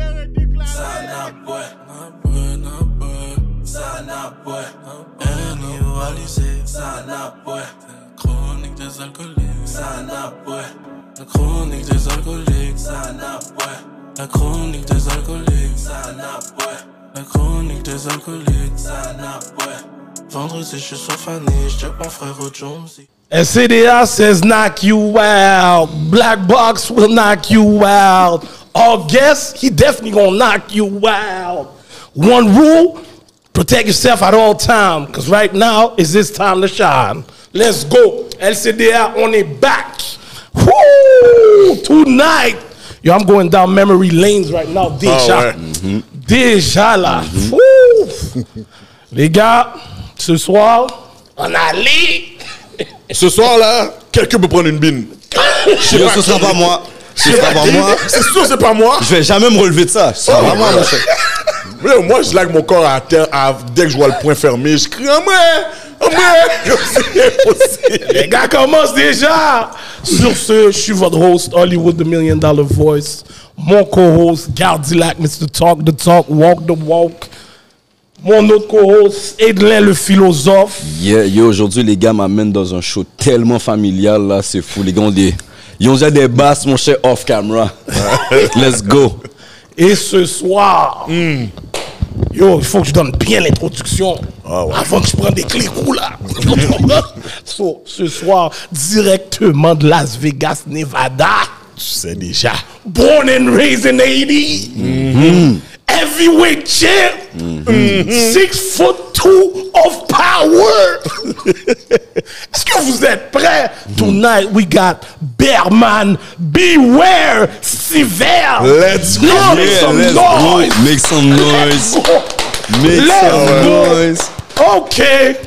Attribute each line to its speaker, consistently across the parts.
Speaker 1: Sana boy, na boy, sana boy, annualisé, sana boy, chronique des alcooliques, sana boy, la chronique des alcooliques, sana boy, la chronique des alcooliques, sana boy, la chronique des alcooliques, sana boy. Vendredi, je suis sur Fanny, je pas frère Jonesy.
Speaker 2: SCDA says knock you out. Black Box will knock you out. All guests, he definitely gonna knock you out. One rule, protect yourself at all time. Cause right now is this time to shine. Let's go. LCDA on it back. Woo! Tonight. Yo, I'm going down memory lanes right now. Déjà. Déjà là. Woo! Les gars, ce soir, on a lit.
Speaker 3: Ce soir-là, quelqu'un peut prendre une bine.
Speaker 4: Ce ce sera pas moi. Ce sera pas
Speaker 3: Qui
Speaker 4: moi.
Speaker 3: C'est sûr, c'est pas moi.
Speaker 4: Je vais jamais me relever de ça. Ce sera pas moi, mon cher.
Speaker 3: Mais moi, je lag mon corps à terre à- dès que je vois le point fermé. Je crie Ah, moi Ah, moi C'est impossible.
Speaker 2: Les gars commencent déjà. Sur ce, je suis votre host Hollywood The Million Dollar Voice. Mon co-host Gardilac, Mr. Talk the Talk, Walk the Walk. Mon autre co-host Edlin le philosophe.
Speaker 4: Yeah, yo, aujourd'hui, les gars m'amènent dans un show tellement familial, là, c'est fou. Les gars, on dit, ils ont déjà des basses, mon cher, off camera. Let's go.
Speaker 2: Et ce soir, yo, il faut que je donne bien l'introduction
Speaker 3: Ah
Speaker 2: avant que je prenne des clés roux, là. Tu comprends? So, ce soir, directement de Las Vegas, Nevada.
Speaker 3: Tu sais déjà.
Speaker 2: Born and raised in 80.
Speaker 3: Mm-hmm.
Speaker 2: Heavyweight champ. Six foot two of power. Est-ce que vous êtes prêts? Tonight we got Bearman. Beware, Siver.
Speaker 3: Let's go.
Speaker 2: Lord, make
Speaker 4: Yeah,
Speaker 2: some
Speaker 4: let's go.
Speaker 2: noise.
Speaker 4: Make some
Speaker 2: Let's
Speaker 4: noise.
Speaker 2: go.
Speaker 4: Make
Speaker 2: Let's
Speaker 4: some
Speaker 2: go.
Speaker 4: noise.
Speaker 2: OK.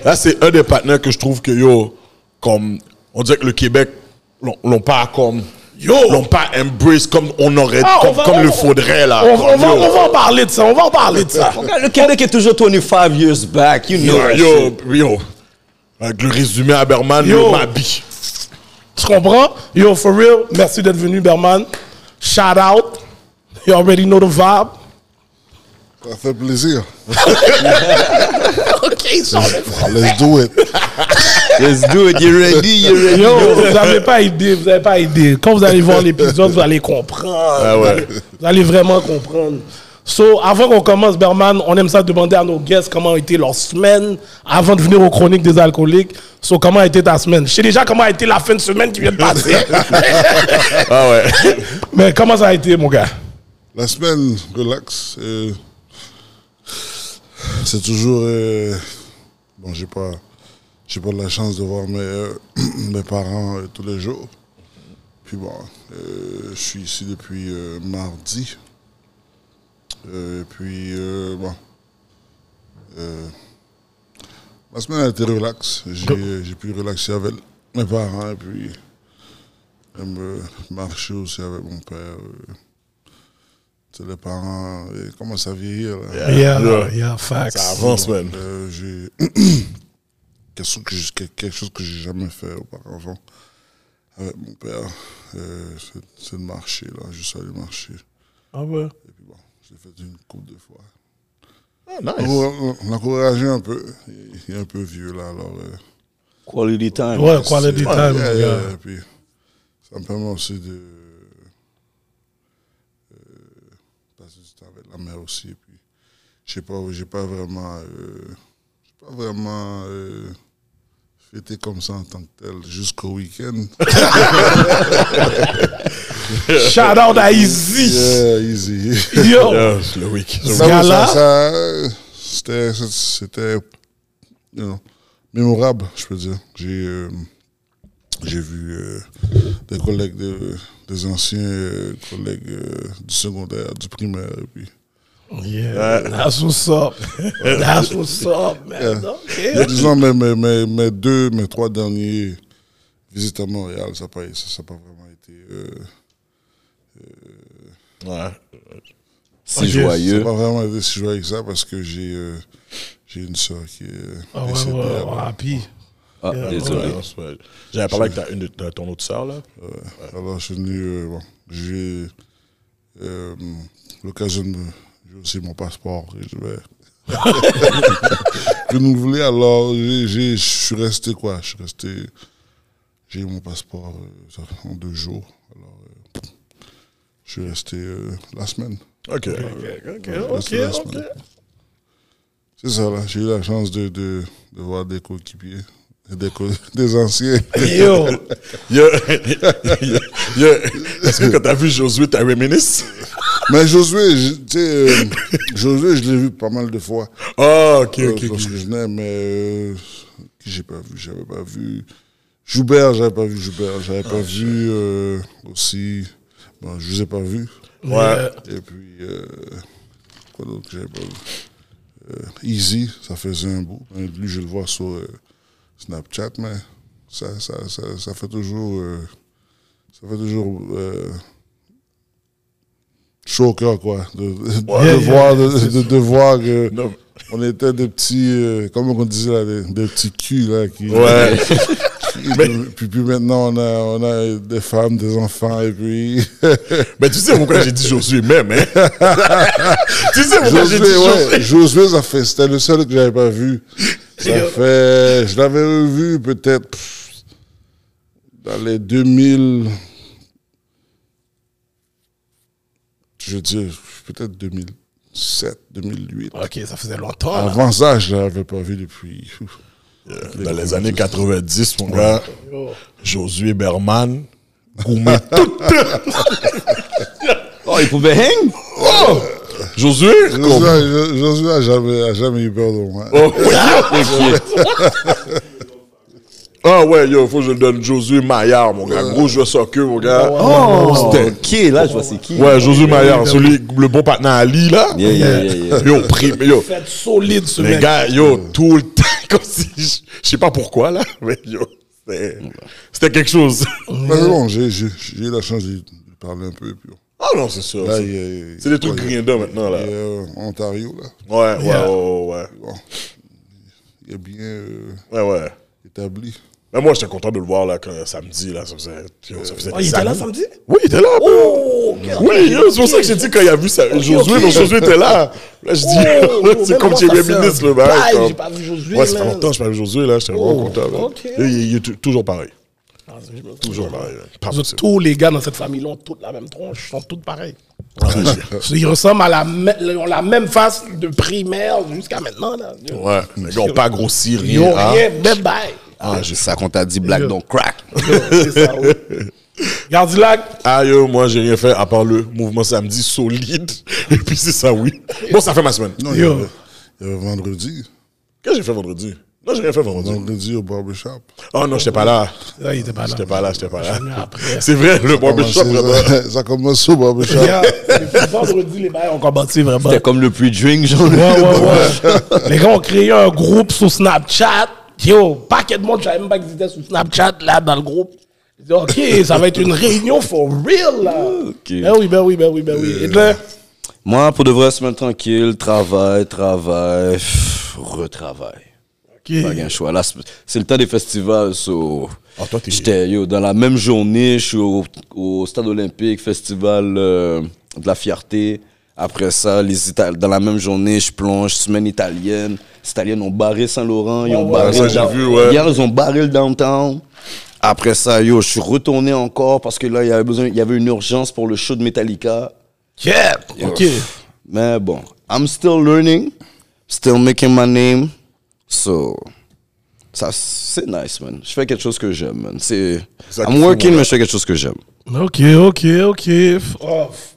Speaker 3: Là, c'est un des partenaires que je trouve que yo, comme on dirait que le Québec l'ont l'ont pas comme. Yo! L'ont pas embrace comme on aurait,
Speaker 2: Ah, on
Speaker 3: comme,
Speaker 2: va-
Speaker 3: comme
Speaker 2: on-
Speaker 3: le faudrait là.
Speaker 2: On, on
Speaker 3: Comme,
Speaker 2: va,
Speaker 3: yo.
Speaker 2: on va en parler de ça. On va en parler de ça.
Speaker 4: Le Québec est toujours 25 years back, you know.
Speaker 3: Yo,
Speaker 4: that
Speaker 3: yo,
Speaker 4: shit.
Speaker 3: yo. Avec le résumé à Berman,
Speaker 2: Yo.
Speaker 3: yo, m'habille.
Speaker 2: Tu comprends? Yo, for real, merci d'être venu, Berman. Shout out. You already know the vibe.
Speaker 5: Ça fait plaisir.
Speaker 2: OK, ça.
Speaker 5: Let's do it.
Speaker 4: Let's do it, you ready, you ready.
Speaker 2: Yo, vous n'avez pas idée, vous n'avez pas idée. Quand vous allez voir l'épisode, vous allez comprendre.
Speaker 3: Ah ouais.
Speaker 2: Vous allez vraiment comprendre. So, avant qu'on commence, Berman, on aime ça demander à nos guests comment a été leur semaine avant de venir aux chroniques des alcooliques. So, comment a été ta semaine? Je sais déjà comment a été la fin de semaine qui vient de passer.
Speaker 3: Ah ouais.
Speaker 2: Mais comment ça a été, mon gars?
Speaker 5: La semaine, relax. euh, c'est toujours. euh, bon, j'ai pas, j'ai pas la chance de voir mes, euh, mes parents euh, tous les jours. Puis bon, euh, je suis ici depuis euh, mardi. Euh, et puis euh, bon. euh, ma semaine a été relax. J'ai j'ai pu relaxer avec mes parents et puis même, euh, marcher aussi avec mon père. euh. C'est les parents euh, commencent à vieillir. là.
Speaker 2: Yeah, yeah, facts.
Speaker 3: Ça avance, man.
Speaker 5: Euh, j'ai quelque chose que j'ai- que- quelque chose que j'ai jamais fait auparavant avec mon père. Euh, c'est- c'est de marcher là, juste aller marcher.
Speaker 2: Ah ouais.
Speaker 5: Et puis bon, je l'ai fait une couple de fois.
Speaker 3: Ah, nice.
Speaker 5: L'encour- L'encourager un peu. Il il est un peu vieux là, alors. euh,
Speaker 4: Quality time.
Speaker 2: Ouais, quality
Speaker 5: c'est-
Speaker 2: time,
Speaker 5: ouais,
Speaker 2: mon
Speaker 5: Oh, yeah,
Speaker 2: gars.
Speaker 5: yeah, et puis, ça me permet aussi de euh, passer du temps avec la mère aussi. Et puis, j'ai pas, j'ai pas vraiment, euh, j'ai pas vraiment euh, fêté comme ça en tant que tel jusqu'au week-end.
Speaker 2: Shout out à Izzy.
Speaker 5: Yeah, easy.
Speaker 2: Yo.
Speaker 3: Yeah, le week.
Speaker 2: Ce gars-là-
Speaker 5: ça, ça, c'était, c'était, you know, mémorable, je peux dire. J'ai, euh, j'ai vu euh, des collègues, de, des anciens euh, collègues euh, du secondaire, du primaire, et puis
Speaker 2: Yeah, that's what's up. That's what's up, man. Okay.
Speaker 5: Il y a dix ans, mes, mes, mes, mes deux, mes trois derniers visites à Montréal, ça n'a pas, ça, ça a pas vraiment été. euh,
Speaker 3: Ouais.
Speaker 4: C'est
Speaker 5: ça a
Speaker 4: joyeux.
Speaker 5: pas vraiment été si joyeux que ça parce que j'ai, euh, j'ai une soeur qui est
Speaker 2: Ah ouais,
Speaker 5: décédée.
Speaker 2: ouais, ouais,
Speaker 5: avant.
Speaker 2: happy.
Speaker 4: Ah, désolé.
Speaker 3: Ouais, ouais. J'avais parlé avec ta, une de ta- ton autre sœur, là.
Speaker 5: Alors, je suis venu. euh, bon, j'ai Euh, L'occasion de. J'ai aussi mon passeport et je vais. renouveler. Alors, j'ai- j'ai- je suis resté quoi Je suis resté. J'ai eu mon passeport euh, ça fait en deux jours. Alors, euh, je suis resté euh, la semaine. Euh,
Speaker 3: Ok.
Speaker 5: Ok, ok. C'est ça, là. J'ai eu la chance de, de, de voir des coéquipiers, des, co- des anciens.
Speaker 2: Yo,
Speaker 3: Yo, yo, yo, Est-ce que quand t'as vu Josué, t'as reminisce?
Speaker 5: Mais Josué, je- tu sais, euh, Josué, je l'ai vu pas mal de fois.
Speaker 3: Ah, ok,
Speaker 5: Euh,
Speaker 3: ok, ok.
Speaker 5: Parce que je n'ai, mais euh, qui j'ai pas vu, j'avais pas vu. Joubert, j'avais pas vu Joubert, j'avais
Speaker 3: Ah,
Speaker 5: pas vu euh, aussi. Bon, je vous ai pas vu.
Speaker 3: Ouais.
Speaker 5: Et puis, euh, quoi d'autre que j'avais pas vu Euh, Easy, ça faisait un bout. Euh, Lui, je le vois sur euh, Snapchat, mais ça, ça, ça, ça fait toujours. euh, ça fait toujours. euh, chaud au cœur, quoi. De, de- de voir, de, de- de voir que.
Speaker 3: Non.
Speaker 5: On était des petits, euh, comment on disait là, des, des petits culs là. Qui,
Speaker 3: Ouais.
Speaker 5: puis, puis maintenant, on a, on a des femmes, des enfants, et puis.
Speaker 3: Mais tu sais pourquoi j'ai dit Josué même, hein? tu sais pourquoi j'ai
Speaker 5: Josué,
Speaker 3: dit Josué?
Speaker 5: ouais, Josué, ça fait, c'était le seul que j'avais pas vu. Ça fait, je l'avais revu peut-être pff, dans les 2000. Je veux dire, peut-être 2007, 2008.
Speaker 2: ok, ça faisait longtemps. là.
Speaker 5: Avant ça, je l'avais pas vu depuis. ouf.
Speaker 3: Dans les années 90, mon gars, Josué Berman, gourmet tout.
Speaker 4: Oh, il pouvait hang?
Speaker 3: Oh! Josué?
Speaker 5: Josué a- Josué a jamais, a jamais eu peur de moi.
Speaker 3: Oh, Ah ouais, yo, faut que je le donne Josué Maillard, mon gars. Gros joueur soccer, mon gars.
Speaker 4: Oh,
Speaker 3: C'était-
Speaker 4: ok, là, je vois c'est qui.
Speaker 3: Ouais, Josué Maillard, celui, le bon partenaire Ali, là.
Speaker 4: Yeah, yeah, yeah, yeah.
Speaker 3: Yo, pris, yo.
Speaker 2: Fait solide ce
Speaker 3: Les
Speaker 2: mec.
Speaker 3: gars, yo, tout le temps, comme si, je- je sais pas pourquoi, là, mais yo, c'est- c'était quelque chose.
Speaker 5: Mais bon, j'ai j'ai- j'ai eu la chance de de parler un peu. et Puis,
Speaker 3: Ah non, c'est sûr.
Speaker 5: là,
Speaker 3: c'est-
Speaker 5: il y a-
Speaker 3: C'est des trucs
Speaker 5: il y a-
Speaker 3: grindants maintenant, là.
Speaker 5: il y a, euh, Ontario, là.
Speaker 3: Ouais, ouais,
Speaker 2: Yeah.
Speaker 3: ouais, ouais,
Speaker 5: Bon, il est bien euh,
Speaker 3: ouais, ouais.
Speaker 5: établi.
Speaker 3: Mais moi, j'étais content de le voir, là, quand, samedi, là, ça faisait, yo, ça faisait
Speaker 2: Oh, il
Speaker 3: des
Speaker 2: était là
Speaker 3: années.
Speaker 2: samedi?
Speaker 3: Oui, il était là, bro.
Speaker 2: Oh, ok,
Speaker 3: Oui, yo, c'est pour ça que j'ai dit quand il a vu ça, Josué,
Speaker 2: ok.
Speaker 3: non, Josué était là. Là, je dis,
Speaker 2: Oh, oh,
Speaker 3: c'est
Speaker 2: même
Speaker 3: comme
Speaker 2: moi,
Speaker 3: chez
Speaker 2: ça fait
Speaker 3: Reminisce,
Speaker 2: un
Speaker 3: le
Speaker 2: bail,
Speaker 3: bail. comme-
Speaker 2: j'ai pas vu Josué,
Speaker 3: Ouais, ça fait
Speaker 2: man.
Speaker 3: longtemps que je pas vu Josué, là, j'étais vraiment content. là.
Speaker 2: ok.
Speaker 3: Il- Il est toujours pareil.
Speaker 2: Ah, c'est-
Speaker 3: Toujours pareil. là. Pas
Speaker 2: Nous autres,
Speaker 3: possible.
Speaker 2: tous les gars dans cette famille-là ont toutes la même tronche, sont toutes pareilles.
Speaker 3: Ouais.
Speaker 2: Ils ressemblent à la, me- ont la même face de primaire jusqu'à maintenant. Là.
Speaker 3: Ouais, les gars n'ont pas grossi,
Speaker 2: Ils ont
Speaker 3: rien. hein.
Speaker 2: rien, bye bye.
Speaker 4: Ah, c'est ça qu'on t'a dit, black don't crack.
Speaker 2: C'est ça, oui. Regarde là,
Speaker 3: Ah yo, moi j'ai rien fait à part le mouvement samedi solide. Et puis c'est ça, oui. Bon, ça fait ma semaine.
Speaker 5: Non, il y,
Speaker 2: Yo.
Speaker 5: avait, il y avait Euh, vendredi.
Speaker 3: Qu'est-ce que j'ai fait vendredi Non, j'ai rien fait vendredi.
Speaker 5: Vendredi au barbershop.
Speaker 3: Oh non, j'étais pas là.
Speaker 2: Ah, il était pas là.
Speaker 3: J'étais pas là, j'étais pas là.
Speaker 2: venu après.
Speaker 3: C'est vrai, le barbershop. vraiment.
Speaker 5: ça, Ah, ça commence au barbershop.
Speaker 2: Regarde, depuis vendredi, les bails ont commencé vraiment.
Speaker 4: C'était comme le pre-drink, genre.
Speaker 2: Bah, Ouais, ouais, ouais. les gars ont créé un groupe sur Snapchat. Yo, paquet de monde, je savais même pas qu'ils étaient sur Snapchat, là, dans le groupe. Ils disaient, OK, ça va être une réunion for real, là. Ben oui, ben oui, ben oui, ben oui. Et là,
Speaker 4: Moi, pour de vrai, semaine tranquille, travail, travail, pff, retravail. Pas
Speaker 2: OK.
Speaker 4: gain de choix. Là, c'est c'est le temps des festivals, so.
Speaker 3: Ah, toi, t'es-
Speaker 4: J'étais, yo, dans la même journée, je suis au, au stade olympique, festival euh, de la fierté. Après ça, les Itali- dans la même journée, je plonge, semaine italienne. Les Italiennes ont barré Saint-Laurent, ils ont
Speaker 2: ouais,
Speaker 4: barré.
Speaker 3: ça, j'ai vu, ouais.
Speaker 4: Hier, ils ont barré le downtown. Après ça, yo, je suis retourné encore parce que là, il y avait besoin, il y avait une urgence pour le show de Metallica.
Speaker 2: Yeah, OK.
Speaker 4: Mais bon, I'm still learning, still making my name. So, ça, c'est nice, man. Je fais quelque chose que j'aime, man. C'est,
Speaker 3: Ça qu'il
Speaker 4: I'm
Speaker 3: faut,
Speaker 4: working,
Speaker 3: ouais.
Speaker 4: mais je fais quelque chose que j'aime.
Speaker 2: Ok, ok, ok. F- oh, f-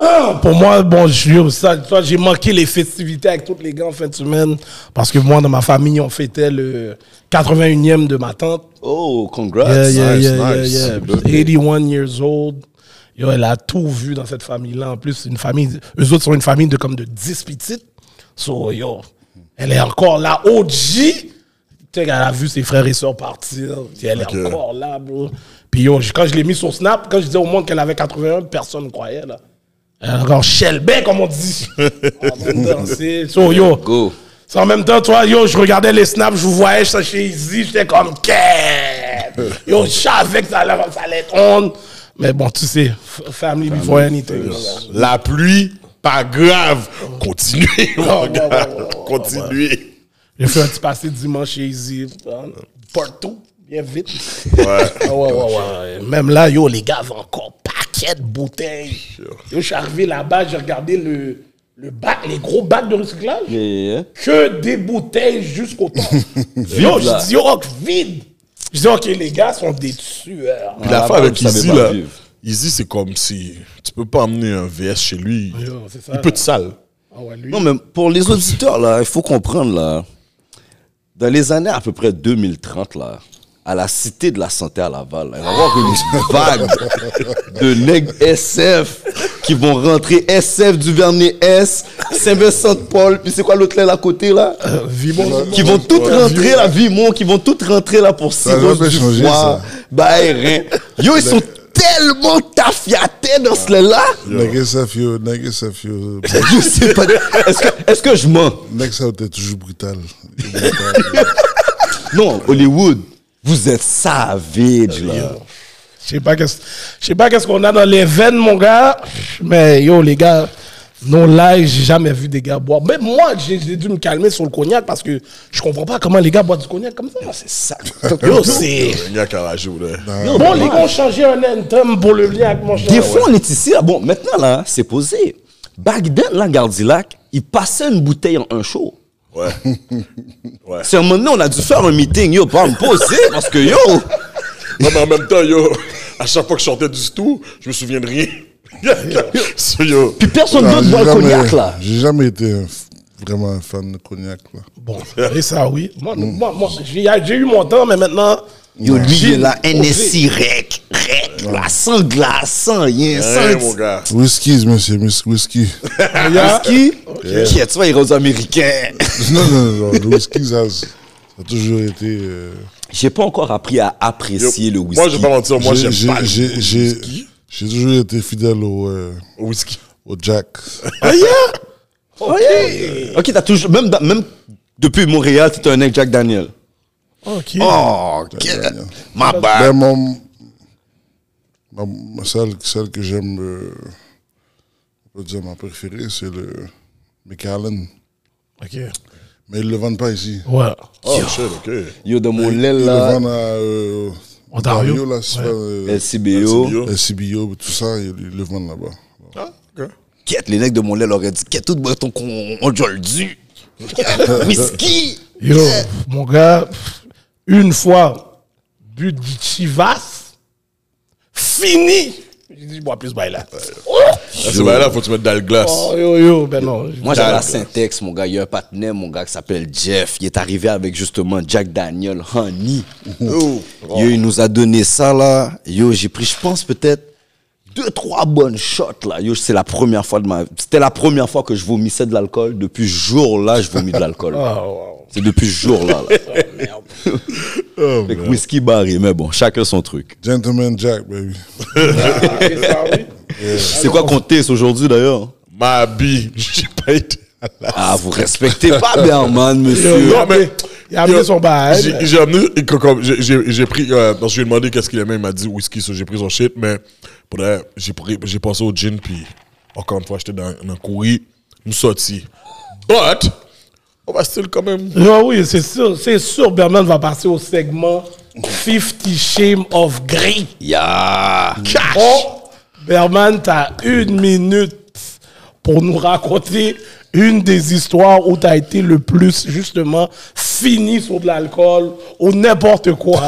Speaker 2: ah, pour moi, bon, je suis au stade. Toi, j'ai manqué les festivités avec tous les gars en fin de semaine parce que moi, dans ma famille, on fêtait le 81e de ma tante.
Speaker 4: Oh, congrats.
Speaker 2: Yeah, yeah,
Speaker 3: nice,
Speaker 2: yeah,
Speaker 3: nice.
Speaker 2: yeah, yeah. 81 years old. Yo, elle a tout vu dans cette famille-là. En plus, c'est une famille, eux autres sont une famille de comme de 10 petites. So, yo, elle est encore là, OG. Tu sais, elle a vu ses frères et sœurs partir. Puis Elle est
Speaker 3: Ok.
Speaker 2: encore là, bro. Puis yo, je- quand je l'ai mis sur Snap, quand je disais au monde qu'elle avait 81, personne ne croyait, là. Elle est encore Shelby, comme on dit. En train de danser. So, yo.
Speaker 4: Go.
Speaker 2: C'est En même temps, toi, yo, je regardais les snaps, je vous voyais, je chez Easy, j'étais comme, qu'est Yo, je savais que ça allait, ça allait être on. Mais bon, tu sais, f- family before anything.
Speaker 3: La pluie, pas grave. Continuez, mon gars. Continuez.
Speaker 2: J'ai fait un petit passé dimanche chez Easy. Partout, bien vite. Ah ouais, ouais, ouais. Même là, yo, les gars avaient encore paquet de bouteilles. Yo, je suis arrivé là-bas, j'ai regardé le, le bac, les gros bacs de recyclage.
Speaker 4: Yeah.
Speaker 2: Que des bouteilles jusqu'au top. yo,
Speaker 4: là.
Speaker 2: je dis, yo, oh, vide. Je dis, ok, les gars sont des tueurs.
Speaker 3: Puis
Speaker 4: Ah,
Speaker 3: l'affaire
Speaker 4: bah,
Speaker 3: avec
Speaker 4: vous savez
Speaker 3: Izzy,
Speaker 4: pas
Speaker 3: là,
Speaker 4: vivre.
Speaker 3: Izzy, c'est comme si tu peux pas emmener un VS chez lui.
Speaker 2: Yo, c'est ça,
Speaker 3: Il peut
Speaker 2: là.
Speaker 3: être sale.
Speaker 2: Ah ouais, lui.
Speaker 4: Non, mais pour les auditeurs, là, il faut comprendre, là. Dans les années à peu près 2030, là, à la Cité de la Santé à Laval, là, il va y avoir une vague de nègres SF qui vont rentrer SF, Duvernay S, Saint-Vincent-de-Paul, puis c'est quoi l'autre là à côté, là Qui vont toutes rentrer, la Vimont, qui vont toutes rentrer, là, pour
Speaker 5: a
Speaker 4: Syrose
Speaker 5: jamais changé,
Speaker 4: Dufois,
Speaker 5: ça.
Speaker 4: Bahérin. Bah, eh, Yo, ils sont tellement taffiatés dans ce là
Speaker 5: Nègre SF, yo, nègre SF, yo.
Speaker 4: Je sais pas. Est-ce que, est-ce que je mens
Speaker 5: Nègre SF, t'es toujours brutal.
Speaker 4: Non, Hollywood, vous êtes savage, là.
Speaker 2: Je sais pas qu'est-ce, je sais pas qu'est-ce qu'on a dans les veines, mon gars. Mais yo, les gars, non live, j'ai jamais vu des gars boire. Même moi, j'ai, j'ai dû me calmer sur le cognac parce que je comprends pas comment les gars boivent du cognac comme ça. c'est ça. Yo, c'est.
Speaker 3: Il y a qu'à rager, là.
Speaker 2: Bon, les gars ont changé un anthem pour le lien avec mon chat.
Speaker 4: Des fois, on est ici, là. Bon, maintenant, là, c'est posé. Back then, là, Gardilac, il passait une bouteille en un show.
Speaker 3: Ouais.
Speaker 4: C'est un moment donné, on a dû faire un meeting, yo, pas me poser, parce que yo,
Speaker 3: Non, mais en même temps, yo, à chaque fois que je sortais du tout, je me souviens de rien. So, yo.
Speaker 4: puis personne
Speaker 5: Ah,
Speaker 4: d'autre
Speaker 5: j'ai
Speaker 4: boit le
Speaker 5: jamais-
Speaker 4: cognac, là.
Speaker 5: J'ai jamais été un f- vraiment un fan de cognac, là.
Speaker 2: Bon, et ça, oui. Moi, moi, moi, j'ai, j'ai eu mon temps, mais maintenant.
Speaker 4: Yo, lui, il est là,
Speaker 2: J'ai-
Speaker 4: NSI, rec, rec, là, sans glace, sans rien,
Speaker 3: Rien,
Speaker 4: sans...
Speaker 3: Hein, mon gars.
Speaker 5: Whisky, monsieur, Miss Whisky.
Speaker 4: Whisky, qui est-ce, il est aux Américains.
Speaker 5: non, non, non, le whisky, ça, ça a toujours été. euh,
Speaker 4: J'ai pas encore appris à apprécier le whisky.
Speaker 3: Moi, je vais pas mentir, moi,
Speaker 5: j'ai-
Speaker 3: j'aime
Speaker 5: j'ai-
Speaker 3: pas le
Speaker 5: j'ai- j'ai- J'ai toujours été fidèle au, euh,
Speaker 3: whisky.
Speaker 5: au Jack.
Speaker 2: Ah, yeah! Ok.
Speaker 4: Euh, Ok, t'as toujours. Même, dans- même depuis Montréal, t'es un mec Jack Daniel.
Speaker 2: Ok.
Speaker 4: Oh, ok. My bad.
Speaker 5: Ben, mon, ma, ma- celle, celle que j'aime, euh, on peut dire ma préférée, c'est le McAllen.
Speaker 2: Ok.
Speaker 5: Mais ils ne le vendent pas ici.
Speaker 2: Ouais.
Speaker 3: Oh, shit, OK.
Speaker 4: Yo, dans mon
Speaker 5: Ils
Speaker 4: lait
Speaker 5: le
Speaker 4: là,
Speaker 5: vendent à euh,
Speaker 2: Ontario.
Speaker 5: Ontario, là, c'est pas, euh,
Speaker 4: LCBO.
Speaker 3: Yo.
Speaker 5: la CBO, tout ça, ils, ils le vendent là-bas.
Speaker 3: Ah, OK.
Speaker 4: Quête, les mecs de mon lait l'auraient dit Quête tout de ton con, on jole du. Whisky.
Speaker 2: Yo,
Speaker 4: Euh.
Speaker 2: mon gars, une fois, but du Chivas, fini. J'ai dit, je bois plus bail là.
Speaker 4: Oh.
Speaker 3: Ah, C'est vrai, là, faut que tu mettes dans le glace.
Speaker 2: Oh, yo, yo, ben non.
Speaker 4: Moi, j'avais la Syntex, mon gars. Il y a un partenaire, mon gars, qui s'appelle Jeff. Il est arrivé avec justement Jack Daniel, Honey. Yo, il nous a donné ça, là. Yo, j'ai pris, je pense, peut-être deux, trois bonnes shots, là. Yo, c'est la première fois de ma C'était la première fois que je vomissais de l'alcool. Depuis ce jour-là, je vomis de l'alcool.
Speaker 2: Ah, Oh.
Speaker 4: C'est depuis ce jour-là, là. Fait que whisky barré, mais bon, chacun son truc.
Speaker 5: Gentleman Jack, baby.
Speaker 4: C'est quoi qu'on teste aujourd'hui, d'ailleurs?
Speaker 3: Ma bille, j'ai pas été à la-
Speaker 4: Ah, vous respectez pas Berman, monsieur.
Speaker 2: Non, mais il a amené
Speaker 3: Yo,
Speaker 2: son bail.
Speaker 3: j'ai-
Speaker 2: mais-
Speaker 3: J'ai amené, et que- comme, j'ai- j'ai j'ai pris, euh, parce que je lui ai demandé qu'est-ce qu'il aimait, il m'a dit whisky, so j'ai pris son shit, mais pour de vrai, j'ai pris- j'ai pensé au gin, puis encore une fois, j'étais dans, dans le courrier, nous sortis. But, on va still quand même.
Speaker 2: Ah oui, c'est sûr, c'est sûr, Berman va passer au segment 50 Shame of Grey.
Speaker 4: Yeah.
Speaker 2: Bon, Oh, Berman, t'as une minute pour nous raconter une des histoires où t'as été le plus, justement, fini sur de l'alcool ou n'importe quoi.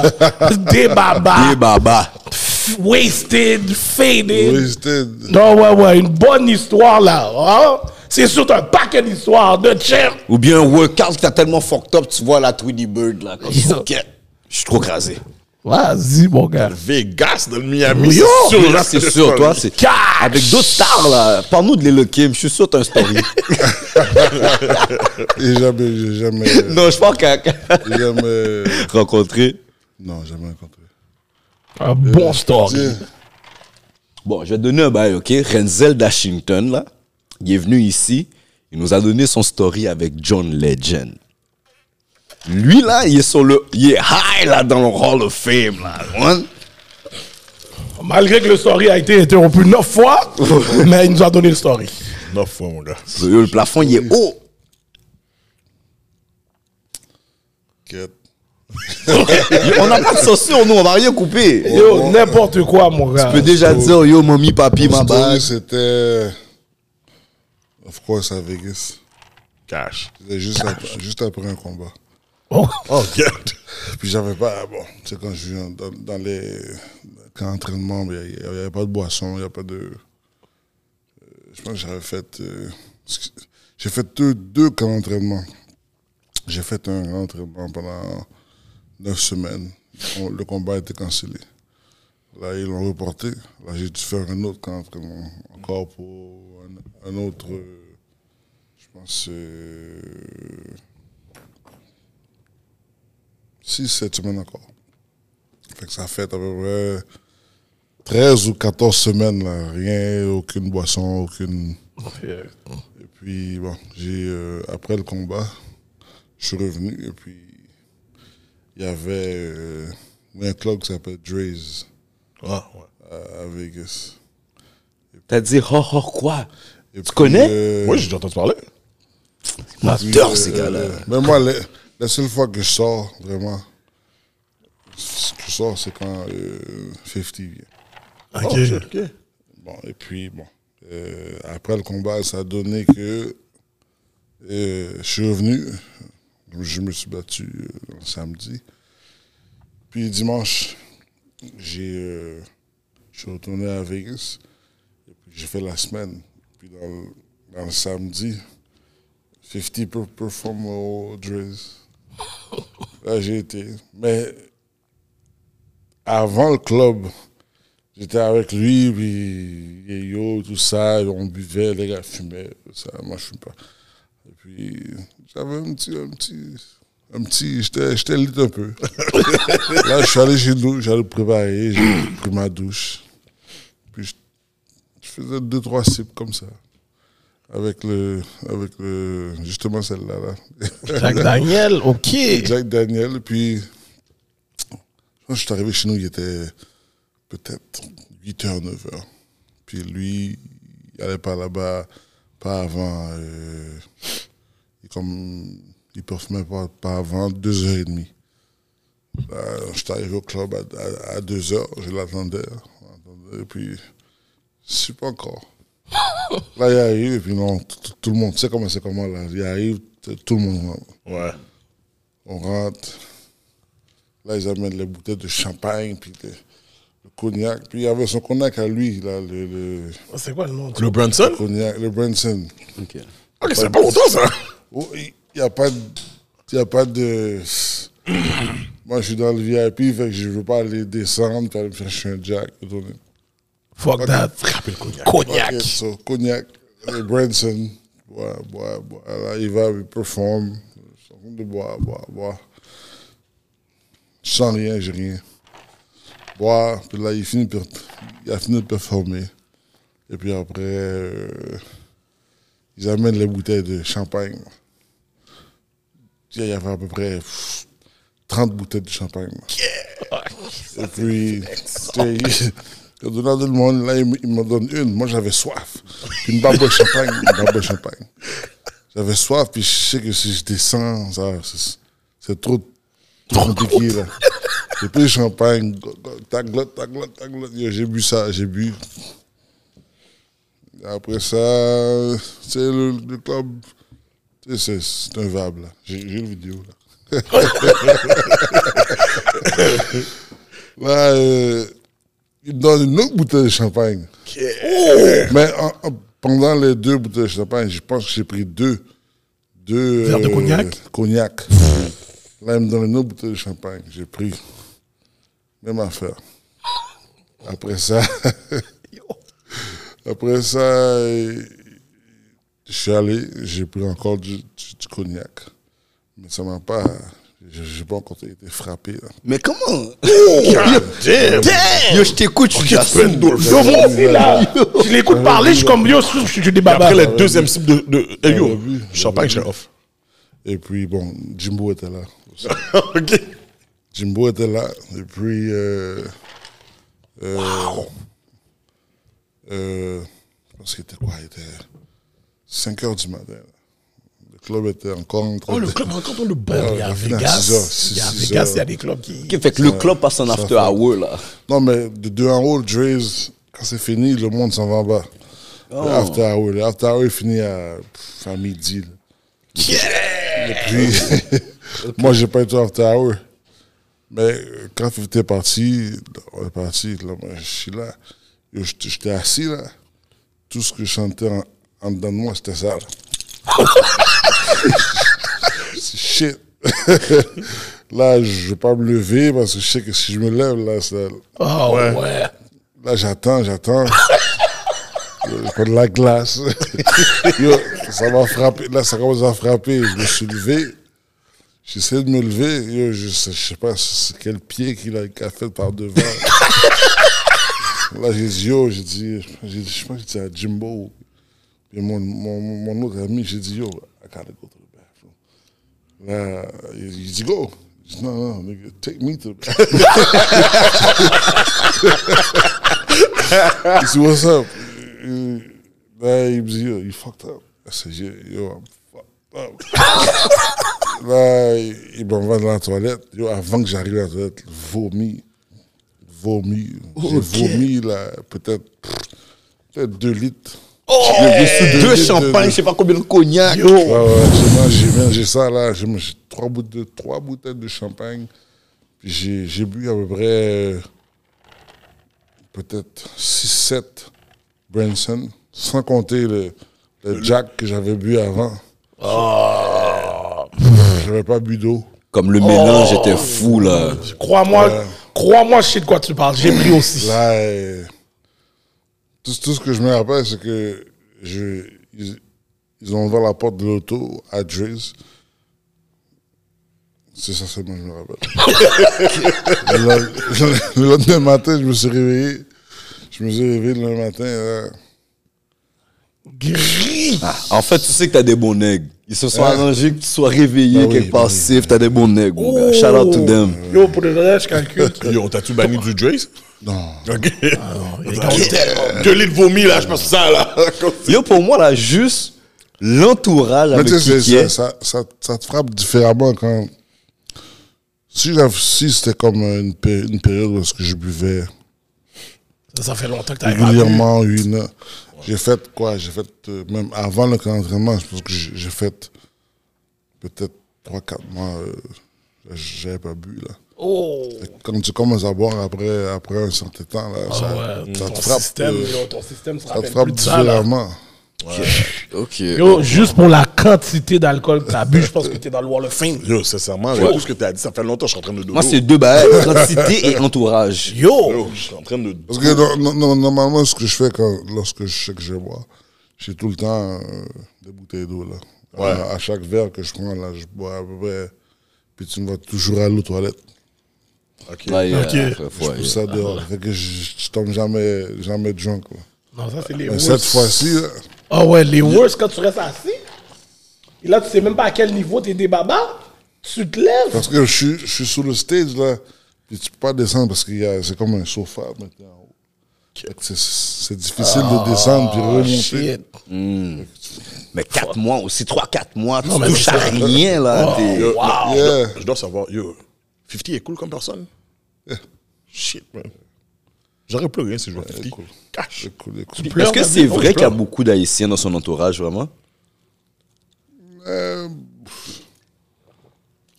Speaker 2: Des babas,
Speaker 4: Et baba.
Speaker 2: f- wasted, faded.
Speaker 5: Wasted.
Speaker 2: Non, ouais, ouais, une bonne histoire là. Hein? C'est surtout un paquet d'histoires de champ.
Speaker 4: Ou bien un workout que t'as tellement fucked up, tu vois la Tweety Bird là. Comme
Speaker 2: Yo.
Speaker 4: ça. Ok, Je suis trop crasé.
Speaker 2: Vas-y, mon gars.
Speaker 3: Vegas dans le Miami.
Speaker 2: Yo,
Speaker 3: c'est sûr,
Speaker 4: Là, c'est sûr, toi, c'est.
Speaker 2: Cash!
Speaker 4: Avec d'autres stars là. Parle-nous de Lilo Kim, je suis sûr que t'as un story.
Speaker 5: Et jamais, j'ai jamais,
Speaker 4: non, je pense qu'à
Speaker 5: j'ai jamais,
Speaker 4: rencontrer.
Speaker 5: non, jamais rencontré.
Speaker 2: Un bon story.
Speaker 5: Tiens,
Speaker 4: Bon, je vais te donner un bail, ok? Renzel Dashington là, il est venu ici, il nous a donné son story avec John Legend. Lui Hein? là, il est sur le. Il est high là dans le Hall of Fame là. ouais.
Speaker 2: Malgré que le story a été interrompu neuf fois, mais il nous a donné le story.
Speaker 3: Neuf fois, mon gars.
Speaker 4: Yo, Le plafond, il est haut.
Speaker 5: Quête.
Speaker 4: Yo, On n'a pas de censure, nous, on va rien couper.
Speaker 2: Yo, n'importe quoi, mon gars.
Speaker 4: Je peux déjà dire, yo, mamie, papi, ma
Speaker 5: Mon story,
Speaker 4: base.
Speaker 5: c'était. Of course, à Vegas.
Speaker 3: Cash.
Speaker 5: C'était juste, après- juste après un combat.
Speaker 2: Oh,
Speaker 3: Oh, regarde.
Speaker 5: Puis j'avais pas. Bon, tu sais, quand je suis en- dans, dans les. Quand entraînement, ben, il n'y avait pas de boisson, il n'y a pas de. euh, Je pense que j'avais fait. euh, J'ai fait deux, deux camps d'entraînement. J'ai fait un camp d'entraînement pendant neuf semaines. On- le combat a été cancellé. Là, ils l'ont reporté. Là, j'ai dû faire un autre camp d'entraînement. Encore pour un, un autre. euh, Je pense. euh, six, sept semaines encore. Fait que ça fait à peu près 13 ou 14 semaines, là. rien, aucune boisson, aucune... Et puis, bon, j'ai euh, après le combat, je suis revenu et puis il y avait euh, un club qui s'appelle Dre's
Speaker 3: Ah, ouais.
Speaker 5: Euh, à, à Vegas.
Speaker 4: T'as dit, oh, oh, quoi?
Speaker 5: Et euh,
Speaker 4: Tu connais
Speaker 3: Ouais, j'ai déjà entendu parler.
Speaker 4: Master, ces gars-là.
Speaker 5: Mais moi, la, la seule fois que je sors, vraiment, ce que je sors, c'est quand euh, 50 vient.
Speaker 2: ok.
Speaker 5: Bon, et puis, bon, euh, après le combat, ça a donné que euh, je suis revenu. Je me suis battu euh, le samedi. Puis dimanche, j'ai, euh, je suis retourné à Vegas. Et puis j'ai fait la semaine. Puis dans le, dans le samedi, 50 per- perform au Drizz. Là, j'ai été. Mais avant le club, J'étais avec lui, puis et yo, tout ça, on buvait, les gars fumaient, ça, moi je fume pas. Et puis, j'avais un petit, un petit, un petit, j'étais, j'étais lit un peu. Là, je suis allé chez nous, j'allais préparer, j'ai pris ma douche. Puis, je, je faisais deux, trois sips comme ça. Avec le, avec le, justement celle-là, là.
Speaker 2: Jack Daniel, ok.
Speaker 5: Jack Daniel, puis quand je suis arrivé chez nous, il était peut-être 8h, 9h. Puis lui, il allait pas là-bas, pas avant, euh, il comme, il performait pas, pas avant 2h30. Là, je suis arrivé au club à, 2h, je l'attendais, on l'attendait, puis je suis pas encore. Là, il arrive, et puis non, tout- tout tout le monde, tu sais comment c'est comment là, il arrive, t- tout le monde rentre.
Speaker 3: Ouais.
Speaker 5: On rentre. Là, ils amènent les bouteilles de champagne, puis le, le cognac. Puis il y avait son cognac à lui, là, le, le
Speaker 2: C'est quoi le nom
Speaker 3: Le Branson?
Speaker 5: cognac, le Branson.
Speaker 4: Ok.
Speaker 3: Ok, ça fait pas longtemps, ça.
Speaker 5: Oh, Il n'y a pas de. Il y a pas de. Moi, je suis dans le VIP, fait que je ne veux pas aller descendre, puis aller me chercher un jack. retourner.
Speaker 2: Fuck that. Frappez le cognac. Cognac.
Speaker 5: Ok, so, cognac, le Branson. Bois, bois, bois. Là, il va, il performe. Je suis en train de boire, boire, boire. Je sens rien, j'ai rien. Boire, puis là, il, finit par- il a fini de performer. Et puis après, euh, ils amènent les bouteilles de champagne. Tu sais, Il y avait à peu près pff, 30 bouteilles de champagne. Et puis, tu sais, il a donné à tout le monde, là, il m- il m'en donne une. Moi, j'avais soif. Puis une barbe de champagne, une barbe de champagne. J'avais soif, puis je sais que si je descends, ça, c'est- c'est trop compliqué, là. J'ai pris le champagne, go- go- taglotte, taglotte, taglotte. Yo, J'ai bu ça, j'ai bu. Après ça, tu sais, le, le club, tu sais, c'est c'est invable, là. J'ai j'ai une vidéo, là. Là, euh, il me donne une autre bouteille de champagne. Oh! Mais en- en- pendant les deux bouteilles de champagne, je pense que j'ai pris deux. Deux
Speaker 2: Verres de
Speaker 5: euh,
Speaker 2: cognac?
Speaker 5: cognac. Là, il me donne une autre bouteille de champagne. J'ai pris. Même affaire. Après ça. après ça, euh, je suis allé, j'ai pris encore du, du- du cognac. Mais ça m'a pas. je- J'ai pas encore été frappé. là.
Speaker 4: Mais comment?
Speaker 3: Damn.
Speaker 4: Yo, je t'écoute, je suis Yassine.
Speaker 2: Yo, moi aussi, là. Je
Speaker 5: Euh,
Speaker 2: l'écoute parler, je suis comme yo, je suis des babas.
Speaker 3: Après le deuxième cible de. de hey, yo,
Speaker 5: vu, j'avais
Speaker 3: champagne,
Speaker 5: vu.
Speaker 3: j'étais off.
Speaker 5: Et puis, bon, Jimbo était là.
Speaker 3: ok.
Speaker 5: Jimbo était là. Et puis, euh, Euh, euh, je pense qu'il était quoi Il était 5 h du matin. Le club était encore en train
Speaker 2: Oh, le
Speaker 5: de-
Speaker 2: club, rencontre le bon. Il y a
Speaker 5: on finit à
Speaker 2: Vegas.
Speaker 5: six heures, six,
Speaker 2: Il y a
Speaker 5: six
Speaker 2: Vegas,
Speaker 5: heures.
Speaker 2: il y a des clubs qui.
Speaker 4: Ok, fait que le club passe en
Speaker 5: ça
Speaker 4: after
Speaker 5: fait-
Speaker 4: hour, là.
Speaker 5: Non, mais de deux en haut, Dre's, quand c'est fini, le monde s'en va en bas.
Speaker 2: Oh.
Speaker 5: Le after hour. Le after hour est fini à, pff, à midi. là. Et puis, moi, j'ai pas été au after hour. Mais euh, quand tu était parti, on est parti, là, moi, je suis là. Yo, J'étais j'étais assis, là. Tout ce que je chantais en, en dedans de moi, c'était ça. là. C'est shit. là, je vais pas me lever parce que je sais que si je me lève, là, ça,
Speaker 2: Oh, ouais.
Speaker 5: Là, j'attends, j'attends. Yo, Je prends de la glace. Yo, ça m'a frappé. Là, ça commence à frapper. Je me suis levé. J'essaie de me lever. Yo, je sais, je sais pas c'est quel pied qu'il a, qu'il a fait par devant. Là, j'ai dit, yo, j'ai dit, j'ai dit, je pense que c'était à Jimbo. Et mon, mon, mon autre ami, j'ai dit, yo, I gotta go to the bathroom. Là, il il dit, go. Je dis, non, non, nigga, take me to the bathroom. He said, what's up? Là, il me dit, yo, you fucked up. I said, yeah, yo, I'm fucked up. là, il m'envoie dans la toilette. Yo, avant que j'arrive à la toilette, vomi. Vomi. J'ai vomi, là, peut-être, peut-être deux litres.
Speaker 4: Oh, Deux
Speaker 5: litres de-
Speaker 4: champagnes, je sais pas combien de cognac.
Speaker 5: Ouais, ouais, j'ai mangé, j'ai mangé ça là, j'ai mangé trois, bout- de- trois bouteilles de champagne. Puis j'ai, j'ai bu à peu près euh, peut-être 6-7 Branson, sans compter le, le Jack que j'avais bu avant. J'avais pas bu d'eau.
Speaker 4: Comme le mélange était fou, là.
Speaker 2: Crois-moi, crois-moi, je sais de quoi tu parles. J'ai pris aussi.
Speaker 5: Là, euh, tout, tout ce que je me rappelle, c'est que je, ils, ils ont ouvert la porte de l'auto à Dries. C'est ça seulement que je me rappelle. le, le- le lendemain matin, je me suis réveillé. Je me suis réveillé le lendemain matin. là.
Speaker 2: Gris.
Speaker 4: En fait, tu sais que t'as des bons nègres. Ils se sont
Speaker 5: Ah.
Speaker 4: arrangés que tu sois réveillé,
Speaker 5: Ah oui,
Speaker 4: quelque
Speaker 5: bah
Speaker 4: part
Speaker 5: oui.
Speaker 4: safe. T'as des bons nègres, mon gars.
Speaker 2: Oh.
Speaker 4: Ah, Shout out to them.
Speaker 2: Yo, pour le reste, je calcule.
Speaker 3: Yo, t'as-tu banni du Drace?
Speaker 5: Non.
Speaker 3: Ok.
Speaker 2: Les gars, on était-
Speaker 3: Deux litres Euh, vomi, là, je pense que c'est ça, là.
Speaker 4: Yo, pour moi, là, juste l'entourage
Speaker 5: Mais
Speaker 4: avec
Speaker 5: tu sais,
Speaker 4: qui
Speaker 5: c'est-
Speaker 4: qui
Speaker 5: ça,
Speaker 4: est.
Speaker 5: ça, ça, ça te frappe différemment quand. Si, j'av- si c'était comme une, pé- une période où est-ce que je buvais
Speaker 2: Ça, ça fait longtemps que t'as Ah,
Speaker 5: régulièrement une heure. J'ai fait quoi J'ai fait, euh, même avant le camp d'entraînement, je pense que j'ai j'ai fait peut-être 3-4 mois, euh, j'avais pas bu là.
Speaker 2: Oh.
Speaker 5: Quand tu commences à boire après, après un certain temps, là, ça,
Speaker 2: Ah Ouais,
Speaker 5: ça
Speaker 2: ton,
Speaker 5: te frappe,
Speaker 2: système,
Speaker 5: euh,
Speaker 2: yo, ton système se
Speaker 5: ça te
Speaker 2: rappelle
Speaker 5: frappe
Speaker 2: plus de ça, là.
Speaker 5: différemment.
Speaker 4: Ok.
Speaker 2: Yo, juste pour la quantité d'alcool que t'as bu, je pense que t'es dans le Wall of Fame.
Speaker 3: Yo, sincèrement, avec tout ce que t'as dit, ça fait longtemps que je suis en train de dodo.
Speaker 4: Moi, c'est deux bails. Quantité et entourage.
Speaker 2: Yo,
Speaker 3: Yo, je suis en train de.
Speaker 5: Parce que non- non- non- normalement, ce que je fais quand, lorsque je sais que je bois, j'ai tout le temps euh, des bouteilles d'eau là. À, à chaque verre que je prends là, je bois à peu près. Puis tu me vois toujours aller aux toilettes.
Speaker 3: Ok.
Speaker 4: Là, il y a-
Speaker 2: Ok.
Speaker 4: après, faut-
Speaker 5: Tout ça dehors. Fait que je, je tombe jamais, jamais drunk. là.
Speaker 2: non, ça c'est les
Speaker 5: Mais cette
Speaker 2: worst.
Speaker 5: fois-ci, là,
Speaker 2: Ah ouais, les worst quand tu restes assis. Et là, tu sais même pas à quel niveau t'es débabat. Tu te lèves.
Speaker 5: parce que je suis, je suis sur le stage, là, puis tu peux pas descendre parce que c'est comme un sofa maintenant en haut. Fait que c'est- C'est difficile de descendre puis remonter.
Speaker 2: Shit.
Speaker 4: Mais 4 mois aussi, 3-4 mois, tu
Speaker 2: mais
Speaker 4: touches
Speaker 2: c'est
Speaker 4: à
Speaker 2: ça.
Speaker 4: rien là. t'es-
Speaker 3: Yo,
Speaker 2: Wow.
Speaker 3: non, je dois-
Speaker 5: Yeah.
Speaker 3: Je dois savoir, yo, 50 est cool comme personne? Shit, man. J'aurais plus rien si je vois 50.
Speaker 5: cool.
Speaker 3: Cash.
Speaker 5: C'est cool, c'est cool.
Speaker 2: pleures,
Speaker 4: Est-ce que
Speaker 2: t'as
Speaker 4: c'est
Speaker 2: dit, oh, je
Speaker 4: vrai qu'il y a
Speaker 2: pleure.
Speaker 4: beaucoup d'Haïtiens dans son entourage vraiment
Speaker 5: Euh, pff,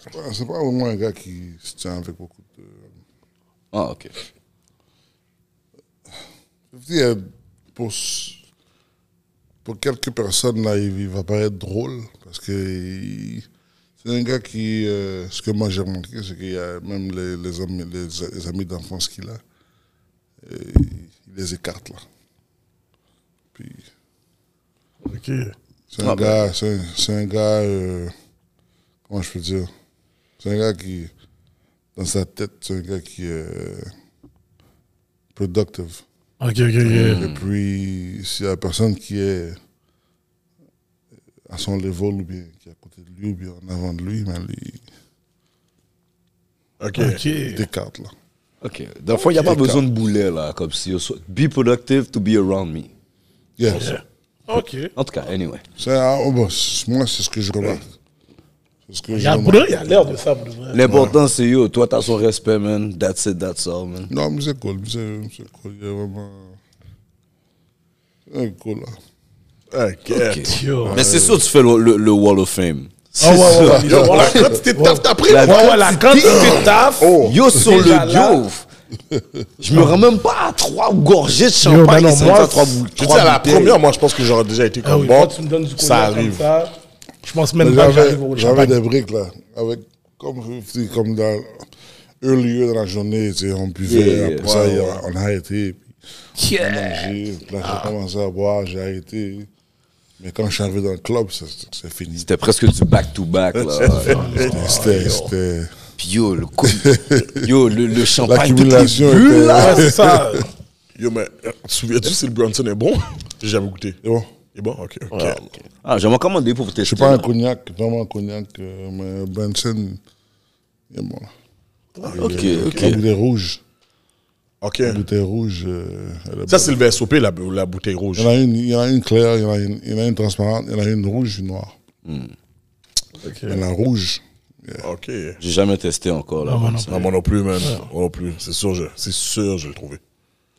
Speaker 5: c'est pas- c'est pas vraiment un gars qui se tient avec beaucoup de.
Speaker 4: Ah, ok.
Speaker 5: Je veux dire, pour, s- pour quelques personnes, là, il, il va paraître drôle parce que il- c'est un gars qui. euh, ce que moi j'ai remarqué, c'est qu'il y a même les, les, amis, les, les amis d'enfance qu'il a, euh, il les écarte là. Puis. C'est un,
Speaker 4: Ah ben.
Speaker 5: gars, c'est un- c'est un gars. euh, comment je peux dire C'est un gars qui. Dans sa tête, c'est un gars qui euh, est. productive.
Speaker 2: Ok, ok, ok.
Speaker 5: Et puis, s'il y a personne qui est à son level ou bien qui est à côté de lui ou bien en avant de lui, mais lui,
Speaker 3: Ok.
Speaker 2: Ok.
Speaker 5: il t'écarte là.
Speaker 4: OK. Dans le fond, il n'y a pas besoin de boulet, là, comme si... Be productive to be around me.
Speaker 5: Yes.
Speaker 2: OK.
Speaker 4: En tout cas, anyway.
Speaker 5: C'est- ah, oh, bah, c'est- moi, c'est ce que je remarque. C'est ce que
Speaker 2: Il
Speaker 5: je
Speaker 2: y a
Speaker 5: remarque.
Speaker 2: il y a l'air de ça, pour de vrai.
Speaker 4: L'important, c'est yo, toi, t'as son respect, man. That's it, that's all, man.
Speaker 5: Non, mais c'est cool. mais C'est c'est cool. Il y a vraiment. C'est cool, là.
Speaker 3: Ok.
Speaker 2: Yo.
Speaker 4: Mais c'est sûr, tu fais le, le- le Wall of Fame.
Speaker 2: Ah ouais, ouais, ouais. Yo,
Speaker 3: Yo,
Speaker 2: voilà.
Speaker 3: la quantité de taf t'as pris,
Speaker 4: La-
Speaker 3: moi.
Speaker 2: Ouais, ouais, la quantité de taf.
Speaker 4: Oh. Yo, sur le
Speaker 2: Déjà là.
Speaker 4: Gove. Je me rends même pas à trois gorgées de
Speaker 2: Yo, ben
Speaker 4: champagne.
Speaker 2: non,
Speaker 4: et ça me
Speaker 2: moi,
Speaker 4: fait trois bou-
Speaker 3: Je dis
Speaker 4: trois
Speaker 3: à la
Speaker 4: bouteilles.
Speaker 3: première, moi, je pense que j'aurais déjà été
Speaker 2: Ah
Speaker 3: comme
Speaker 2: oui, moi,
Speaker 3: bon.
Speaker 2: tu me donnes du
Speaker 3: Ça
Speaker 2: cognac comme
Speaker 3: arrive.
Speaker 2: ça. Je pense même pas que
Speaker 5: J'avais
Speaker 2: j'arrive au
Speaker 5: j'avais
Speaker 2: champagne.
Speaker 5: des briques, là. Avec, comme, je dis, comme dans. Earlier dans la journée, tu sais, on buvait.
Speaker 4: Yeah,
Speaker 5: après ça,
Speaker 4: ouais, ouais.
Speaker 5: on a arrêté. Puis on a mangé. Puis là, j'ai commencé à boire, j'ai arrêté. Mais quand je suis arrivé dans le club, c'est- c'est c'est fini.
Speaker 4: C'était presque du back-to-back, là.
Speaker 5: C'était. c'était-
Speaker 4: Puis yo, le, co- yo, le, le champagne, toutes les
Speaker 5: L'accumulation était-
Speaker 4: bulles, là.
Speaker 2: Ouais, c'est ça.
Speaker 3: Yo, mais euh, tu te souviens-tu si le Bronson est bon? J'ai jamais goûté.
Speaker 5: Et bon,
Speaker 3: Il est bon? Ok. ok.
Speaker 4: Ah, j'aimerais commander pour tester.
Speaker 5: je suis pas un
Speaker 4: là.
Speaker 5: cognac, vraiment un cognac, euh, mais Benson, il est bon. là.
Speaker 4: Ok, ok.
Speaker 5: La bouteille rouge,
Speaker 3: Ok.
Speaker 5: la bouteille rouge, euh, elle est
Speaker 3: Ça,
Speaker 5: bonne.
Speaker 3: c'est le VSOP, la, la bouteille rouge.
Speaker 5: il y en a une, il y en a une claire, il y en a une, il y en a une transparente, il y en a une rouge, une noire. Mais la rouge,
Speaker 3: Ok.
Speaker 4: J'ai jamais testé encore, là. comme ça.
Speaker 3: Non, moi non plus, man. Moi non plus. C'est sûr, je, c'est sûr, je l'ai trouvé.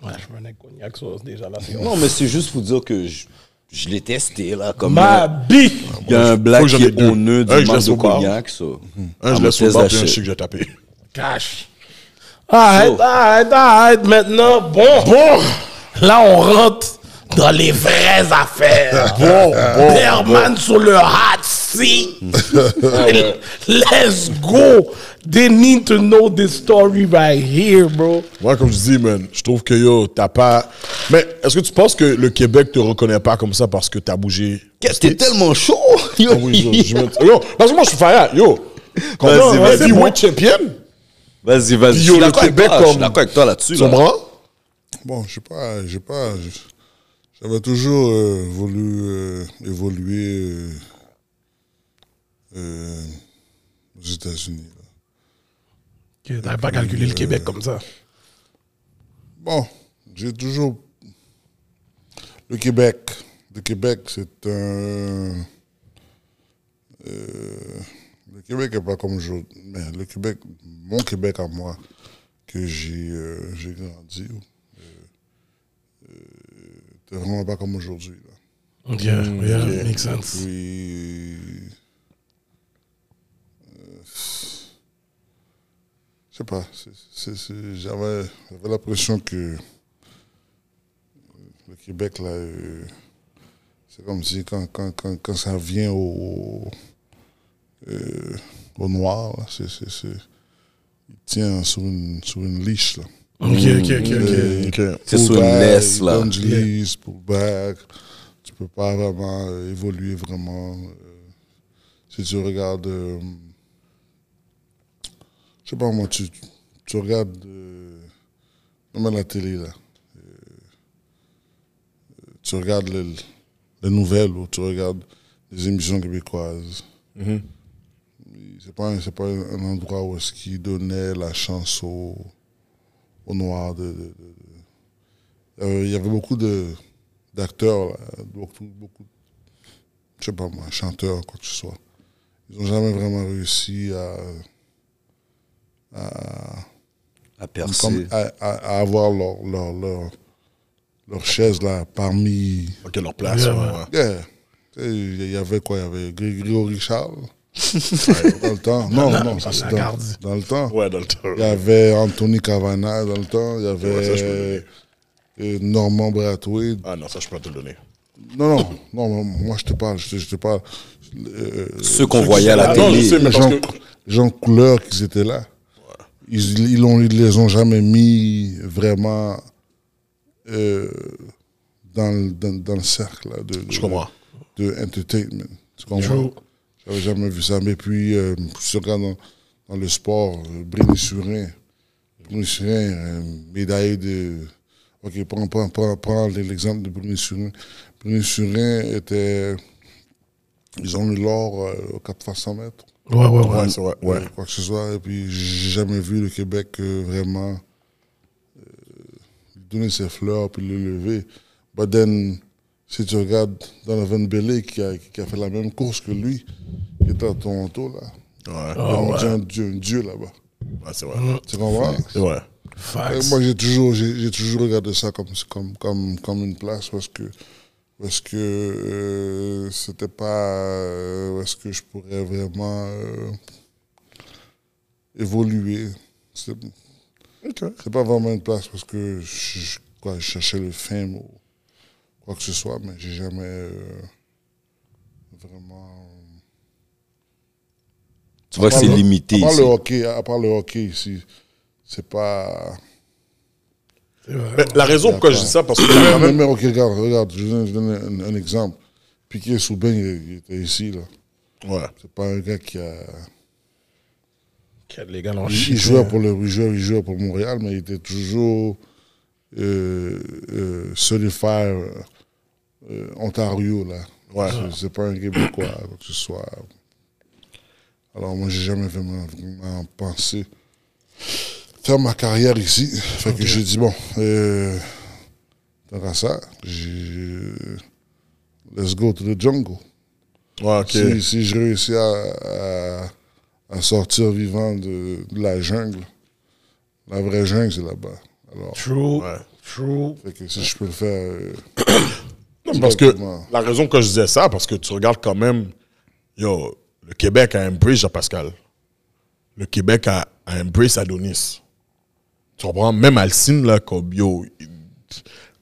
Speaker 2: Ouais, je prenais cognac sauce déjà là. c'est-
Speaker 4: Non, mais c'est juste pour dire que je, je l'ai testé, là. Comme euh,
Speaker 2: Ma bite.
Speaker 4: Il y a un
Speaker 3: Faut
Speaker 4: black
Speaker 3: que j'en
Speaker 4: qui
Speaker 3: ai
Speaker 4: est
Speaker 3: deux.
Speaker 4: honneux
Speaker 3: Un,
Speaker 4: du
Speaker 3: je
Speaker 4: marque
Speaker 3: laisse
Speaker 4: de
Speaker 3: au bar. Hum.
Speaker 4: cognac, ça. Ah,
Speaker 3: Un,
Speaker 4: I'm
Speaker 3: Hein, je
Speaker 4: a
Speaker 3: laisse au
Speaker 4: test
Speaker 3: bar,
Speaker 4: that
Speaker 3: puis un, je
Speaker 4: shit.
Speaker 3: sais que j'ai tapé.
Speaker 2: Cash. Alright, alright, alright. Maintenant, bon. Bon. Là, on rentre dans les vraies affaires. Bon, bon. Berman sur le hot seat. Let's go. They need to know this story right here, bro.
Speaker 3: Moi, comme je dis, man, je trouve que yo, t'as pas. Mais est-ce que tu penses que le Québec te reconnaît pas comme ça parce que t'as bougé?
Speaker 4: Qu'est-ce que T'es tellement chaud!
Speaker 3: Ah oui, yo, je me- yo, parce que moi, je suis fire, yo. Quand
Speaker 4: Vas-y,
Speaker 3: on
Speaker 4: vas-y,
Speaker 3: est
Speaker 4: moi.
Speaker 3: heavyweight champion,
Speaker 4: Vas-y, vas-y.
Speaker 3: Yo,
Speaker 4: Je suis
Speaker 3: le
Speaker 4: d'accord avec
Speaker 3: Québec
Speaker 4: toi, je suis
Speaker 3: comme-
Speaker 4: d'accord avec toi là-dessus.
Speaker 3: tu
Speaker 4: là.
Speaker 3: comprends?
Speaker 5: bon, je sais pas, je sais pas, je- j'avais toujours euh, voulu euh, évoluer euh, euh, aux États-Unis. là.
Speaker 2: Tu n'avais pas calculé le Québec comme ça.
Speaker 5: Bon, j'ai toujours. Le Québec. Le Québec, c'est un. Euh, Le Québec n'est pas comme je. Mais le Québec, mon Québec à moi, que j'ai euh, j'ai grandi, euh, euh, c'est vraiment pas comme aujourd'hui. là. Mm,
Speaker 2: Yeah, yeah, makes sense.
Speaker 5: Puis. euh, Je sais pas. c'est- c'est- c'est- J'avais j'avais l'impression que le Québec, là, euh, c'est comme si quand, quand, quand, quand ça vient au, euh, au noir, là, c'est- c'est- c'est- il tient sur une, sur une leash. Là.
Speaker 2: Ok, ok, ok, ok.
Speaker 5: Euh,
Speaker 3: Ok.
Speaker 4: C'est
Speaker 5: pour
Speaker 4: sur une
Speaker 5: back,
Speaker 4: laisse, là.
Speaker 5: Dans une lisse, pour back. Tu peux pas vraiment euh, évoluer vraiment. euh, si tu regardes. euh, je sais pas moi, tu, tu regardes. euh, même à la télé, là. euh, tu regardes le- les nouvelles ou tu regardes les émissions québécoises. C'est pas, un- c'est pas un un endroit où est-ce qu'ils donnaient la chance aux, aux Noirs de, de- de- euh, il y avait beaucoup de d'acteurs, là, beaucoup, beaucoup, je sais pas moi, chanteurs, quoi que ce soit. Ils n'ont jamais vraiment réussi à,
Speaker 4: À percer.
Speaker 5: comme, à, à- à avoir leur, leur, leur, leur chaise là parmi.
Speaker 3: Ok, leur place.
Speaker 2: Yeah,
Speaker 3: ouais,
Speaker 2: ouais.
Speaker 3: ouais.
Speaker 5: Yeah. Tu sais, Il y avait quoi Il y avait Grégory Charles dans le temps. Non, non, ça, c'est dans,
Speaker 2: Lagarde.
Speaker 5: dans le temps.
Speaker 3: Ouais, dans le temps.
Speaker 5: Il y avait Anthony Cavana dans le temps. Il y avait
Speaker 3: Ouais, ça, je peux le donner.
Speaker 5: euh, Norman Brathwaite.
Speaker 3: Ah non, ça, je peux pas te le donner.
Speaker 5: Non, non, non, non, moi je te parle, je te, je te parle. euh,
Speaker 4: Ceux qu'on voyait à la
Speaker 3: Ah, non, je sais,
Speaker 4: télé.
Speaker 3: mais
Speaker 5: les,
Speaker 3: parce
Speaker 5: gens,
Speaker 3: que.
Speaker 5: les gens de couleur qui étaient là, ils, ils, l'ont- ils les ont jamais mis vraiment euh, dans, le- dans, dans le cercle là, de, de,
Speaker 3: Je comprends.
Speaker 5: de entertainment. Tu comprends? J'avais jamais vu ça. Mais puis, euh, sur- quand dans, dans le sport, euh, Brini Surin, Brini Surin, euh, médaillé de. Ok, prends, prends, prends, prends l'exemple de Brini Surin. Brini Surin était. Ils ont eu l'or euh, aux 4 fois 100 mètres.
Speaker 2: Ouais, ouais, ouais.
Speaker 3: Ouais, c'est vrai. Ouais.
Speaker 5: euh, Quoi que ce soit. Et puis, j'ai jamais vu le Québec euh, vraiment euh, donner ses fleurs puis le lever. But then, si tu regardes Donovan Bailey qui a, qui a fait la même course que lui, qui était à Toronto, là.
Speaker 2: Ah,
Speaker 3: Ouais.
Speaker 5: Il a rendu un dieu, un dieu là-bas.
Speaker 3: Ouais, c'est
Speaker 2: Mm.
Speaker 3: vrai.
Speaker 5: Tu comprends?
Speaker 3: C'est vrai.
Speaker 5: Et Euh, moi, j'ai toujours, j'ai, j'ai toujours regardé ça comme, comme, comme, comme une place parce que, parce que euh, c'était pas. euh, parce que je pourrais vraiment euh, évoluer. C'est, c'est pas vraiment une place parce que je, je- quoi, je cherchais le film ou quoi que ce soit, mais j'ai jamais euh, vraiment.
Speaker 4: Tu vois que
Speaker 5: À
Speaker 4: c'est
Speaker 5: part le-
Speaker 4: limité
Speaker 5: À part,
Speaker 4: ici.
Speaker 5: le hockey, à part le hockey ici, c'est pas.
Speaker 3: Mais la raison pourquoi je dis ça, parce que la
Speaker 5: Ah, mais,
Speaker 3: même-
Speaker 5: mais ok, regarde, regarde, je donne, je donne un, un exemple. Piqué Soubin, il, il était ici, là.
Speaker 3: Ouais.
Speaker 5: C'est pas un gars qui a.
Speaker 2: Les gars l'ont
Speaker 5: Il, il jouait pour le, il jouait, il jouait pour Montréal, mais il était toujours euh, euh, solidifié, euh, euh, Ontario, là.
Speaker 3: Ouais.
Speaker 5: C'est- C'est pas un Québécois, quoi que ce soit. Alors moi, j'ai jamais vraiment, vraiment pensé faire ma carrière ici. Fait que j'ai dit, bon, euh, tant qu'à ça, j'ai- let's go to the jungle.
Speaker 3: Ouais, ok.
Speaker 5: Si, si je réussis à, à- à sortir vivant de, de la jungle, la vraie jungle, c'est là-bas. Alors,
Speaker 2: True.
Speaker 3: Ouais.
Speaker 2: True.
Speaker 5: fait que si je peux le faire... euh,
Speaker 3: Non, parce que
Speaker 5: Exactement.
Speaker 3: la raison que je disais ça, parce que tu regardes quand même, yo, le Québec a embrace à Pascal. Le Québec a, a embrace Adonis. Tu comprends? Même Alcine, là, comme yo, il-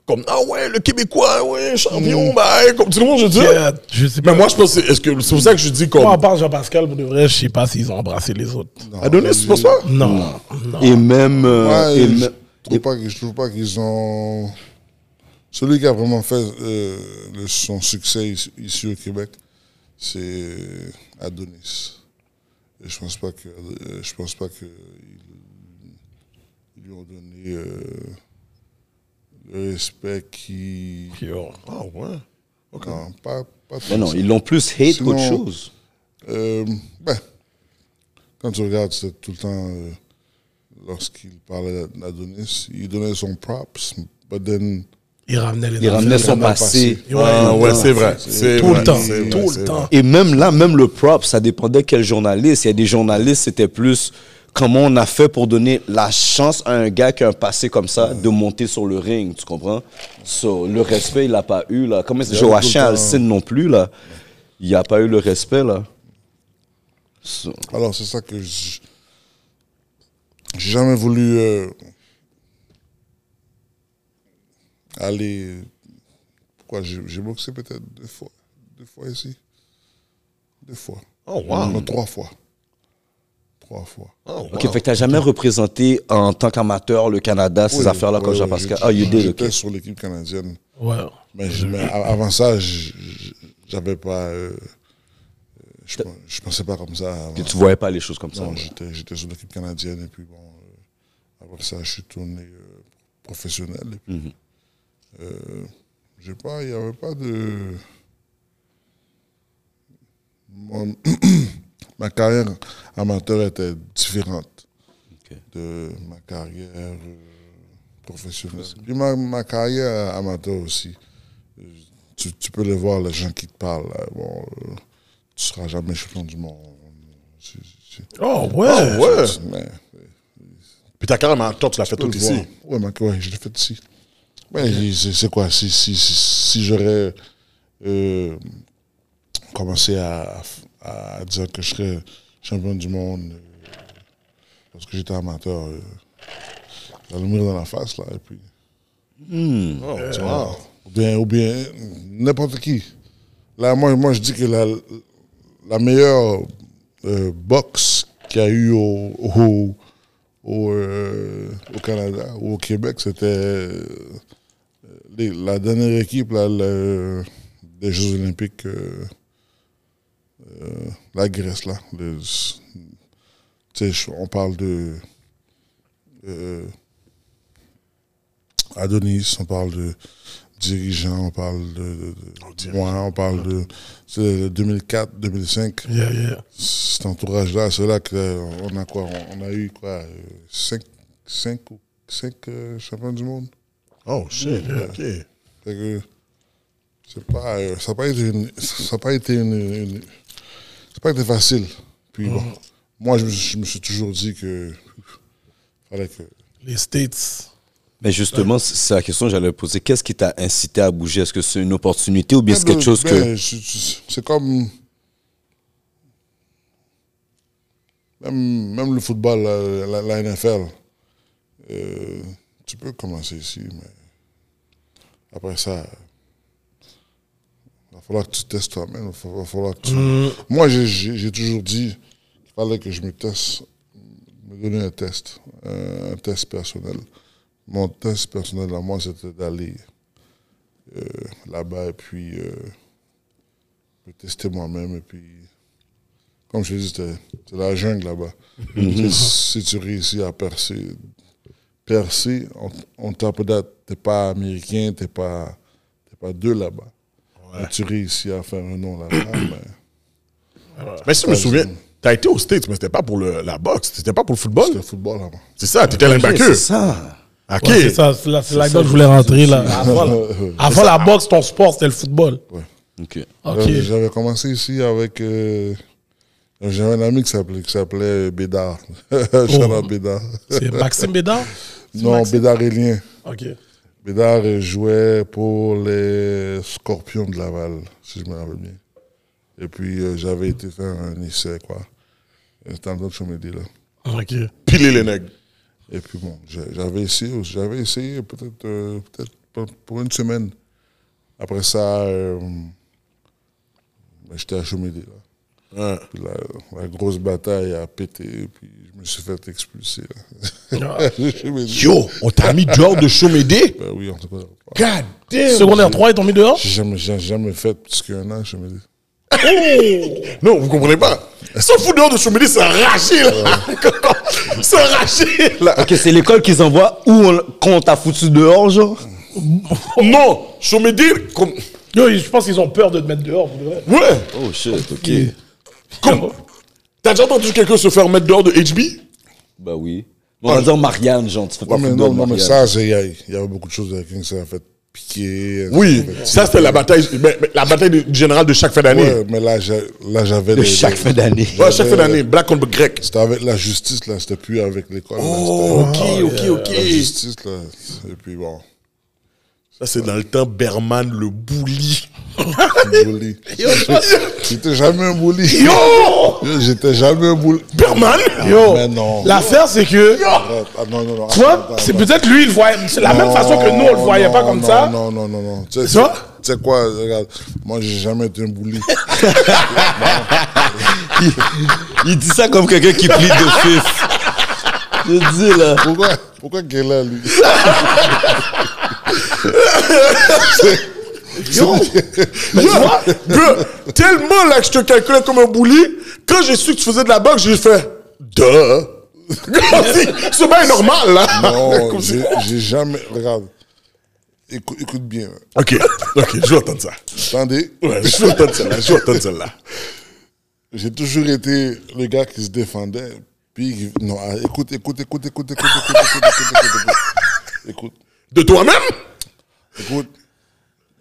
Speaker 3: comme, ah ouais, le Québécois, ouais, champion, bah, hey, comme tout le monde, je dis.
Speaker 2: Yeah, je sais
Speaker 3: Mais
Speaker 2: pas.
Speaker 3: moi, je pense, que c'est- est-ce que c'est pour ça que je dis comme.
Speaker 2: Moi, à part Jean-Pascal, pour de vrai, je sais pas s'ils ont embrassé les autres.
Speaker 3: Adonis, c'est pour ça?
Speaker 2: Non. non.
Speaker 4: Et même. euh,
Speaker 5: Ouais,
Speaker 4: et
Speaker 5: je
Speaker 4: me-
Speaker 5: trouve pas que- je trouve pas qu'ils ont. Celui qui a vraiment fait euh, le- son succès ici, ici au Québec, c'est euh, Adonis. Et je pense pas que euh, je pense pas que ils- ils lui ont donné euh, le respect qui.
Speaker 2: Yo.
Speaker 3: Ah ouais.
Speaker 5: Non, pas, pas
Speaker 4: Mais non,
Speaker 5: tant
Speaker 4: ils l'ont plus hate
Speaker 5: Sinon-
Speaker 4: qu'autre chose.
Speaker 5: Euh, ben, quand tu regardes, c'est tout le temps, euh, lorsqu'il parlait d'Adonis, il donnait son props, but then,
Speaker 2: Ils ramenaient les
Speaker 4: Ils
Speaker 2: affaires.
Speaker 4: ramenaient son
Speaker 5: vraiment
Speaker 4: passé.
Speaker 2: Yo,
Speaker 3: Ah,
Speaker 2: yo,
Speaker 3: ouais,
Speaker 2: yo.
Speaker 3: c'est vrai. c'est
Speaker 2: Tout
Speaker 3: vrai,
Speaker 2: le temps.
Speaker 3: c'est vrai,
Speaker 2: Tout
Speaker 3: c'est
Speaker 2: le
Speaker 3: vrai.
Speaker 2: temps.
Speaker 4: Et même là, même le prop, ça dépendait quel journaliste. Il y a des journalistes, c'était plus comment on a fait pour donner la chance à un gars qui a un passé comme ça de monter sur le ring, tu comprends? So, le respect, il l'a pas eu, là. Comme
Speaker 5: y a
Speaker 4: Joachim
Speaker 5: tout le temps-
Speaker 4: Alcine non plus, là. Il n'y a pas eu le respect, là. So,
Speaker 5: alors c'est ça que j- j'ai jamais voulu euh, aller, pourquoi j'ai j'ai boxé peut-être deux fois, deux fois ici, deux fois,
Speaker 3: Oh wow.
Speaker 5: Non, trois fois, trois fois.
Speaker 3: Oh, wow.
Speaker 4: OK, fait que t'as jamais représenté en tant qu'amateur le Canada, ces
Speaker 5: Oui,
Speaker 4: affaires-là,
Speaker 5: oui,
Speaker 4: quand
Speaker 5: oui,
Speaker 4: Jean-Pascal.
Speaker 5: j'étais-
Speaker 4: Ah, you did, OK.
Speaker 5: J'étais sur l'équipe canadienne.
Speaker 2: Ouais.
Speaker 5: Mais, je- mais a- avant ça, je- je- j'avais pas. euh, euh, je, pen- je pensais pas comme ça. avant.
Speaker 4: Puis tu voyais pas les choses comme ça.
Speaker 5: Non,
Speaker 4: ouais.
Speaker 5: j'étais j'étais sur l'équipe canadienne et puis bon, euh, après ça, je suis tourné euh, professionnel. Et puis,
Speaker 4: Mhm.
Speaker 5: euh, j'ai pas, il n'y avait pas de. Mon- ma carrière amateur était différente
Speaker 4: Ok.
Speaker 5: de ma carrière euh, professionnelle. Puis ma, ma carrière amateur aussi. Euh, Tu, tu peux le voir, les gens qui te parlent. là, Bon, euh, tu seras jamais champion du monde. Tu- tu-
Speaker 2: Oh, ouais.
Speaker 3: Ah Ouais.
Speaker 5: tu- mais-
Speaker 3: Puis t'as carrément tort, tu l'as fait
Speaker 5: peux
Speaker 3: tout
Speaker 5: le
Speaker 3: ici.
Speaker 5: voir. Ouais, mais ouais, je l'ai fait ici. Ouais, c'est c'est quoi Si, si, si, si j'aurais euh, commencé à, à dire que je serais champion du monde euh, parce que j'étais amateur, euh, j'allais mourir dans la face, là. Et puis,
Speaker 3: Oh, tu vois.
Speaker 5: ah, ou bien, ou bien euh, n'importe qui. Là, moi, moi, je dis que la, la meilleure euh, boxe qu'il y a eu au, au, au, euh, au Canada ou au Québec, c'était euh, les- la dernière équipe là, le- des Jeux Olympiques, euh, euh, la Grèce. Là, Le- tu sais, on parle de. euh, Adonis, on parle de dirigeant, on parle de, de- de- moi, on parle de c'est le 2004, 2005,
Speaker 2: Yeah, yeah.
Speaker 5: cet entourage-là, c'est là que euh, on a quoi, on, on a eu quoi, 5 cinq, cinq, ou- cinq, euh, champions du monde.
Speaker 3: Ah Oh shit, ok.
Speaker 5: Fait que c'est pas, euh, ça n'a pas été, une- ça a pas été une, une- ça a pas été facile. Puis
Speaker 3: Mm.
Speaker 5: bon, moi je me, suis- je me suis toujours dit que fallait que
Speaker 2: Les States.
Speaker 4: Mais justement, c- c'est la question que j'allais poser. Qu'est-ce qui t'a incité à bouger Est-ce que c'est une opportunité ou bien c'est quelque chose que.
Speaker 5: Ben, je- je- C'est comme. Même, même le football, la, la- la NFL. euh, tu peux commencer ici, mais après ça, il va falloir que tu testes toi-même. Il va- va falloir que tu- Moi, j'ai- j'ai j'ai toujours dit qu'il fallait que je me teste, me donner un test, un, un test personnel. Mon test personnel à moi, c'était d'aller euh, là-bas et puis euh, me tester moi-même. Et puis, comme je te dis, c'était- c'est la jungle là-bas. Si- si tu réussis à percer, percer, on, on t'appelle, t'es pas américain, t'es pas, t'es pas deux là-bas. Mais Tu réussis à faire un nom là-bas. ben,
Speaker 3: Mais si je me souviens, t'as été aux States, mais c'était pas pour le- la boxe, c'était pas pour le
Speaker 5: c'est
Speaker 3: football.
Speaker 5: le football avant.
Speaker 3: C'est ça, t'étais linebacker.
Speaker 4: C'est ça.
Speaker 3: Ok.
Speaker 2: Ouais, c'est ça, c'est là, c'est là que je voulais rentrer. Là. Avant, la- avant la boxe, ton sport, c'était le football.
Speaker 4: Ok.
Speaker 2: Ok.
Speaker 5: Euh, J'avais commencé ici avec. euh, J'avais un ami qui s'appelait, qui s'appelait Bédard. Charles Bédard.
Speaker 2: C'est Maxime Bédard
Speaker 5: Non,
Speaker 2: Maxime.
Speaker 5: Bédarélien.
Speaker 2: Ok.
Speaker 5: Bédard euh, jouait pour les Scorpions de Laval, si je me rappelle bien. Et puis, euh, j'avais été faire un essai, quoi. Euh, C'était en train de chômer, là.
Speaker 2: Ok.
Speaker 3: Piler les nègres.
Speaker 5: Et puis, bon, j'ai- j'avais essayé, aussi. j'avais essayé peut-être euh, peut-être pour- pour une semaine. Après ça, euh, ben, j'étais à Chomedey, là.
Speaker 3: Ouais.
Speaker 5: Puis la, la grosse bataille a pété, puis je me suis fait expulser. là. Chomedey.
Speaker 3: Yo, on t'a mis dehors de Chomédé?
Speaker 5: Ben oui, en tout cas.
Speaker 3: God damn!
Speaker 2: Secondaire 3, ils t'ont mis dehors
Speaker 5: J'ai jamais, j'ai jamais fait plus qu'un an, Chomedey.
Speaker 3: Oh! Non, vous comprenez pas. S'en fout dehors de Chomédé, c'est arraché, là. c'est arraché, là.
Speaker 4: Ah, Ok, c'est l'école qu'ils envoient où on, quand on t'a foutu dehors, genre
Speaker 3: Non, Chomédé, comme.
Speaker 2: Yo, je pense qu'ils ont peur de te mettre dehors. pour de vrai.
Speaker 3: Ouais.
Speaker 4: Oh shit, ok.
Speaker 3: Comme. T'as déjà entendu quelqu'un se faire mettre dehors de HB?
Speaker 4: Bah oui. On va dire Marianne, genre, tu fais pas
Speaker 5: Ouais, mais
Speaker 4: foutre
Speaker 5: non,
Speaker 4: dehors de
Speaker 5: non, mais
Speaker 4: Marianne.
Speaker 5: ça, c'est- il y, a- il y avait beaucoup de choses avec qui ça a fait piquer.
Speaker 3: Oui,
Speaker 5: ça a fait
Speaker 3: ça c'était la bataille, mais- mais la bataille de- générale de chaque fin
Speaker 5: tirer.
Speaker 3: d'année.
Speaker 5: Ouais, mais là, j'ai- là j'avais.
Speaker 4: De
Speaker 5: des-
Speaker 4: chaque
Speaker 5: des-
Speaker 4: fin d'année.
Speaker 3: Ouais, chaque fin d'année, black contre grec.
Speaker 5: C'était avec la justice, là, c'était plus avec l'école. là,
Speaker 3: Oh,
Speaker 4: Ah,
Speaker 3: ok, ok, ok.
Speaker 5: c'était la justice, là. Et puis bon,
Speaker 3: Ça c'est dans le temps Berman, le bouli.
Speaker 5: bully. J'étais jamais un bully.
Speaker 3: Yo!
Speaker 5: Yo, J'étais jamais un bully.
Speaker 3: Oh! Berman?
Speaker 2: Yo,
Speaker 5: Mais non.
Speaker 2: l'affaire, c'est que.
Speaker 5: Arrête. Ah, non, non, non.
Speaker 2: Toi,
Speaker 5: attends,
Speaker 2: c'est
Speaker 5: attends.
Speaker 2: peut-être lui, il voyait. C'est la même
Speaker 5: Non,
Speaker 2: façon que nous, on le voyait
Speaker 5: non,
Speaker 2: pas comme
Speaker 5: non,
Speaker 2: ça.
Speaker 5: Non, non, non, non. Tu sais-
Speaker 2: Tu vois
Speaker 5: tu sais quoi, regarde, moi, j'ai jamais été un bully.
Speaker 4: Il dit ça comme quelqu'un qui plie de fif. Je dis là.
Speaker 5: Pourquoi, pourquoi qu'elle est là, lui
Speaker 3: Yo! Mais tu vois, que tellement là que je te calculais comme un bouli, quand j'ai su que tu faisais de la boxe, j'ai fait Duh! Comme si, Ce bain est normal là!
Speaker 5: Non,
Speaker 3: Comme si-
Speaker 5: j'ai j'ai jamais. Regarde. Écoute, écoute bien.
Speaker 3: Ok, ok, je vais entendre ça.
Speaker 5: Attendez.
Speaker 3: Ouais, je vais entendre celle-là, je vais entendre celle-là.
Speaker 5: J'ai toujours été le gars qui se défendait. Puis, qui- non, ah, écoute, écoute, écoute, écoute, écoute, écoute, écoute, écoute, écoute, écoute, écoute,
Speaker 3: De toi-même?
Speaker 5: écoute.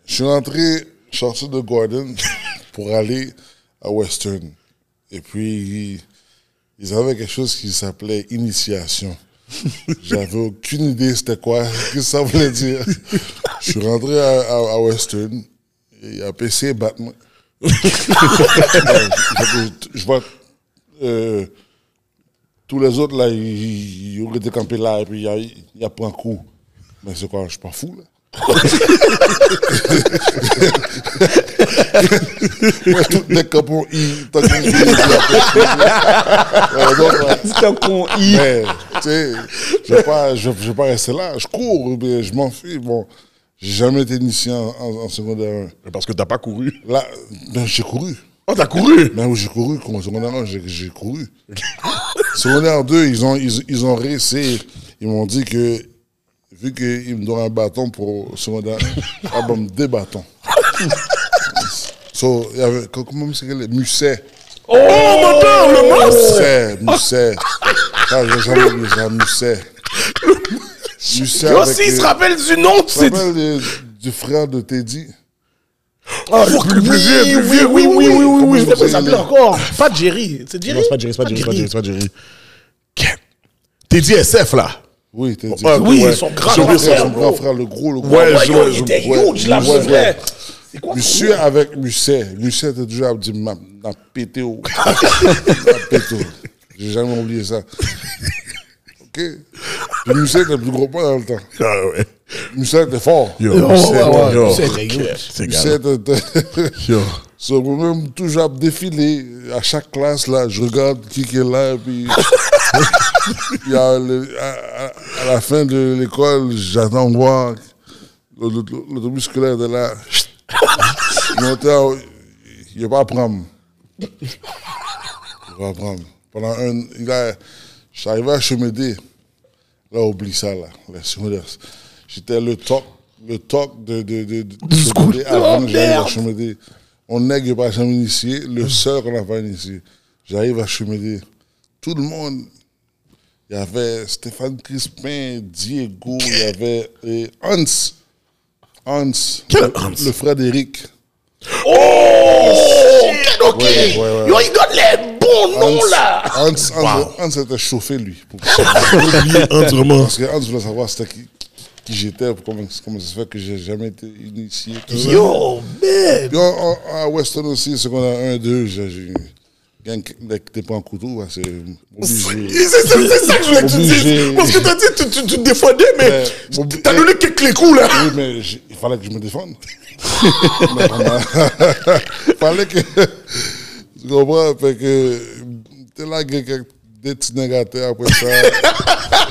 Speaker 5: Je suis rentré, je suis sorti de Gordon pour aller à Western. Et puis, ils- ils avaient quelque chose qui s'appelait initiation. J'avais aucune idée c'était quoi, ce que ça voulait dire. Je suis rentré à, à- à Western, et à PC Batman. je vois euh, tous les autres là, ils, ils auraient été campés là et puis il y a, il y a pris un coup. Mais c'est quoi, je suis pas fou là. Moi, tout les capons, ils. t'as dit, ils- ils- Euh, donc, euh,
Speaker 4: C'est un con I.
Speaker 5: mais, tu sais, je vais pas, je, je vais pas rester là. Je cours, ou bien je m'enfuis. Bon, j'ai jamais été initié en, en, en secondaire
Speaker 3: Parce que t'as pas couru.
Speaker 5: 1. Là, ben, j'ai couru.
Speaker 3: Oh, t'as couru!
Speaker 5: Ben oui, j'ai couru. Comme en secondaire 1, j'ai, j'ai couru. secondaire 2, ils ont, ils, ils ont réussi. Ils m'ont dit que, vu qu'ils me donnent un bâton pour secondaire 1, ah ben, des bâtons. So, il y avait, comment c'est qu'elle est Musset.
Speaker 3: Oh, mon dieu, le Ah. monstre!
Speaker 5: Musset, Musset. Ça, j'ai jamais oublié ça, Musset. Lucien
Speaker 2: Yo,
Speaker 5: avec
Speaker 2: s'il
Speaker 5: les-
Speaker 2: se rappelle du nom, tu
Speaker 5: Tu te
Speaker 2: sais.
Speaker 5: rappelles euh, du frère de Teddy
Speaker 2: Ah,
Speaker 3: Fuck,
Speaker 2: oui,
Speaker 3: le plus vieux,
Speaker 2: oui,
Speaker 3: le plus vieux,
Speaker 2: oui, oui, oui, oui, oui,
Speaker 5: Comment
Speaker 2: oui, je sais
Speaker 5: ça
Speaker 2: pas s'appeler
Speaker 5: s'appelle?
Speaker 2: encore. Pas Jerry. C'est Jerry?
Speaker 3: Non, c'est pas Jerry, c'est pas Jerry, c'est pas Jerry, c'est pas Jerry. Ken. T'es dit SF, là.
Speaker 5: Oui, Teddy.
Speaker 3: Ouais,
Speaker 2: Oui,
Speaker 3: ouais.
Speaker 2: son grand
Speaker 3: J'ai oublié
Speaker 2: frère,
Speaker 5: Son
Speaker 2: bro.
Speaker 5: grand frère, le gros, le gros.
Speaker 3: Ouais,
Speaker 2: Ouais,
Speaker 3: je-
Speaker 2: yo,
Speaker 3: ouais,
Speaker 2: il
Speaker 3: je-
Speaker 2: était
Speaker 5: ouais,
Speaker 2: huge, là,
Speaker 5: ouais,
Speaker 2: son
Speaker 5: ouais.
Speaker 2: frère. C'est quoi ce
Speaker 5: Lucien avec Lucien. Lucien était toujours à me dire, m'a m'a pété au. m'a pété au. J'ai jamais oublié ça. OK? Puis Lucien était le plus gros pas dans le temps.
Speaker 3: Ah ouais.
Speaker 5: Lucien était fort.
Speaker 3: Yo,
Speaker 2: Oh,
Speaker 3: c'est-
Speaker 2: ouais, ouais,
Speaker 3: yo,
Speaker 2: c'est dégueu.
Speaker 3: c'est
Speaker 5: Lucien
Speaker 3: galère.
Speaker 5: était.
Speaker 3: Yo.
Speaker 5: So, moi-même, toujours à me défiler. À chaque classe, là, je regarde qui qui est là. et Puis, Puis à, le- à- à- à la fin de l'école, j'attends voir. le- le- L'autobus scolaire de là. Il montait en- Il va pas à prendre. Il va pas à prendre. Pendant un. Il a, je suis arrivé à Chemédé. Là, oublie ça, là. la secondaire. J'étais le top, le top de, de, de, de- de
Speaker 2: school.
Speaker 5: Chemédé avant
Speaker 2: Oh,
Speaker 5: que j'arrive à
Speaker 2: merde. Mm.
Speaker 5: Chemédé. On n'est que pas jamais initié, le seul qu'on n'a pas initié. J'arrive à Chemédé. Tout le monde. Il y avait Stéphane Crispin, Diego, il y avait euh, Hans. Hans.
Speaker 3: Quel
Speaker 5: le,
Speaker 3: Hans
Speaker 5: Le frère d'Eric.
Speaker 2: Oh, quel ok.
Speaker 5: Ouais, ouais, ouais.
Speaker 2: Yo, il donne les bons noms, là.
Speaker 5: Hans, Hans, Hans était chauffé, lui. pour-
Speaker 3: Oublié entièrement.
Speaker 5: Parce que Hans voulait savoir c'était qui, qui j'étais, comment, comment ça se fait que j'ai jamais été initié. Tout ça.
Speaker 2: Yo, man.
Speaker 5: Puis en- en- à Weston aussi, secondaire 1, 2, j'ai j'ai- gang dès que t'es pas en couteau, ouais, c'est obligé.
Speaker 3: C'est c'est- c'est ça que je voulais que tu
Speaker 5: Obligé.
Speaker 3: dises. Parce que t'as dit, tu, tu, tu te défendais, mais
Speaker 5: Ouais.
Speaker 3: tu- t'as donné quelques les coups, là.
Speaker 5: Oui, mais j'ai- il fallait que je me défende. Mais vraiment, Il fallait que. Tu comprends? Fait que. T'es là, avec quelques- des petits négateurs après ça. Il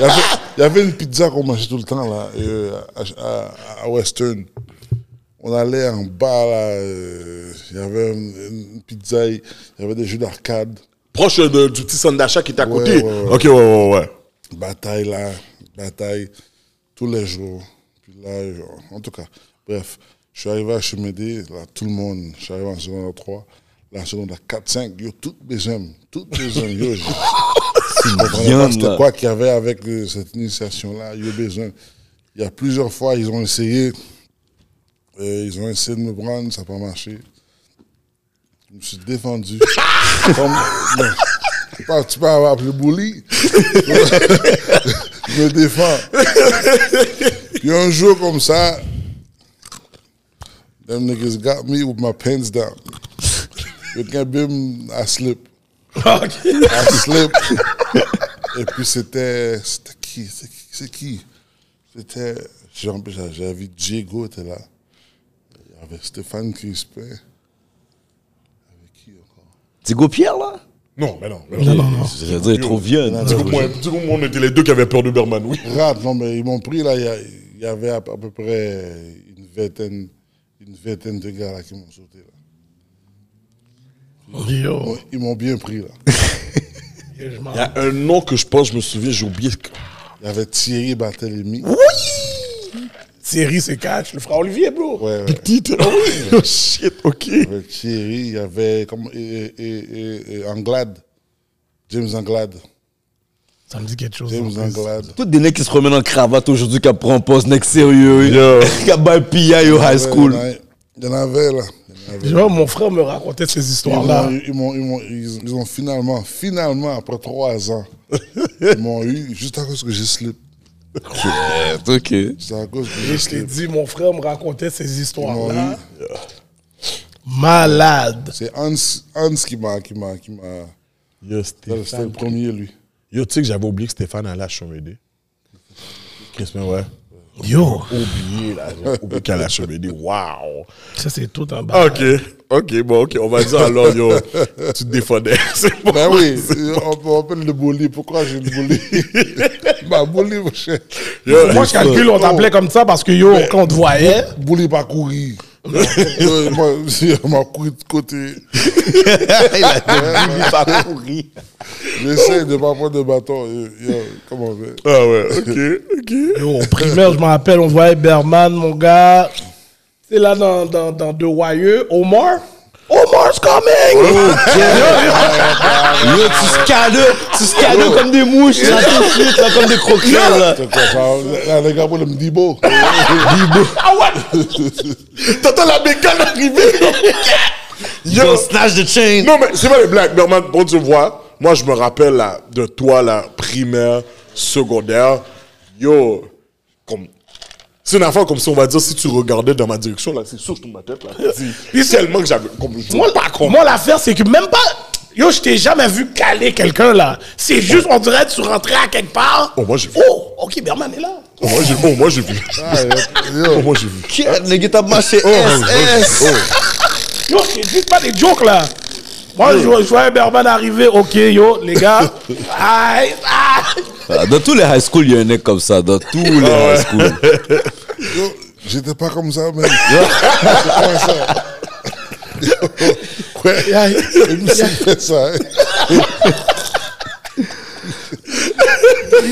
Speaker 5: y avait, il y avait une pizza qu'on mangeait tout le temps, là, euh, à, à- à Western. On allait en bas, là. euh, Il y avait une, une pizza, il y avait des jeux d'arcade.
Speaker 3: Proche de- du petit centre d'achat qui était à
Speaker 5: Ouais,
Speaker 3: côté.
Speaker 5: ouais, ouais.
Speaker 3: Ok, ouais, ouais, ouais.
Speaker 5: bataille là, bataille tous les jours. Puis là, genre, en tout cas, bref, je suis arrivé à Chemédé, là, tout le monde, je suis arrivé en secondaire 3, la secondaire 4, 5, yo, toutes mes hommes, toutes mes hommes, yo, je- je comprenais
Speaker 4: viande,
Speaker 5: pas
Speaker 4: là.
Speaker 5: c'était quoi qu'il y avait avec euh, cette initiation-là, yo, besoin. Il y a plusieurs fois, ils ont essayé, euh, ils ont essayé de me prendre, ça n'a pas marché. Je me suis défendu. Comme- non. Tu peux- tu peux avoir appelé bully. je me défends. Puis un jour comme ça, them niggas got me with my pants down. Quelqu'un bim, I slip. I slip. Et puis c'était. C'était qui C'est qui, c'est qui C'était. j'en- J'avais j'avais vu Diego était là. Il y avait Stéphane Crispin. Avec qui encore
Speaker 4: Diego Pierre, là
Speaker 3: Non, mais non. mais non,
Speaker 4: Je veux dire, il est trop vieux.
Speaker 3: Du coup, moi, du coup, moi, on était les deux qui avaient peur de Berman, oui.
Speaker 5: Rap, non, mais ils m'ont pris, là, il y a- il y, avait à, à peu près une vingtaine, une vingtaine de gars là, qui m'ont sauté. Là.
Speaker 2: Yo,
Speaker 5: Ils m'ont bien pris, là.
Speaker 2: je m'en
Speaker 3: Il y a un nom que je pense, je me souviens, j'ai oublié.
Speaker 5: Il y avait Thierry Barthélemy.
Speaker 2: Thierry, c'est cash, le frère Olivier, bro.
Speaker 5: Ouais, ouais.
Speaker 3: Petite. Oh oui. Oh shit, ok.
Speaker 5: Il y avait Thierry, il y avait comme, et, et- et- et Anglade. James Anglade.
Speaker 2: Ça me dit quelque chose.
Speaker 5: James
Speaker 2: en plus.
Speaker 5: Anglade.
Speaker 4: Tous des nègres qui se promènent en cravate aujourd'hui, qui prennent poste, nègres sérieux.
Speaker 3: Yo.
Speaker 4: Qui a bail PI au high school.
Speaker 5: Ouais, Il y en avait, là. Il y en avait.
Speaker 2: Tu vois, mon frère me racontait ces
Speaker 5: Ils m'ont-
Speaker 2: histoires-là.
Speaker 5: Ils m'ont, ils m'ont- ils- ils ont finalement, finalement, après trois ans, ils m'ont eu juste à cause que j'ai slip.
Speaker 4: Ok.
Speaker 5: Juste à cause que
Speaker 2: Et
Speaker 5: j'ai
Speaker 2: je t'ai
Speaker 5: slip.
Speaker 2: dit, mon frère me racontait ces
Speaker 5: Ils m'ont
Speaker 2: histoires-là.
Speaker 5: eu-
Speaker 2: Malade.
Speaker 5: C'est Hans, Hans qui m'a. Qui m'a, qui m'a
Speaker 3: Yo,
Speaker 5: c'était le
Speaker 3: Stéphane.
Speaker 5: premier, lui.
Speaker 3: Yo, tu sais que j'avais oublié que Stéphane allait à Chomédé. Chris, mais ouais.
Speaker 2: Yo,
Speaker 3: Oublié, là. J'ai oublié qu'elle allait à Chomédé. Wow.
Speaker 2: ça c'est tout un bas.
Speaker 3: Ok, ok, bon, ok. On va dire alors, yo, tu te défendais. C'est bon.
Speaker 5: Ben oui, on on appelle le bully. Pourquoi j'ai le bully Bah, bully, mon cher.
Speaker 3: Yo,
Speaker 2: Moi, je calcule, on t'appelait comme ça parce que yo, quand on te voyait,
Speaker 5: Bully pas courir. Euh, Moi, si, on m'a couru de côté.
Speaker 4: Il a début pas courir.
Speaker 5: J'essaie de pas prendre de bâton. Yo, yo, comment on fait
Speaker 3: Ah ouais, ok, ok.
Speaker 2: yo, au primaire, je me rappelle, on voyait Berman, mon gars. C'est là dans, dans, dans De Wire, Omar. Omar's coming!
Speaker 3: Oh,
Speaker 4: Yo, tu scannes, tu scannes comme des mouches, là, tout de suite, là, comme des croquettes, là.
Speaker 5: Les gars, me dit beau.
Speaker 2: Ah ouais!
Speaker 3: T'entends la bécane arriver.
Speaker 4: Yo, snatch de chain.
Speaker 3: Non, mais c'est pas les blagues. Mais man, bon, tu vois, moi, je me rappelle là, de toi, la primaire, secondaire. Yo, comme. C'est une affaire comme si on va dire, si tu regardais dans ma direction, là, c'est sûr que je tourne ma tête, là. C'est tellement que j'avais. Comme, je
Speaker 2: Moi,
Speaker 3: vois pas con.
Speaker 2: moi, l'affaire, c'est que même pas. Yo, je t'ai jamais vu caler quelqu'un là. C'est juste, on dirait, tu rentrais à quelque part.
Speaker 3: Oh, moi, j'ai vu.
Speaker 2: Oh, ok, Berman est là.
Speaker 3: Oh, moi, j'ai oh, moi, j'ai vu. Oh, moi, j'ai vu.
Speaker 4: Les gars, t'as
Speaker 5: Oh.
Speaker 4: marché SS.
Speaker 2: Yo, c'est juste pas des jokes là. Moi, je, vois- je voyais Berman arriver. Ok, yo, les gars. Aïe, aïe.
Speaker 4: Ah, Dans tous les high school, il y a un mec comme ça. Dans tous les high school.
Speaker 5: Yo, J'étais pas comme ça, mais. J'étais pas ça. Yo, Ouais, il me fait ça. hein.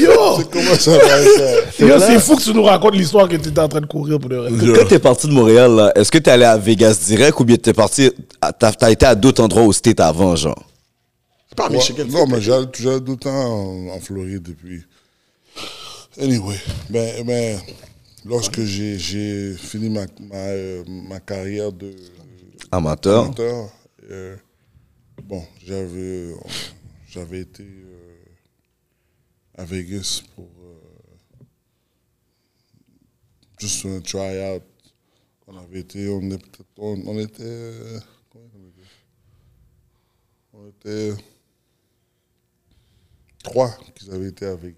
Speaker 2: Yo,
Speaker 5: Comment ça va, ça
Speaker 2: yo c'est fou que tu nous racontes l'histoire que tu étais en train de courir pour le reste.
Speaker 3: Yo.
Speaker 4: Quand t'es parti de Montréal, là, est-ce que t'es allé à Vegas direct ou bien t'es parti, à- t'as, t'as été à d'autres endroits où c'était avant, genre?
Speaker 3: Pas
Speaker 5: Ouais,
Speaker 3: Michigan.
Speaker 5: Non, mais j'allais toujours tout le temps en, en Floride depuis. Anyway, ben, ben, lorsque j'ai- j'ai fini ma, ma, euh, ma carrière de
Speaker 4: Amateur.
Speaker 5: chanteur, euh, bon, j'avais j'avais été euh, à Vegas pour euh, juste un try-out. On avait été, on était, peut-être- on, on était, euh, combien on était, on était trois qui avaient été à Vegas.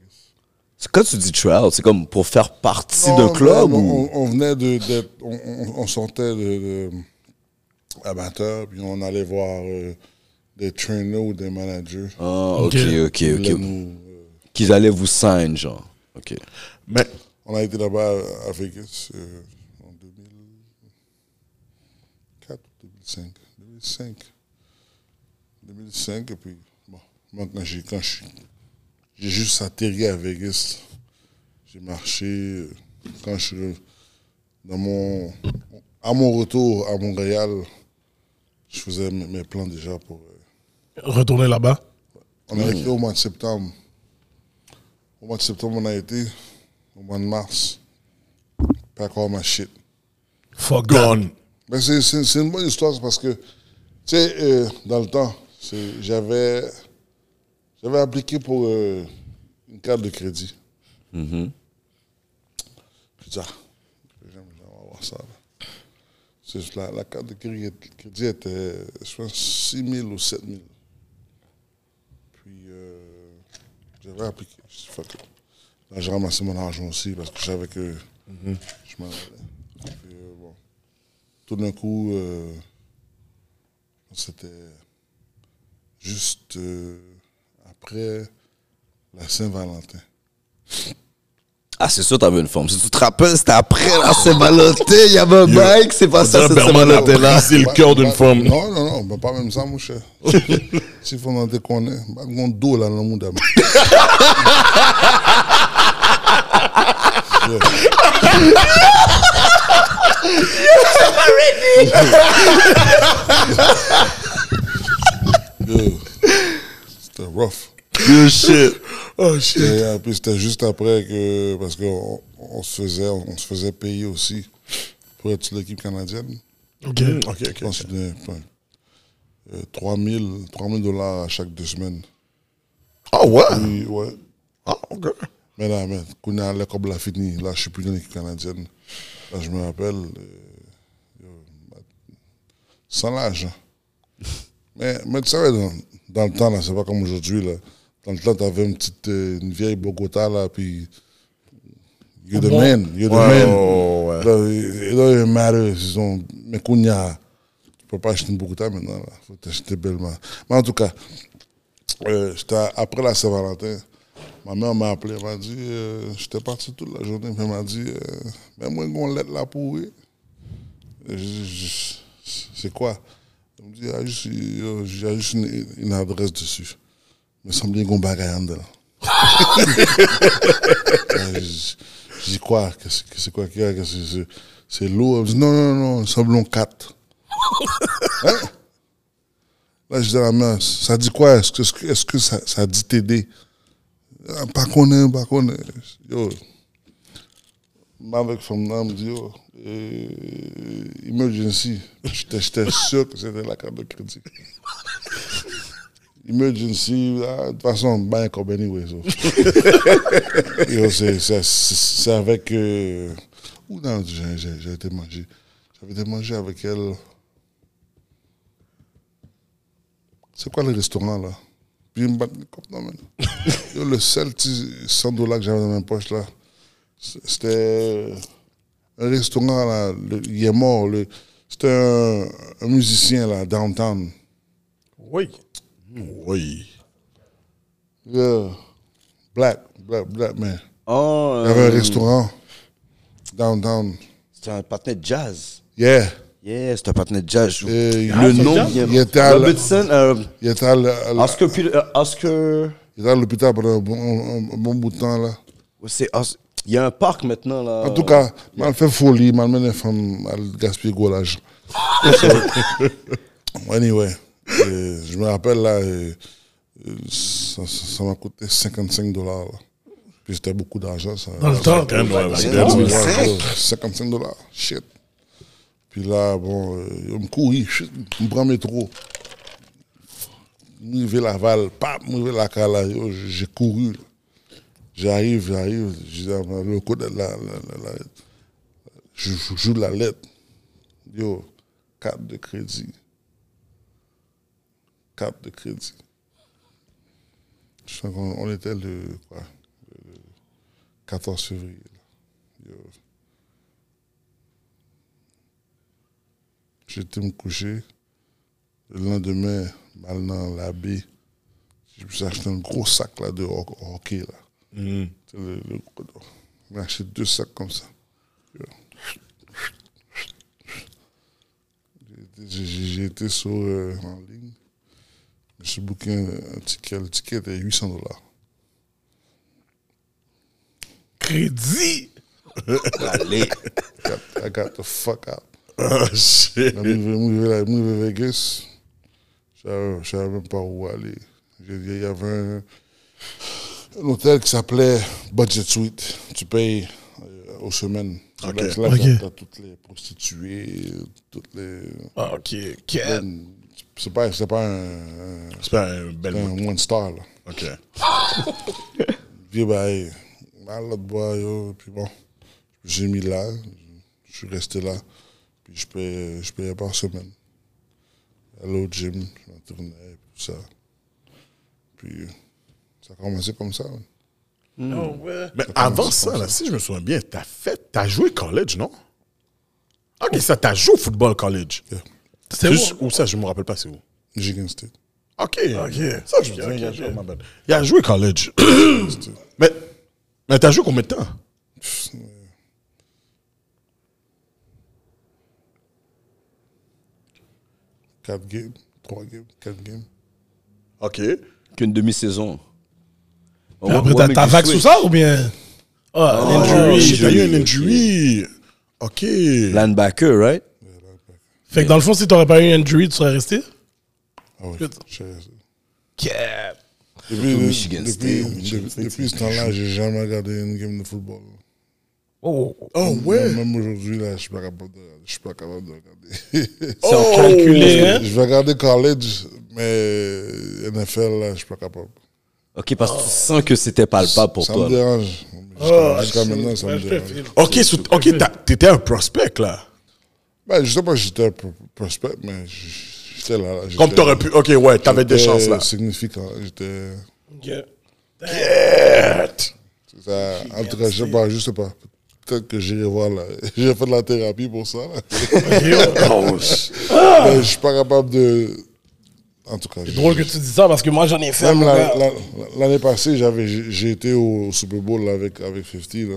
Speaker 4: C'est Quand tu dis trial, c'est comme pour faire partie
Speaker 5: Non,
Speaker 4: d'un club
Speaker 5: non,
Speaker 4: ou?
Speaker 5: on, on venait de, d'être- on, on- on sortait de, de amateur, puis on allait voir euh, des trainers ou des managers.
Speaker 4: Ah, ok, ok,
Speaker 5: Ils
Speaker 4: ok.
Speaker 5: voulaient nous, euh,
Speaker 4: Qu'ils allaient vous sign, genre. Ok.
Speaker 3: Mais,
Speaker 5: on a été là-bas à Vegas euh, en 2004 ou 2005. 2005. 2005, et puis, bon, moi, quand j'ai, quand je- j'ai juste atterri à Vegas, j'ai marché, euh, quand je suis re- dans mon, à mon retour à Montréal, je faisais mes, mes plans déjà pour... euh,
Speaker 2: Retourner là-bas.
Speaker 5: on a été au mois de septembre. Au mois de septembre, on a été. Au mois de mars. Pas encore ma shit.
Speaker 2: Fuck that.
Speaker 3: gone.
Speaker 5: Mais Ben, c'est, c'est- c'est une bonne histoire c'est parce que, tu sais, euh, dans le temps, c'est- j'avais, j'avais appliqué pour euh, une carte de crédit. Puis ça, j'aime bien avoir ça. là. C'est, la, la carte de cré- crédit était, je pense, 6 000 ou 7 000. Puis, euh, j'avais appliqué. Je dis, fuck it. Là, j'ai ramassé mon argent aussi parce que je savais que je m'en allais. Puis, euh, bon tout d'un coup, euh, c'était juste euh, après la Saint-Valentin.
Speaker 4: Ah, c'est sûr, t'avais une forme. Si tu te rappelles, c'était après la Saint-Valentin, il y avait un bike, c'est pas ça,
Speaker 3: dirait
Speaker 4: cette
Speaker 3: Berman a
Speaker 4: Saint-Valentin-là.
Speaker 3: brisé le cœur d'une femme.
Speaker 5: Bah, Non, non, non, mais pas même ça, mon cher. S'il faut en déconner, mon dos bah, là, dans mon dame. Yo. C'était rough.
Speaker 3: Yo, shit. Oh, shit.
Speaker 5: Et, euh, puis c'était juste après que, parce qu'on on se faisait, on se faisait payer aussi pour être sur l'équipe canadienne.
Speaker 2: Ok.
Speaker 3: Mm, Ok,
Speaker 5: Je pense
Speaker 3: ok.
Speaker 5: que c'était euh, 3 000 3 000 dollars à chaque deux semaines.
Speaker 3: Ah, ouais.
Speaker 5: Puis, ouais.
Speaker 3: Ah, ok.
Speaker 5: Mais là, mais, qu'on est allé comme la fini, là, je suis plus dans l'équipe canadienne. Là, je me rappelle, euh, yo, ma- sans l'argent. Mais, mais tu savais, dans, dans le temps, là, c'est pas comme aujourd'hui, là. Dans le temps, t'avais une petite, euh, une vieille Bogota, là, puis. You're the man, you're the
Speaker 3: Ah Ouais,
Speaker 5: man.
Speaker 3: ouais, ouais.
Speaker 5: Là, it doesn't matter, ils ont, mais qu'on y a, tu peux pas acheter une Bogota maintenant, là. Faut t'acheter bellement. Mais en tout cas, euh, j'étais après la Saint-Valentin. Ma mère m'a appelé, elle m'a dit, euh, j'étais parti toute la journée, puis elle m'a dit, euh, mais moi, on l'aide là pour oui. Et je dis, Je- C'est quoi Elle me dit, il y a juste, il y a- il y a juste une, une adresse dessus. Il me semblait qu'on bagaille en dedans. Là, Je dis- je dis quoi Qu'est-ce que c'est quoi qu'il y a Qu'est-ce que c'est C'est lourd. Elle me dit, non, non, non, semblons 4. Là, je disais à la mère, ça dit quoi? Est-ce que, est-ce que, est-ce que ça, ça dit t'aider? Ah, Pas qu'on est, pas qu'on est. Yo. Maverick from là me dit, yo, euh, emergency. J'étais j'étais sûr que c'était la carte de crédit. Emergency, ah, de toute façon, bank up anyway. so. Yo, c'est- c'est- c'est c'est avec. euh, Où non, j'ai- j'ai j'ai été manger. J'avais été manger avec elle. C'est quoi le restaurant là Puis il me bat le cop, non, man. Yo, le seul petit 100 dollars que j'avais dans ma poche là, c- c'était un restaurant là, le- il est mort. le- C'était un, un musicien là, downtown.
Speaker 2: Oui.
Speaker 3: Oui.
Speaker 5: Yeah. Black, black, black man.
Speaker 4: Oh,
Speaker 5: Il y avait
Speaker 4: euh,
Speaker 5: un restaurant downtown.
Speaker 4: C'était un partenaire jazz.
Speaker 5: Yeah.
Speaker 4: Yeah, c'était un partenaire jazz.
Speaker 5: Et
Speaker 4: le
Speaker 5: il-
Speaker 4: nom,
Speaker 5: Euh, il était à la-
Speaker 4: Robertson, euh,
Speaker 5: Il était à la- à la-
Speaker 4: Oscar, Peter- euh, Oscar,
Speaker 5: il était à l'hôpital pendant un bon, un- un bon bout de temps là.
Speaker 4: c'est Os- il y a un parc maintenant là.
Speaker 5: En tout cas, mal fait folie, mal mené femme, mal gaspillé gros l'âge. anyway, euh, je me rappelle là, euh, euh, ça ça- ça m'a coûté 55 dollars. Puis c'était beaucoup d'argent. Ça,
Speaker 2: Dans le temps.
Speaker 3: Quand ouais,
Speaker 5: Ouais,
Speaker 3: la-
Speaker 5: ouais,
Speaker 3: la-
Speaker 5: ouais, 55 dollars, shit. Puis là, bon, euh, on me courit, shit, on me prend le métro. Mouvé Laval, pap, mouvé la cala, yo, j'ai couru. là. J'arrive, j'arrive, je dis, ah, le coup de la, la, la- la- je je joue la lettre. Yo, carte de crédit. Carte de crédit. Je crois qu'on on était le, quoi, le- le 14 février. là. Yo. J'étais me coucher. Le lendemain, mal dans la baie, j'ai pu acheter un gros sac là, de ho- hockey. Là. C'est Le, le- j'ai acheté deux sacs comme ça. Yo. J'ai été- J'ai j'ai été sur euh, en ligne. Je me suis booké un, un ticket. Le ticket était 800 dollars.
Speaker 2: Crédit.
Speaker 4: Allez.
Speaker 5: I got the fuck out.
Speaker 3: Ah, shit.
Speaker 5: Là, Moi, je vais à Vegas. Je savais- je savais même pas où aller. J'ai- Il y avait un, un hôtel qui s'appelait Budget Suite. Tu payes euh, aux semaines.
Speaker 3: Ok.
Speaker 5: Là, c'est là
Speaker 2: Ok.
Speaker 5: que t'as- t'as toutes les prostituées, toutes les.
Speaker 2: Ah, Ok, ok.
Speaker 5: C'est pas, c'est pas un, un-
Speaker 3: C'est pas un bel mot.
Speaker 5: un one star, là.
Speaker 3: Ok.
Speaker 5: Puis, ben, mal de bois, yo. Puis bon, j'ai mis là. Je suis resté là. Puis je payais, je payais par semaine. Allô, Jim. Je m'en tournais, puis tout ça. Puis ça a commencé comme ça. hein.
Speaker 2: Oh, ouais.
Speaker 3: Mais Ben, avant ça, là, si je me souviens bien, t'as fait, t'as joué college, non? Ok, ça, t'as joué au football college.
Speaker 2: C'est
Speaker 3: Juste
Speaker 2: où?
Speaker 3: Oh. où ça, je me rappelle pas, c'est où.
Speaker 5: Michigan State.
Speaker 3: Ok. Ça, je me souviens, il a joué, my bad. Il a joué college. mais, mais t'as joué combien de temps?
Speaker 5: Pff, euh, Quatre games, trois games, quatre games.
Speaker 3: Ok.
Speaker 4: Qu'une demi-saison.
Speaker 2: Après, t'as ta vague sous ça ou bien? Ah, l'injury.
Speaker 3: Shit, T'as eu
Speaker 4: oui,
Speaker 3: un injury. Ok.
Speaker 4: Linebacker, right?
Speaker 2: Fait que dans le fond, si t'aurais pas eu injury, tu serais resté?
Speaker 5: Ah ouais,
Speaker 2: Good.
Speaker 5: j'ai resté.
Speaker 2: Cap.
Speaker 5: Depuis,
Speaker 4: Michigan
Speaker 5: depuis-
Speaker 4: State,
Speaker 5: de- depuis ce temps-là, j'ai jamais regardé une game de football.
Speaker 2: Oh, oh,
Speaker 3: Oh,
Speaker 5: Même-
Speaker 3: ouais.
Speaker 5: Même aujourd'hui, là, je suis pas capable de, je suis pas capable de regarder.
Speaker 2: c'est en calculé, hein?
Speaker 5: je vais regarder college, mais NFL, là, je suis pas capable.
Speaker 4: Ok, parce que tu sens que c'était palpable pour
Speaker 5: ça
Speaker 4: toi.
Speaker 5: me
Speaker 4: là.
Speaker 5: dérange.
Speaker 2: Oh,
Speaker 5: Jusqu'à- Jusqu'à
Speaker 2: shit.
Speaker 5: maintenant, ça
Speaker 2: Ouais,
Speaker 5: me
Speaker 2: je
Speaker 5: dérange.
Speaker 2: te
Speaker 3: Ok, so- ok, t'as- t'étais un prospect, là.
Speaker 5: Ben, je sais pas, j'étais un pro- prospect, mais j- j'étais là. là, j'étais-
Speaker 3: Comme t'aurais pu. Ok, ouais, t'avais des
Speaker 5: j'étais
Speaker 3: chances, là.
Speaker 5: Significant. J'étais.
Speaker 2: file. Ok.
Speaker 5: ça- En tout cas, je sais pas, je sais pas. Peut-être que j'irai voir là. J'ai fait de la thérapie pour ça. là. Mais je suis pas capable de. En tout cas. je-
Speaker 2: C'est Ah! drôle que tu dis ça parce que moi, j'en ai fait.
Speaker 5: Même
Speaker 2: mon
Speaker 5: la-
Speaker 2: gars.
Speaker 5: la- l'année passée, j'avais, j'ai j'ai été au Super Bowl là, avec, avec 50. Là.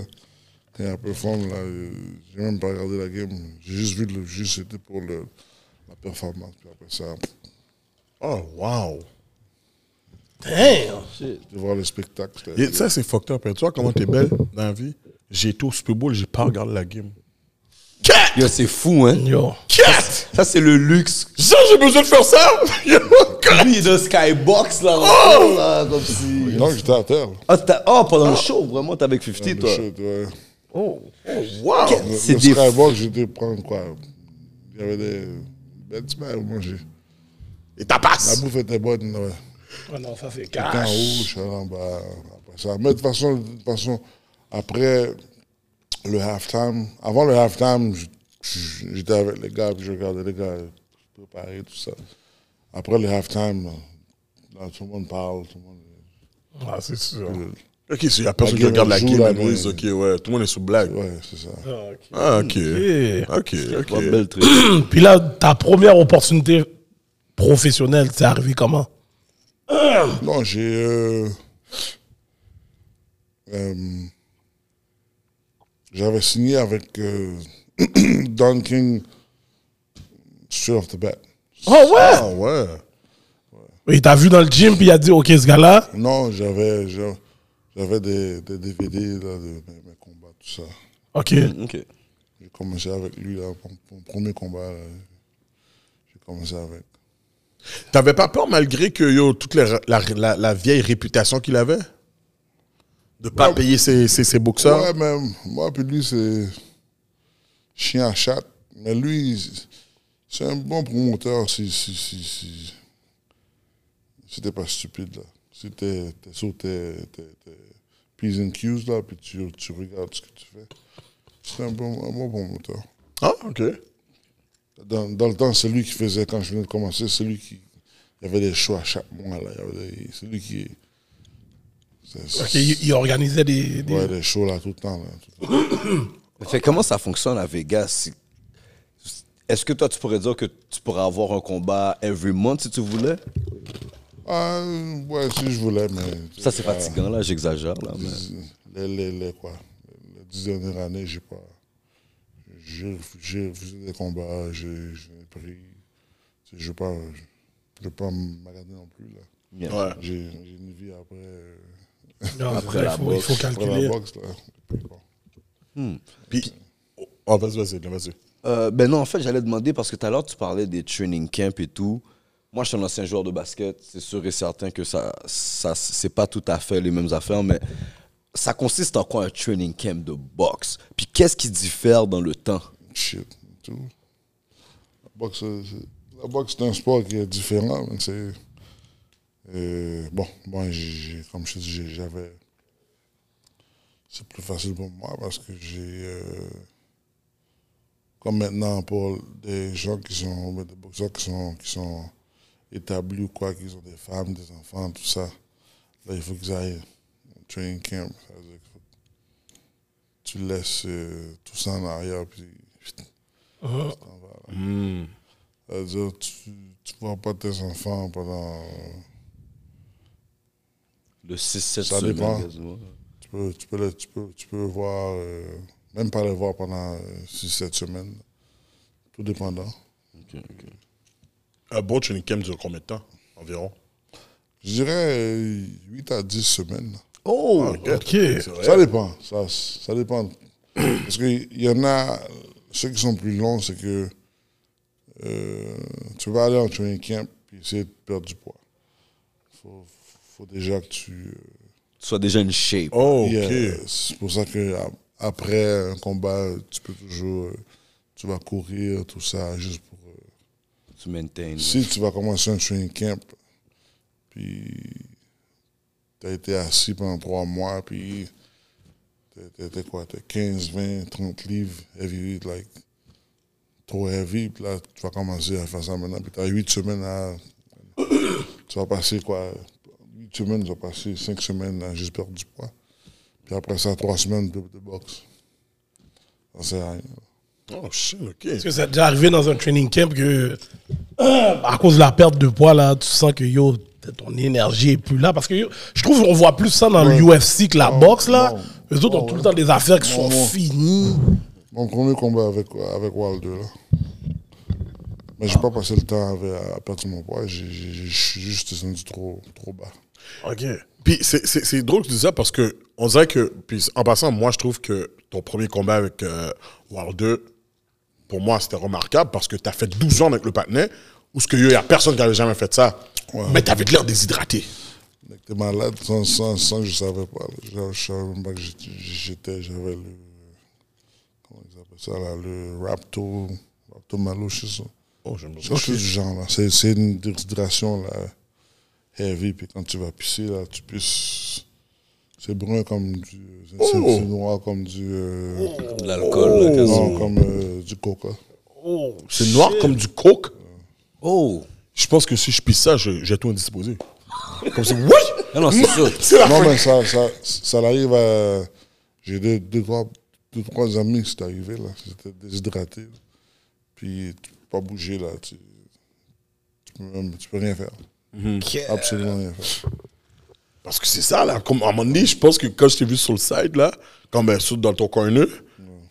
Speaker 5: Quand il a performé, là, euh, j'ai même pas regardé la game. J'ai juste vu, le, juste c'était pour le, la performance. Puis après ça,
Speaker 3: Oh, wow.
Speaker 2: Damn.
Speaker 5: de voir le spectacle. c'était-
Speaker 3: Et hein. ça, c'est fucked up. Et tu vois comment t'es belle dans la vie? J'ai été au Super Bowl, j'ai pas regardé la game. Quatre!
Speaker 4: Yo, c'est fou, hein?
Speaker 2: Yo.
Speaker 3: Quatre!
Speaker 4: Ça, c'est le luxe.
Speaker 3: Ça, j'ai besoin de faire ça? Yo, quatre!
Speaker 4: Lui, il est dans Skybox, là.
Speaker 3: Oh!
Speaker 4: là, comme si...
Speaker 5: Non, j'étais à terre.
Speaker 4: Ah, t'as- oh, pendant le show, vraiment, t'es avec 50, toi.
Speaker 5: Shit, ouais.
Speaker 4: Wow!
Speaker 5: Le-
Speaker 4: C'est
Speaker 5: le
Speaker 4: des...
Speaker 5: Skybox, j'étais prendre quoi Il y avait des belles semaines à manger.
Speaker 3: Et t'as
Speaker 5: La
Speaker 3: passe!
Speaker 5: bouffe était bonne, ouais.
Speaker 2: Ah non, ça c'est
Speaker 5: J'étais en
Speaker 2: cash.
Speaker 5: haut, j'étais en bas. hein, bah, Après ça. Mais de toute façon, de toute façon après le halftime, avant le halftime, j- j- j'étais avec les gars, puis je regardais les gars préparer tout ça. Après le halftime, là, tout le monde parle, tout le monde.
Speaker 2: Ah, c'est sûr.
Speaker 3: Ok, il y a personne
Speaker 5: La
Speaker 3: qui regarde la
Speaker 5: game
Speaker 3: game,
Speaker 5: joue, là,
Speaker 3: anyways,
Speaker 5: mais-
Speaker 3: ok, ouais, tout le monde est sous blague.
Speaker 5: Ouais, c'est ça.
Speaker 2: Ah, ok.
Speaker 3: Ah, ok. Ok,
Speaker 4: Oh,
Speaker 3: ok.
Speaker 4: belle trip.
Speaker 2: Puis là, ta première opportunité professionnelle, c'est arrivé comment
Speaker 5: Non, j'ai. euh, euh, J'avais signé avec euh, Don King straight off the bat.
Speaker 2: Oh ouais
Speaker 3: Ah, ouais.
Speaker 2: Il t'a vu dans le gym, puis il a dit, OK, ce gars-là,
Speaker 5: Non, j'avais j'a- j'avais des, des DVD là, de mes, mes combats, tout ça.
Speaker 2: OK.
Speaker 4: OK.
Speaker 5: J'ai commencé avec lui, là, mon, mon premier combat. là, J'ai commencé avec.
Speaker 3: T'avais pas peur malgré que yo, toute la, la, la- la vieille réputation qu'il avait De pas payer ses, ses, ses boxeurs
Speaker 5: Ouais, mais moi puis lui, c'est chien à chat. Mais lui, c'est un bon promoteur si, si, si, si, si t'es pas stupide, là. Si t'es t'es sur tes, tes, tes P's and Q's, là, puis tu, tu regardes ce que tu fais. C'est un bon, un bon promoteur.
Speaker 3: Ah, ok.
Speaker 5: Dans, dans le temps, c'est lui qui faisait, quand je venais de commencer, c'est lui qui... Il y avait des shows à chaque mois, là. Il y avait des- C'est lui qui... c'est- c'est-
Speaker 2: OK, il, il organisait des... des-
Speaker 5: Ouais, des shows, là, tout le temps, là. tout le temps.
Speaker 4: Fait comment ça fonctionne à Vegas? Si- Est-ce que toi, tu pourrais dire que tu pourrais avoir un combat every month si tu voulais?
Speaker 5: Ah, ouais, si je voulais, mais.
Speaker 4: Ça, c'est
Speaker 5: euh,
Speaker 4: fatigant, là, j'exagère, là. mais-
Speaker 5: Les, les, les, quoi. Les dix dernières années, j'ai pas. J'ai j'ai refusé des combats, j'ai j'ai pris. tu sais, Je veux pas. Je veux pas m'agader non plus, là.
Speaker 4: Bien.
Speaker 3: Ouais.
Speaker 5: J'ai j'ai une vie après, euh,
Speaker 2: Non,
Speaker 4: Après
Speaker 2: il
Speaker 4: la
Speaker 2: faut,
Speaker 4: boxe,
Speaker 2: il faut
Speaker 5: après
Speaker 2: calculer.
Speaker 5: la boxe, là. Puis bon.
Speaker 3: Puis. Oh, vas-y, vas-y, vas-y.
Speaker 4: Euh, ben non, en fait, j'allais demander parce que tout à l'heure, tu parlais des training camps et tout. Moi, je suis un ancien joueur de basket. C'est sûr et certain que ça, ça c'est pas tout à fait les mêmes affaires, mais ça consiste en quoi un training camp de boxe? Puis qu'est-ce qui diffère dans le temps?
Speaker 5: Shit, tout. La boxe, c'est- la boxe, c'est un sport qui est différent. mais c'est- euh, bon, moi, j'ai- j'ai- comme je te dis, j'ai- j'avais. C'est plus facile pour moi parce que j'ai. euh, comme maintenant, pour des gens qui sont. des boxeurs qui sont, qui sont établis ou quoi, qu'ils ont des femmes, des enfants, tout ça, là, il faut qu'ils aillent au training camp. Ça veut dire qu'il faut tu laisses euh, tout ça en arrière, puis tu t'en vas. là. C'est-à-dire, tu ne vois pas tes enfants pendant.
Speaker 4: Le 6-7
Speaker 5: Ça
Speaker 4: semaines,
Speaker 5: dépend.
Speaker 4: quasiment.
Speaker 5: Tu peux, tu peux, les- tu peux, tu peux voir, euh, même pas les voir pendant 6-7 semaines. Tout dépendant.
Speaker 3: Un bon Euh, training camp dure combien de temps Environ.
Speaker 5: Je dirais 8 à 10 semaines. là.
Speaker 3: Oh,
Speaker 2: OK.
Speaker 5: Ça dépend. Ça, ça dépend. Parce qu'il y en a, ceux qui sont plus longs, c'est que euh, tu vas aller en training camp et essayer de perdre du poids. faut, faut déjà que tu. euh,
Speaker 4: Tu sois déjà une shape.
Speaker 3: Oh, ok.
Speaker 5: Yeah. C'est pour ça que a- après un combat, tu peux toujours. euh, Tu vas courir, tout ça, juste pour. euh,
Speaker 4: Tu maintains.
Speaker 5: si tu vas commencer un training camp, puis tu as été assis pendant trois mois, puis t'es- t'es t'es quoi, t'es 15, 20, 30 livres, heavyweight, like, trop heavy, puis là, tu vas commencer à faire ça maintenant, puis tu as 8 semaines à. tu vas passer quoi 8 semaines, tu vas passer 5 semaines à juste perdre du poids. Puis après ça, 3 semaines de, de boxe. Ça sert à rien.
Speaker 3: Oh, shit, ok.
Speaker 2: Est-ce que ça t'est déjà arrivé dans un training camp que, euh, à cause de la perte de poids, là, tu sens que yo, ton énergie est plus là? Parce que yo, je trouve qu'on voit plus ça dans l'UFC que la boxe, là.
Speaker 5: non.
Speaker 2: Eux autres ont tout le temps des affaires qui sont
Speaker 5: Non, non.
Speaker 2: finies.
Speaker 5: Mon premier combat avec, avec Wilder, là. Mais j'ai pas passé le temps avec- à perdre mon poids. J'ai j'ai- j'ai- je suis juste descendu trop, trop bas.
Speaker 3: OK. Puis c'est- c'est c'est drôle que tu dis ça parce que on dirait que. Puis en passant, moi, je trouve que ton premier combat avec euh, Wilder, pour moi, c'était remarquable parce que tu as fait 12 ans avec le patinet où ce que il y a personne qui avait jamais fait ça. Mais tu avais l'air déshydraté.
Speaker 5: Mais que T'es malade sans, sans, sans que je savais pas. là. Je, je savais même pas que j'étais- j'étais, j'avais le. Comment ils appellent ça là Le rapto. Rapto malo, je sais ça.
Speaker 3: Oh, je me
Speaker 5: Ça, je suis du genre là. C'est, c'est une déshydratation là. Heavy, puis quand tu vas pisser là, tu pisses. C'est brun comme du. C'est, c'est-
Speaker 3: Oh.
Speaker 5: c'est noir comme du. euh,
Speaker 4: De l'alcool, là, quasiment.
Speaker 5: Non, comme euh, du coca.
Speaker 3: C'est noir comme du coke.
Speaker 4: Oh!
Speaker 3: Je pense que si je pisse ça, je j'ai tout indisposé. Comme si, oui!
Speaker 4: Non, non, c'est sûr.
Speaker 3: C'est la
Speaker 5: Non,
Speaker 3: fin.
Speaker 5: mais ça, ça, ça l'arrive à. J'ai deux, deux, trois, deux, trois amis qui sont arrivés, là. C'était déshydraté. Puis, tu peux pas bouger, là. Tu, tu, peux, même- tu peux rien faire. Absolument rien faire.
Speaker 3: Parce que c'est ça, là. Comme à un moment donné, je pense que quand je t'ai vu sur le side, là, comme ben, sur- dans ton corner,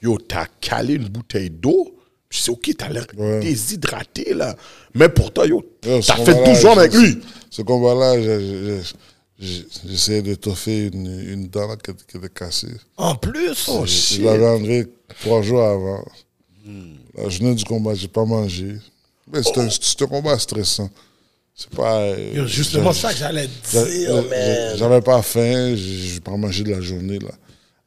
Speaker 3: yo, t'as calé une bouteille d'eau. Je sais, OK, t'as l'air
Speaker 5: Ouais.
Speaker 3: déshydraté, là. Mais pourtant, yo,
Speaker 5: Yo, ce
Speaker 3: t'as fait
Speaker 5: combat-là,
Speaker 3: 12 ans avec
Speaker 5: je-
Speaker 3: lui.
Speaker 5: Ce combat-là, j'ai- j'ai- j'ai- j'essayais d'étoffer une, une dent là, qui, était- qui était cassée.
Speaker 2: En plus, oh,
Speaker 5: Je l'avais enlevé trois jours avant. La journée du combat, j'ai pas mangé. Mais c'est un, c'est un combat stressant. C'est pas. euh,
Speaker 2: Yo, justement,
Speaker 5: j'ai-
Speaker 2: ça que j'allais
Speaker 5: J'a-
Speaker 2: dire,
Speaker 5: j'a-
Speaker 2: man.
Speaker 5: J'avais pas faim, j'ai j'ai pas mangé de la journée, là.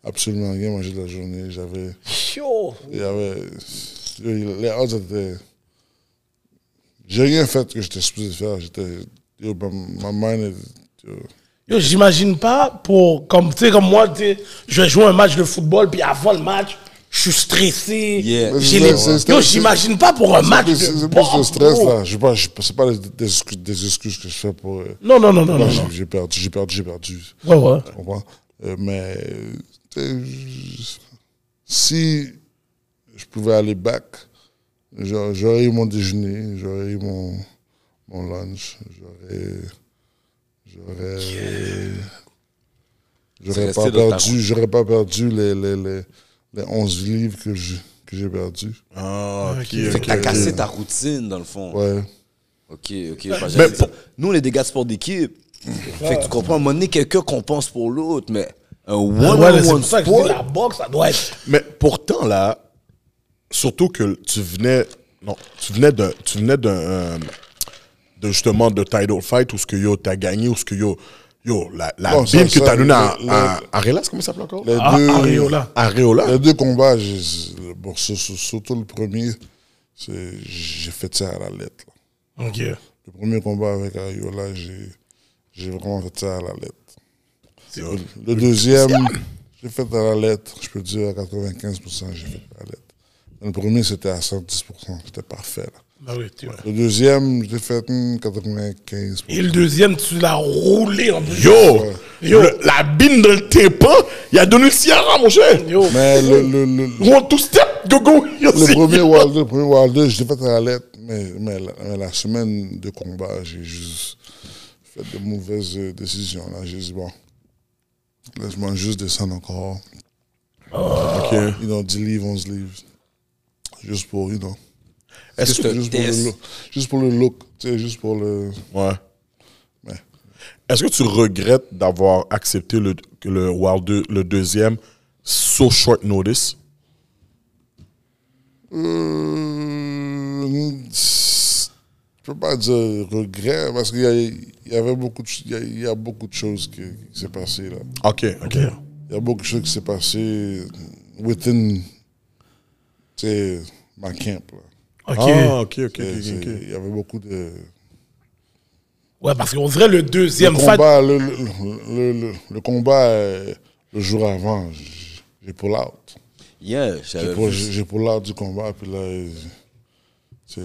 Speaker 5: Absolument rien mangé de la journée. J'avais.
Speaker 2: Yo.
Speaker 5: il y avait- Les odds étaient. J'ai rien fait que j'étais supposé faire. J'étais. yo, Ma ma mind est- yo.
Speaker 2: Yo, j'imagine pas pour, comme, tu sais, comme moi, tu sais, je vais jouer un match de football, puis avant le match, je suis stressé.
Speaker 4: Yeah.
Speaker 2: J'ai
Speaker 5: Mais
Speaker 2: les-
Speaker 5: c'est- c'est-
Speaker 2: Yo,
Speaker 5: c'est-
Speaker 2: j'imagine pas pour un match
Speaker 5: C'est
Speaker 2: de
Speaker 5: c'est plus le
Speaker 2: boxe,
Speaker 5: stress,
Speaker 2: bro.
Speaker 5: là. Je sais pas, je- c'est pas des, des excu- des excuses que je fais pour. euh,
Speaker 2: Non, non, non, non,
Speaker 5: là,
Speaker 2: non.
Speaker 5: j'ai
Speaker 2: non.
Speaker 5: j'ai perdu, j'ai perdu, j'ai perdu.
Speaker 2: Ouais, ouais.
Speaker 5: Tu comprends? Euh, mais euh, tu sais, je- si je pouvais aller back, j'a- j'aurais eu mon déjeuner, j'aurais eu mon, mon lunch, j'aurais. J'aurais. J'aurais
Speaker 4: resté
Speaker 5: pas
Speaker 4: dans ta
Speaker 5: perdu, j'aurais pas perdu les, les, les, les 11 livres que je- que j'ai perdus.
Speaker 3: Ah, ok,
Speaker 4: Fait que t'as
Speaker 3: ok.
Speaker 4: cassé ta routine, dans le fond.
Speaker 5: Ouais.
Speaker 4: Ok, ok. bah, j'allais dire, Nous, on est des gars de sport d'équipe. Fait que tu comprends, à un moment donné, quelqu'un compense pour l'autre, mais un
Speaker 2: Ouais, ouais, c'est
Speaker 4: one-on-one
Speaker 2: pour ça que je dis,
Speaker 4: sport.
Speaker 2: la boxe, ça doit être.
Speaker 3: Mais pourtant, là, surtout que tu venais. Non, tu venais d'un. Tu venais d'un. euh, de justement de title fight où ce que yo t'as gagné ou ce que yo yo la, la
Speaker 5: Bon, ça,
Speaker 3: bim que
Speaker 5: ça,
Speaker 3: t'as donné à,
Speaker 5: le-
Speaker 3: à, à Relas, comment ça s'appelle encore
Speaker 5: Les
Speaker 2: Ah,
Speaker 5: deux-
Speaker 2: Ariola.
Speaker 3: Areola
Speaker 5: Les deux combats, j'ai- bon, sur- sur- surtout le premier, c'est- j'ai fait ça à la lettre. là.
Speaker 2: Ok.
Speaker 5: Le premier combat avec Ariola, j'ai j'ai vraiment fait ça à la lettre. Le, le deuxième, j'ai fait à la lettre. Je peux dire à 95%, j'ai fait à la lettre. Le premier, c'était à 110%. C'était parfait. là.
Speaker 2: Bah oui, tu vois.
Speaker 5: Le deuxième, j'ai fait hmm, 95%.
Speaker 2: Et le deuxième, tu l'as roulé en plus.
Speaker 3: yo,
Speaker 2: Yo.
Speaker 3: le- la bim dans le tympan il a donné le Ciara mon cher
Speaker 2: Yo.
Speaker 5: Mais le, le, le, le-
Speaker 3: one two step go go Yo,
Speaker 5: le
Speaker 3: c'est-
Speaker 5: premier Wilder, le premier Wilder, je l'ai fait à la lettre, mais, mais, la, mais la semaine de combat, j'ai juste fait de mauvaises euh, décisions. Là, j'ai dit, bon, laisse-moi juste descendre encore.
Speaker 3: Ok.
Speaker 5: Ils ont 10 livres, 11 livres. Juste pour, you know,
Speaker 4: Est-ce que
Speaker 5: juste, pour le
Speaker 4: t'es-
Speaker 5: look, juste pour le look, tu sais, juste pour le...
Speaker 3: ouais
Speaker 5: Ouais.
Speaker 3: est-ce que tu regrettes d'avoir accepté le le Wild deux- le deuxième so short notice
Speaker 5: Euh, c'est- je peux pas dire regret, parce qu'il y, a- il y avait beaucoup de, ch- il y a, il y a beaucoup de choses qui, qui s'est passé là.
Speaker 3: ok ok
Speaker 5: Il y a beaucoup de choses qui s'est passé within, tu sais, ma camp là.
Speaker 2: Ok.
Speaker 3: Ah, ok, ok,
Speaker 5: C'est-
Speaker 3: ok,
Speaker 5: c'est-
Speaker 3: ok.
Speaker 5: Il y avait beaucoup de...
Speaker 2: Ouais, parce qu'on dirait le
Speaker 5: Le
Speaker 2: deuxième fight.
Speaker 5: combat, le, le- le- le- le combat, euh, le jour avant, j- j'ai pull out.
Speaker 4: Yeah,
Speaker 5: J'ai
Speaker 3: Euh,
Speaker 4: j'avais
Speaker 5: pour,
Speaker 4: vu.
Speaker 5: j'ai pour l'art du combat, puis là, euh, c'est...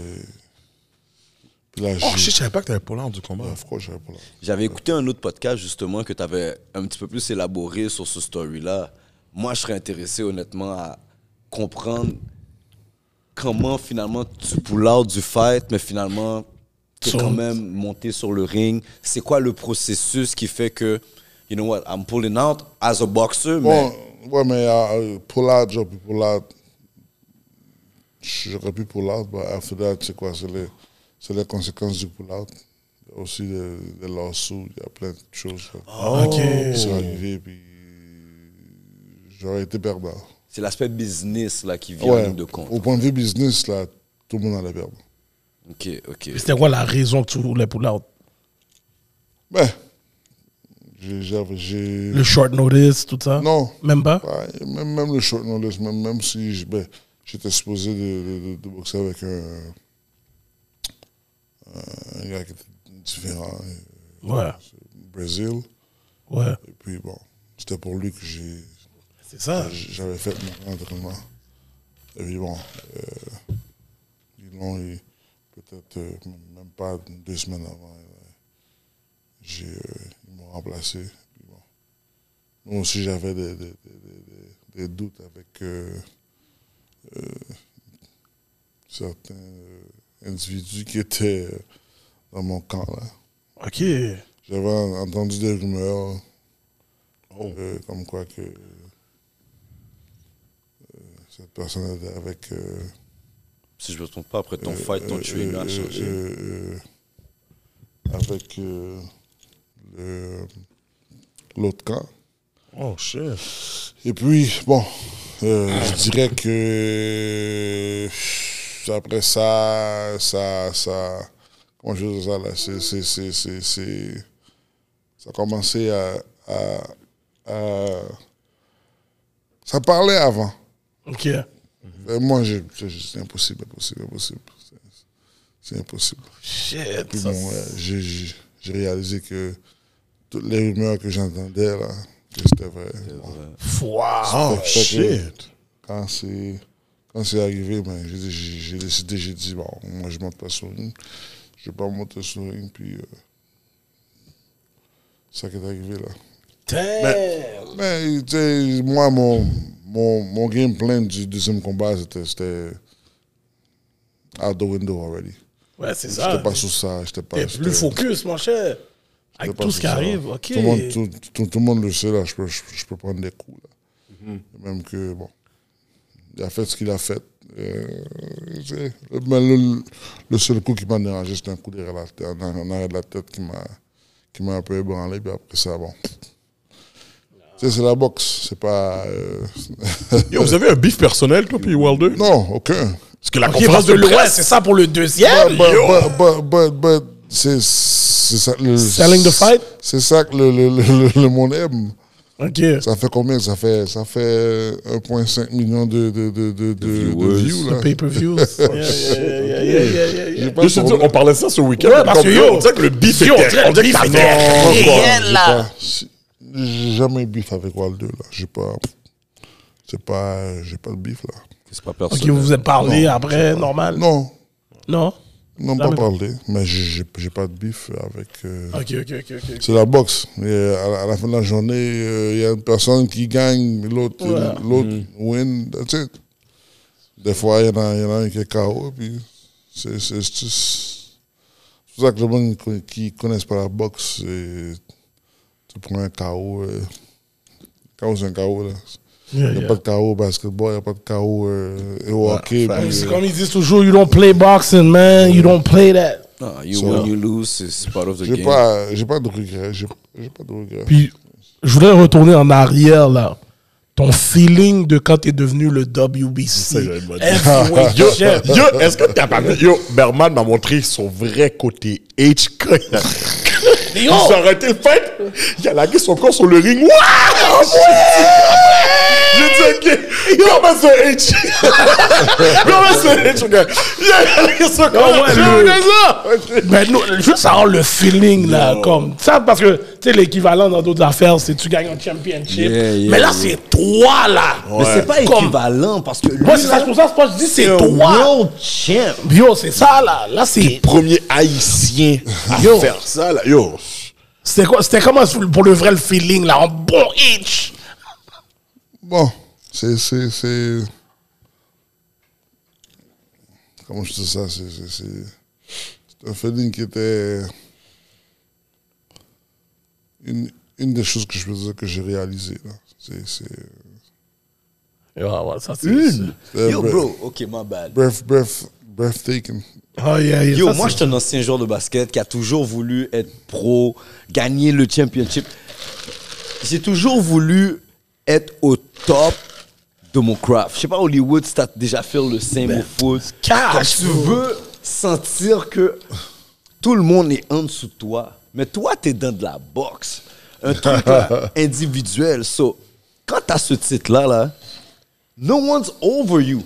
Speaker 5: Puis là,
Speaker 3: Oh
Speaker 5: j'ai-
Speaker 3: shit, je savais pas que t'avais pas l'art du combat.
Speaker 5: Ah, pourquoi j'avais pas l'art?
Speaker 4: J'avais écouté un autre podcast justement que tu avais un petit peu plus élaboré sur ce story-là. Moi, je serais intéressé honnêtement à comprendre comment finalement tu pull out du fight, mais finalement, tu es quand même monté sur le ring. C'est quoi le processus qui fait que, you know what, I'm pulling out as a boxer,
Speaker 5: Bon,
Speaker 4: mais
Speaker 5: ouais, mais euh, euh, pour l'art, j'aurais pu pour l'art. J'aurais pu pour l'art, mais after that, c'est quoi? C'est les, c'est les conséquences du pour l'art. Il y a aussi des des lawsuits, il y a plein de choses là,
Speaker 2: Ah, Ok.
Speaker 5: qui sont arrivées, puis j'aurais été perdant.
Speaker 4: C'est l'aspect business là, qui vient
Speaker 5: Ouais,
Speaker 4: de compte.
Speaker 5: au point de vue business, là, tout le monde allait perdre.
Speaker 4: Ok, ok.
Speaker 2: C'était quoi la raison que tu voulais pull out?
Speaker 5: Ben, j'ai- j'avais- j'ai...
Speaker 2: Le short notice, tout ça?
Speaker 5: Non.
Speaker 2: Même pas?
Speaker 5: Ouais, même, même le short notice, même, même si je- ben, j'étais supposé de, de- de- de boxer avec un, un gars qui était différent, euh,
Speaker 2: Ouais.
Speaker 5: Brésil,
Speaker 2: Ouais.
Speaker 5: et puis bon, c'était pour lui que j'ai-
Speaker 2: C'est ça.
Speaker 5: j'avais fait mon entraînement. Et puis bon, euh, ils l'ont eu peut-être euh, même pas deux semaines avant, euh, j'ai, euh, ils m'ont remplacé. Puis bon, moi aussi, j'avais des, des- des- des- des doutes avec euh, euh, certains euh, individus qui étaient euh, dans mon camp. là.
Speaker 2: OK.
Speaker 5: J'avais en- entendu des rumeurs euh, comme quoi que euh, cette personne était avec... euh,
Speaker 4: Si je me trompe pas, après ton
Speaker 5: euh,
Speaker 4: fight, ton
Speaker 5: euh,
Speaker 4: tué
Speaker 5: euh,
Speaker 4: a changé.
Speaker 5: euh, euh, avec euh, le- l'autre camp.
Speaker 3: Oh, shit.
Speaker 5: Et puis, bon, euh, je dirais que euh, après ça, ça, ça, comment je veux dire ça là, c'est, c'est, c'est, c'est, c'est- ça a commencé à, à, à, ça parlait avant.
Speaker 2: OK.
Speaker 5: Et moi, je, je- je- c'est impossible, impossible, impossible. C'est, c'est impossible.
Speaker 2: Shit.
Speaker 5: Puis
Speaker 2: ça,
Speaker 5: bon, ouais, euh, j'ai, j'ai- j'ai réalisé que toutes les rumeurs que j'entendais là, que c'était vrai. Bon.
Speaker 2: Wow.
Speaker 3: Oh, shit.
Speaker 5: quand c'est quand c'est arrivé, ben, j'ai dit- j'ai j'ai décidé, j'ai dit, bon, moi je monte pas sur le ring. Je vais pas monter sur le ring, puis euh, c'est ça qui est arrivé là.
Speaker 2: Ben, Damn.
Speaker 5: Mais tu sais, moi, mon, mon, mon game plan du deuxième combat, c'était- c'était out the window already.
Speaker 2: Ouais, c'est
Speaker 5: J'étais
Speaker 2: ça.
Speaker 5: pas sur ça, j'étais pas.
Speaker 2: Ah, T'es
Speaker 5: j'étais-
Speaker 2: plus focus, mon cher.
Speaker 5: j'étais
Speaker 2: Avec
Speaker 5: pas
Speaker 2: tout
Speaker 5: sur
Speaker 2: ce qui
Speaker 5: ça.
Speaker 2: arrive. OK.
Speaker 5: Tout le monde, tout, tout- tout le monde le sait là, je peux, je, je peux prendre des coups là.
Speaker 2: Mhm.
Speaker 5: Même que bon, il a fait ce qu'il a fait. Euh, c'est- mais le, le seul coup qui m'a dérangé, c'était un coup derrière la tête, en, en arrière de la tête qui m'a qui m'a un peu ébranlé. Puis après ça, bon.
Speaker 2: Ah.
Speaker 5: Tu sais, c'est la boxe, c'est pas. euh,
Speaker 3: Yo, vous avez un beef personnel, toi, puis Wilder?
Speaker 5: non, aucun. Ah, bah,
Speaker 3: Parce que la
Speaker 2: OK, parce
Speaker 3: conférence
Speaker 2: que
Speaker 3: de
Speaker 2: le ouais,
Speaker 3: presse, Ah, bah,
Speaker 2: c'est ça pour le
Speaker 5: But,
Speaker 2: deuxième.
Speaker 5: but, but, but, but, bah, c'est c'est ça. que Le,
Speaker 2: Selling the fight?
Speaker 5: C'est ça que le, le, le, le- le monde aime.
Speaker 2: OK.
Speaker 5: Ça fait combien Ça fait, ça fait euh, 1,5 million de, de, de, de, de, de
Speaker 4: viewers.
Speaker 5: views.
Speaker 3: bah.
Speaker 5: Là.
Speaker 2: Pay-per-views. Yeah, yeah, yeah, yeah, yeah, yeah, yeah.
Speaker 5: J'ai pas
Speaker 3: Yo, Oh,
Speaker 5: de
Speaker 3: je te dis,
Speaker 5: problème.
Speaker 3: on parlait de ça ce week-end.
Speaker 2: Ouais, parce que
Speaker 3: Comme,
Speaker 2: yo,
Speaker 3: on dirait que le beef
Speaker 2: yo, on
Speaker 3: était,
Speaker 2: dirait
Speaker 3: on dirait
Speaker 2: le
Speaker 3: que ça
Speaker 2: beef
Speaker 3: venait.
Speaker 2: était-
Speaker 5: Non,
Speaker 2: Et
Speaker 5: quoi,
Speaker 2: elle,
Speaker 5: j'ai
Speaker 2: là.
Speaker 5: pas- si- J'ai jamais eu beef avec Waldo. là. J'ai pas. C'est pas. J'ai pas de beef là.
Speaker 4: C'est pas
Speaker 2: OK,
Speaker 4: personnel.
Speaker 2: vous vous êtes parlé après, normal.
Speaker 5: Non,
Speaker 2: Non?
Speaker 5: non,
Speaker 2: Jamais.
Speaker 5: pas parlé. Mais j'ai- j'ai j'ai pas de beef avec. euh,
Speaker 2: OK, OK, OK, OK.
Speaker 5: C'est la boxe. Et euh, à, la, à la fin de la journée, euh, il y a une personne qui gagne, l'autre
Speaker 2: Ouais.
Speaker 5: l'autre win. That's it. Des fois, il y en a, il y en a un qui est KO. Puis c'est c'est juste. C'est pour ça que le monde qui- qui ne connaissent pas la boxe, c'est- tu prends un KO. euh, KO, c'est un KO. Là.
Speaker 2: Yeah,
Speaker 5: Il n'y a
Speaker 2: yeah.
Speaker 5: pas de KO au basketball, il n'y a pas de KO euh, au hockey.
Speaker 3: facts.
Speaker 5: puis,
Speaker 2: C'est
Speaker 5: euh,
Speaker 2: comme ils disent toujours, you don't play boxing, man. You don't play that.
Speaker 4: Non, you
Speaker 5: euh, So-
Speaker 4: win, you lose, c'est- c'est part of the
Speaker 5: J'ai
Speaker 4: game.
Speaker 5: pas, j'ai pas de regrets. J'ai j'ai pas de regrets.
Speaker 2: Puis, je voudrais retourner en arrière, là. Ton feeling de quand t'es devenu le WBC.
Speaker 3: que j'allais te dire.
Speaker 2: Heavyweight
Speaker 3: Yo,
Speaker 2: champ.
Speaker 3: yo, est-ce que t'as pas vu? Yo, Berman m'a montré son vrai côté H. Quand il a-
Speaker 2: Yo!
Speaker 3: Ils ont arrêté le fight. Il a lagué son corps sur le ring. Waouh! Je dis, ok. Comment ça, H? Comment ça, H, regarde? Il a lagué son corps.
Speaker 2: Ah ouais,
Speaker 3: Je
Speaker 2: le-
Speaker 3: regarde ça.
Speaker 2: Mais nous, juste ça le feeling, là, comme. Ça, parce que, tu sais, l'équivalent dans d'autres affaires, c'est tu gagnes un championship.
Speaker 4: Yeah, yeah,
Speaker 2: mais là,
Speaker 4: yeah.
Speaker 2: c'est toi, là.
Speaker 4: Mais c'est pas équivalent parce que lui,
Speaker 2: Moi, c'est ça,
Speaker 4: là,
Speaker 2: c'est pour ça, c'est pas que je dis c'est
Speaker 4: un
Speaker 2: toi.
Speaker 4: world champ.
Speaker 2: Yo, c'est ça, là. Là, c'est.
Speaker 3: Premier haïtien à
Speaker 2: Yo.
Speaker 3: faire ça, là. Yo.
Speaker 2: C'était quoi- c'était comment pour le vrai le feeling, là, en bon itch.
Speaker 5: Bon, c'est. c'est, c'est... Comment je dis ça c'est, c'est, c'est... c'est un feeling qui était. Une, une des choses que je peux dire que j'ai réalisé. Là. C'est, c'est...
Speaker 2: Ouais, ouais, ça, c'est. Une.
Speaker 5: c'est
Speaker 4: Yo,
Speaker 5: breath-
Speaker 4: bro, ok, my bad.
Speaker 5: Breath, breath, breathtaking.
Speaker 2: Oh, yeah, yeah,
Speaker 4: Yo,
Speaker 2: ça,
Speaker 4: moi,
Speaker 2: c'est-
Speaker 4: je suis un ancien joueur de basket qui a toujours voulu être pro, gagner le championship. J'ai toujours voulu être au top de mon craft. Je sais pas, Hollywood, si t'as déjà fait le same
Speaker 2: Ben,
Speaker 4: au foot. Quand
Speaker 2: Cash,
Speaker 4: tu veux sentir que tout le monde est en dessous de toi, mais toi, t'es dans de la boxe. Un truc là, individuel. So, quand t'as ce titre-là, là, no one's over you.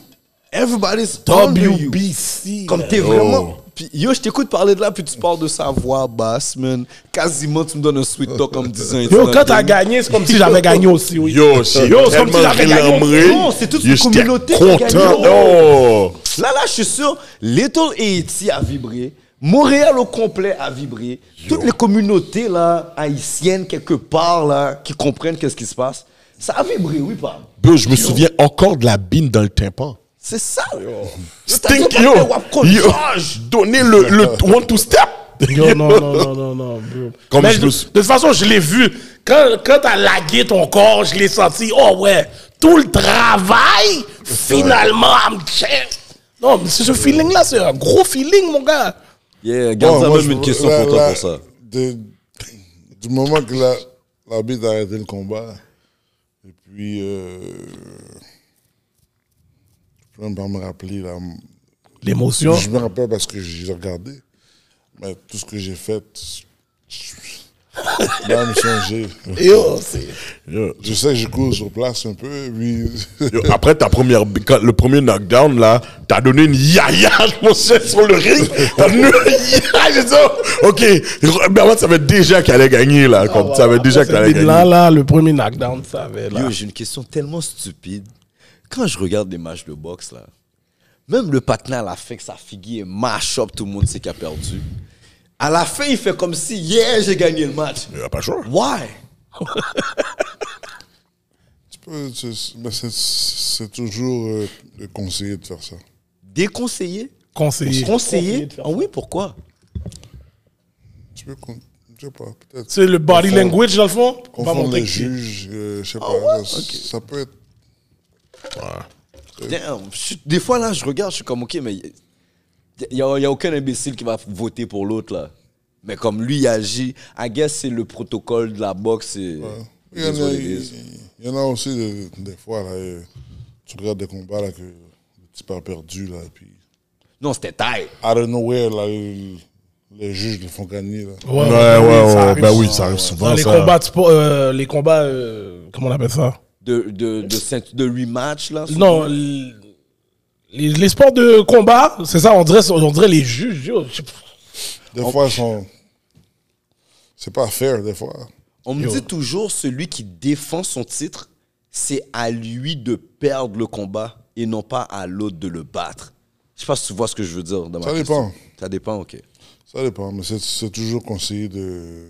Speaker 4: Everybody's under you.
Speaker 2: WBC.
Speaker 4: Comme t'es
Speaker 2: Oh.
Speaker 4: vraiment. Puis, yo, je t'écoute parler de là, puis tu parles de sa voix basse, man. Quasiment, tu me donnes un sweet talk en me disant. it's
Speaker 2: Yo,
Speaker 4: not
Speaker 2: quand t'as
Speaker 4: them.
Speaker 2: gagné, c'est comme si j'avais gagné aussi, oui.
Speaker 3: Yo, c'est
Speaker 2: Yo, c'est comme si
Speaker 3: tellement
Speaker 2: j'avais gagné.
Speaker 3: relambré.
Speaker 4: Non, c'est toute
Speaker 3: Yo,
Speaker 4: une
Speaker 3: j'étais
Speaker 4: communauté qui a gagné.
Speaker 3: content. Oh!
Speaker 4: Là, là, je suis sûr, Little Haiti a vibré. Montréal au complet a vibré. Toutes les communautés là, haïtiennes, quelque part, là, qui comprennent qu'est-ce qui se passe, ça a vibré, oui, pas.
Speaker 3: Bro, je me souviens encore de la bine dans le tympan.
Speaker 4: C'est ça. Yo.
Speaker 3: Stink, yo! Yo! Donnez le, le one two step!
Speaker 2: Yo, non, non, non, non, non, bro.
Speaker 3: Comme
Speaker 2: Mais
Speaker 3: je
Speaker 2: de,
Speaker 3: me
Speaker 2: de
Speaker 3: sou-
Speaker 2: toute façon, je l'ai vu. Quand, quand t'as lagué ton corps, je l'ai senti. Oh ouais, tout le travail, finalement, I'm check. Non, mais c'est ce feeling-là, c'est un gros feeling, mon gars.
Speaker 4: Yeah,
Speaker 5: Bon,
Speaker 4: garde ça
Speaker 5: moi,
Speaker 4: même
Speaker 5: je-
Speaker 4: une question
Speaker 5: la-
Speaker 4: pour toi
Speaker 5: la-
Speaker 4: pour ça.
Speaker 5: de- du moment que la- l'arbitre a arrêté le combat, et puis. euh, je peux même pas me rappeler. Là,
Speaker 2: L'émotion.
Speaker 5: je me rappelle parce que j'ai regardé. Mais tout ce que j'ai fait. je- Là, me changer.
Speaker 2: Yo, c'est.
Speaker 3: Yo.
Speaker 5: Je sais que je cours sur place un peu, puis.
Speaker 3: Yo, après ta première, bi- quand- le premier knockdown, là, t'as donné une yaya, je pensais, sur le ring. T'as donné une yaya, j'ai dit, oh, ok, Bernard savait déjà qu'elle allait gagner, là. Comme,
Speaker 2: Ah,
Speaker 3: tu savais déjà qu'elle allait gagner.
Speaker 2: Là, là, le premier knockdown, ça avait là.
Speaker 4: Yo, j'ai une question tellement stupide. Quand je regarde des matchs de boxe, là, même le patin à la fin que sa figure mash up, tout le monde sait qu'il a perdu. À la fin, il fait comme si, yeah, j'ai gagné le match.
Speaker 3: Il a pas le choix.
Speaker 4: Why?
Speaker 5: Tu peux- tu- ben, c'est- C'est toujours euh, conseillé de faire ça.
Speaker 4: Déconseillé?
Speaker 2: Conseiller.
Speaker 4: Conseillé? Ah oui, pourquoi?
Speaker 5: Tu peux. con- Je sais pas, peut-être.
Speaker 2: C'est le body
Speaker 5: Confondre-
Speaker 2: language, dans le fond. pour pas
Speaker 5: Confondre
Speaker 2: montrer Ah
Speaker 5: les
Speaker 2: que c'est-
Speaker 5: juges, euh, je sais pas. ça, ça peut être.
Speaker 4: Damn, je suis- des fois, là, je regarde, je suis comme, OK, mais il n'y a, y a aucun imbécile qui va voter pour l'autre, là. Mais comme lui, il agit, I guess c'est le protocole de la boxe. et-
Speaker 5: Il y, en
Speaker 4: It is
Speaker 5: a,
Speaker 4: what it is.
Speaker 5: il y en a aussi des, des fois, là, euh, tu regardes des combats là, que le type a perdu, là, et puis.
Speaker 4: Non, c'était taille.
Speaker 5: Out of nowhere, là, le- les juges le font gagner, là.
Speaker 2: Ouais,
Speaker 3: Ouais, ouais, ouais,
Speaker 2: ça
Speaker 3: ouais,
Speaker 2: arrive
Speaker 3: ben
Speaker 2: souvent.
Speaker 3: oui, ça arrive souvent.
Speaker 2: Dans les
Speaker 3: ça.
Speaker 2: combats, de sport, euh, les combats, euh, comment on appelle ça
Speaker 4: De, de, de, cinq- de huit matchs, là. sur-
Speaker 2: Non, l- les, les sports de combat, c'est ça, on dirait, on dirait les juges. yo, je-
Speaker 5: Des fois, ils sont. C'est pas fair, des fois.
Speaker 4: On me dit toujours, celui qui défend son titre, c'est à lui de perdre le combat et non pas à l'autre de le battre. Je sais pas si tu vois ce que je veux dire dans ma
Speaker 5: Ça
Speaker 4: question.
Speaker 5: dépend.
Speaker 4: Ça dépend, OK.
Speaker 5: Ça dépend, mais c'est- c'est toujours conseillé de.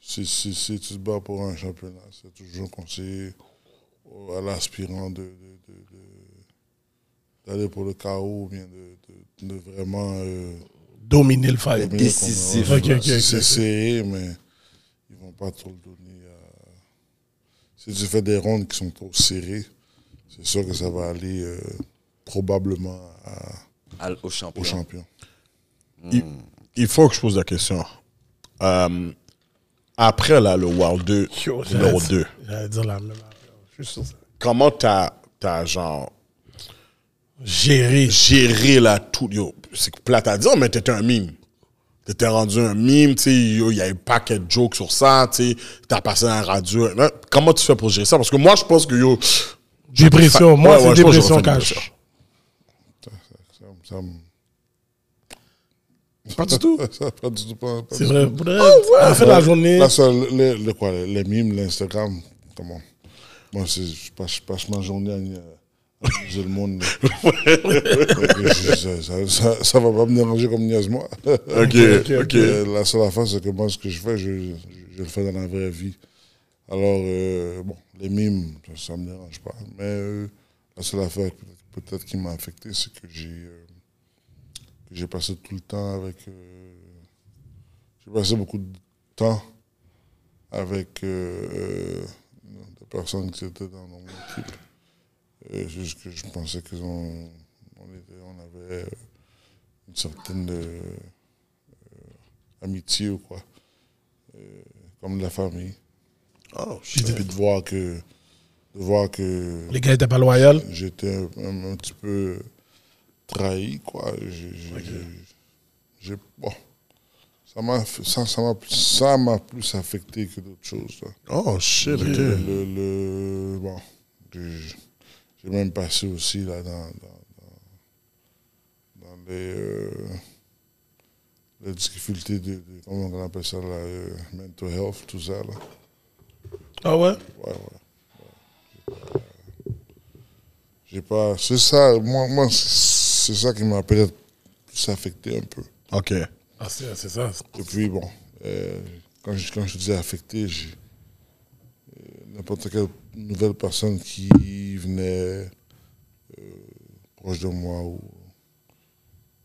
Speaker 5: Si, si, si tu te bats pour un championnat, c'est toujours conseillé au- à l'aspirant de, de- de- de- d'aller pour le chaos ou bien de, de- de vraiment. euh,
Speaker 2: Dominer le fight.
Speaker 5: dominer le
Speaker 4: Décisif.
Speaker 5: combat.
Speaker 2: Ok, ok,
Speaker 5: C'est-
Speaker 2: ok,
Speaker 5: c'est
Speaker 2: ok.
Speaker 5: serré, mais ils vont pas trop le donner à. Si tu fais des rondes qui sont trop serrées, c'est sûr que ça va aller euh, probablement à-
Speaker 4: À- au
Speaker 5: au
Speaker 4: champion.
Speaker 5: champion.
Speaker 3: Il, il faut que je pose la question. Euh, après, là, le World 2,
Speaker 2: Yo, j'allais
Speaker 3: numéro
Speaker 2: dire-
Speaker 3: 2,
Speaker 2: J'allais dire la même affaire, je suis sûr.
Speaker 3: comment t'as, t'as genre,
Speaker 2: Gérer.
Speaker 3: gérer la tout. Yo, c'est plate à dire, mais t'étais un mime. T'étais rendu un mime, tu sais, yo, il y a eu pas de jokes sur ça, tu sais, t'as passé un radio. Hein, Comment tu fais pour gérer ça? Parce que moi, je pense que yo.
Speaker 2: Dépression, moi,
Speaker 3: Ouais,
Speaker 2: c'est
Speaker 3: ouais, je pense que
Speaker 2: dépression
Speaker 3: j'aurais fait une
Speaker 2: cash.
Speaker 3: dépression.
Speaker 5: Ça me- ça me-
Speaker 2: Pas du tout.
Speaker 5: Ça, pas du tout. Pas, pas
Speaker 2: C'est
Speaker 5: du
Speaker 2: vrai. Oh, Pour de vrai, à la fin de la
Speaker 5: tout.
Speaker 2: journée,
Speaker 5: Là, ça, le, le- quoi, le- les mimes, l'Instagram, comment Moi, c'est- je passe, je passe ma journée à, à niaiser le monde. là. Donc, je- ça, ça, ça, ça va pas me déranger comme niaise moi.
Speaker 3: Ok,
Speaker 2: ok,
Speaker 3: ok.
Speaker 5: Euh, la seule affaire, c'est que moi, ce que je fais, je, je, je le fais dans la vraie vie. Alors, euh, bon, les mimes, ça, ça me dérange pas. Mais euh, la seule affaire peut- peut-être qui m'a affecté, c'est que j'ai euh, que j'ai passé tout le temps avec. euh, j'ai passé beaucoup de temps avec euh, euh, des personnes qui étaient dans mon équipe. Euh, c'est juste que je pensais qu'on on on était- on avait euh, une certaine. euh, amitié ou quoi. Euh, comme de la famille.
Speaker 3: Oh, shit.
Speaker 5: J'ai puis de voir que de voir que
Speaker 2: Les gars étaient pas loyaux.
Speaker 5: j'étais un, un- un petit peu euh, trahi, quoi. J'ai- j'ai- J'ai. Bon. Ça m'a fait- ça- ça m'a plus- ça m'a plus affecté que d'autres choses. là.
Speaker 3: Oh shit, ok.
Speaker 5: Le, le- le- bon, j'ai j'ai même passé aussi là, dans, dans- dans- dans les, euh, les difficultés de, de- comment on appelle ça, là, euh, mental health, tout ça. Là.
Speaker 2: Ah ouais?
Speaker 5: Ouais, ouais. Ouais. J'ai pas. C'est ça, moi, moi c'est ça qui m'a peut-être plus affecté un peu.
Speaker 3: Ok.
Speaker 2: Ah, c'est c'est ça.
Speaker 5: Et puis, bon, euh, quand, je, quand je dis affecté, j'ai- euh, n'importe quelle nouvelle personne qui venait euh, proche de moi ou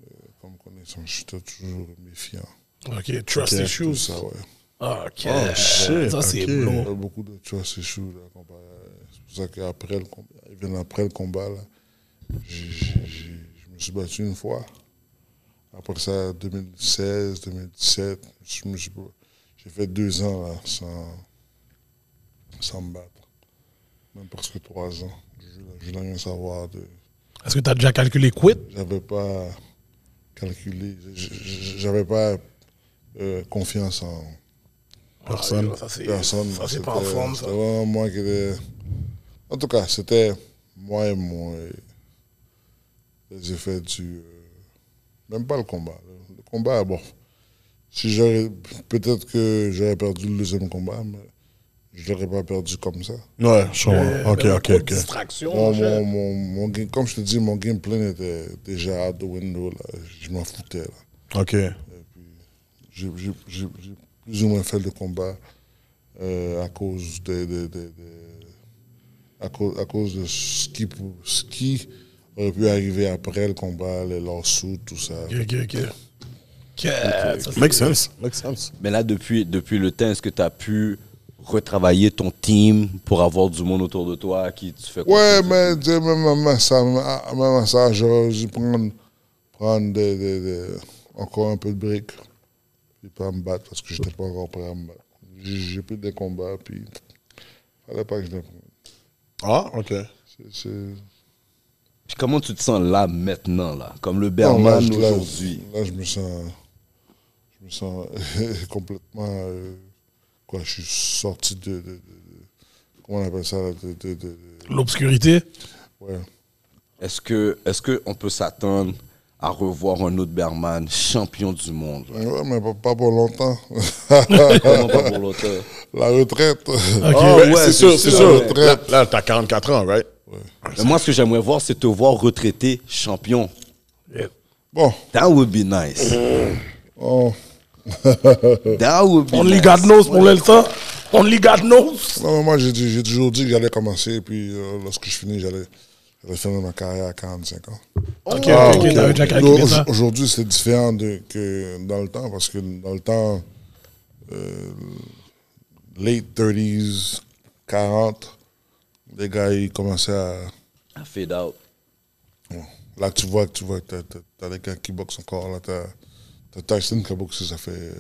Speaker 5: euh, comme connaissance, j'étais toujours méfiant.
Speaker 2: Ok, trust
Speaker 3: Ok,
Speaker 5: Tout
Speaker 2: issues. Ah,
Speaker 5: ça, ouais.
Speaker 2: Ok.
Speaker 3: Oh, shit,
Speaker 2: Ça, c'est
Speaker 3: ok.
Speaker 2: bon.
Speaker 5: Il y a beaucoup de choses échouent là. comparé à- C'est pour ça qu'après le combat, ils viennent après le combat là. j'ai- j'ai- j'ai- je me suis battu une fois. Après ça, 2016, 2017, je me suis pas- j'ai fait deux ans là sans, sans me battre. Même presque trois ans. Je, voulais- je voulais rien savoir de.
Speaker 2: Est-ce que tu as déjà calculé quit?
Speaker 5: J'avais pas calculé. j- j- J'avais pas euh, confiance en
Speaker 2: Personne. Ah, ça, c'est
Speaker 5: personne.
Speaker 2: ça, c'est
Speaker 5: c'était-
Speaker 2: pas en forme, ça.
Speaker 5: C'était vraiment moi qui était. En tout cas, c'était moi et moi. Les effets du. euh, Même pas le combat. Le- Le combat, bon. Si j'aurais. Peut-être que j'aurais perdu le deuxième combat, mais je l'aurais pas perdu comme ça.
Speaker 3: Ouais, je
Speaker 2: Euh,
Speaker 3: comprends. Ok,
Speaker 2: ben,
Speaker 3: ok,
Speaker 2: trop de
Speaker 3: ok.
Speaker 2: Distraction.
Speaker 5: Mon-
Speaker 2: mon
Speaker 5: mon-
Speaker 2: cher.
Speaker 5: mon- mon game- comme je te dis, mon game plan était déjà out the window. Là. Je m'en foutais. Là.
Speaker 3: Ok.
Speaker 5: j'ai j'ai- j'ai- j'ai plus ou moins fait le combat euh, à cause de, de- de- de- à, cause, à cause de ce qui, pou- ce qui aurait pu arriver après le combat, les lawsuits, tout ça.
Speaker 2: Ok, ok, ok. Ok, ça, c'est-
Speaker 3: Make sense. Make sense.
Speaker 4: Mais là, depuis, depuis le temps, est-ce que tu as pu retravailler ton team pour avoir du monde autour de toi à qui tu fais
Speaker 5: Ouais,
Speaker 4: confiance?
Speaker 5: mais tu sais, même, même à ça, même à- même à ça, j'aurais dû prendre, prendre des- des- des- encore un peu de briques et pas me battre parce que je n'étais pas encore prêt à me battre. J'ai j'ai pris des combats, puis fallait pas que je les prenne.
Speaker 3: Ah, ok.
Speaker 5: C'est- c'est-
Speaker 4: Puis comment tu te sens là, maintenant, là? Comme le
Speaker 5: Non, là,
Speaker 4: Berman
Speaker 5: je- là,
Speaker 4: aujourd'hui.
Speaker 5: Là, je me sens. Je me sens complètement. euh, quoi, je suis sorti de. de- de- de- comment on appelle ça là, de, de- de- de-
Speaker 2: L'obscurité.
Speaker 5: ouais.
Speaker 4: Est-ce que est-ce que on peut s'attendre à revoir un autre Berman champion du monde? là?
Speaker 5: Mais ouais, mais pas, pas pour longtemps.
Speaker 4: Comment pas pour l'auteur?
Speaker 5: La retraite.
Speaker 2: Ok.
Speaker 3: Ah, ouais,
Speaker 4: ouais,
Speaker 3: c'est
Speaker 4: c'est
Speaker 3: sûr, c'est
Speaker 4: sûr,
Speaker 3: sûr.
Speaker 5: ouais.
Speaker 3: Là, là, t'as 44 ans, right?
Speaker 4: Mais moi, ce que j'aimerais voir, c'est te voir retraité champion.
Speaker 5: Bon,
Speaker 4: That would be nice.
Speaker 5: on-
Speaker 4: That would be
Speaker 2: Only
Speaker 4: nice.
Speaker 2: God knows pour le temps. Only God knows.
Speaker 5: non, mais moi, j'ai dit- j'ai toujours dit que j'allais commencer, et puis euh, lorsque je finis, j'allais j'allais finir ma carrière à 45 ans.
Speaker 2: Ok,
Speaker 3: Ah,
Speaker 2: ok, ok,
Speaker 3: ok.
Speaker 2: t'avais déjà
Speaker 5: Donc,
Speaker 2: calculé ça.
Speaker 5: Aujourd'hui, c'est différent de, que dans le temps, parce que dans le temps, euh, late 30s, 40, les gars, ils commençaient à.
Speaker 4: I fade out.
Speaker 5: Là, tu vois que tu vois, t'as, t'as- t'as les gars qui boxent encore. Là, t'as, t'as Tyson qui a boxé, ça fait euh,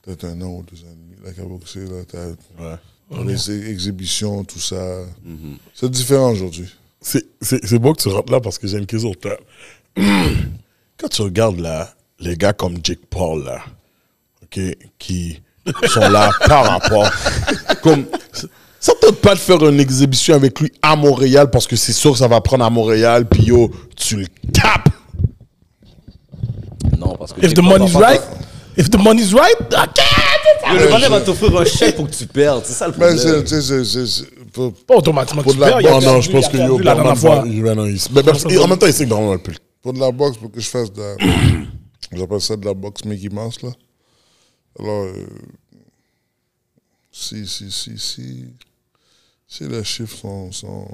Speaker 5: peut-être un an ou deux ans et demi. Là, qui a boxé, là, t'as,
Speaker 3: Ouais.
Speaker 5: t'as les é- exhibitions, tout ça. C'est différent aujourd'hui.
Speaker 3: C'est- C'est c'est beau que tu rentres là parce que j'ai une question. T'as- Quand tu regardes là, les gars comme Jake Paul, là, OK, qui sont là par rapport. Comme, ça peut pas de faire une exhibition avec lui à Montréal parce que c'est sûr que ça va prendre à Montréal, puis yo, tu le tapes.
Speaker 4: Non, parce que.
Speaker 2: If the money's right, if the money's right, ok.
Speaker 4: Le Berman va t'offrir un chèque pour que tu perdes. C'est ça le
Speaker 5: Mais Ben, c'est,
Speaker 4: problème.
Speaker 5: tu sais, c'est- c'est- c'est- faut-
Speaker 2: Pas automatiquement.
Speaker 3: Pour
Speaker 2: tu
Speaker 3: de la
Speaker 2: perds, il a
Speaker 3: Non, non,
Speaker 2: perdu,
Speaker 3: je pense
Speaker 2: il a
Speaker 3: que
Speaker 2: perdu
Speaker 3: yo,
Speaker 2: la dernière
Speaker 3: Berman
Speaker 2: fois.
Speaker 3: va- il va dans- il- mais- mais- en même temps, il sait que Berman va le plus.
Speaker 5: pour de la boxe, pour que je fasse de la. J'appelle ça de la boxe Mickey Mouse, là. Alors, euh, si, si, si, si. Si les chiffres sont. sont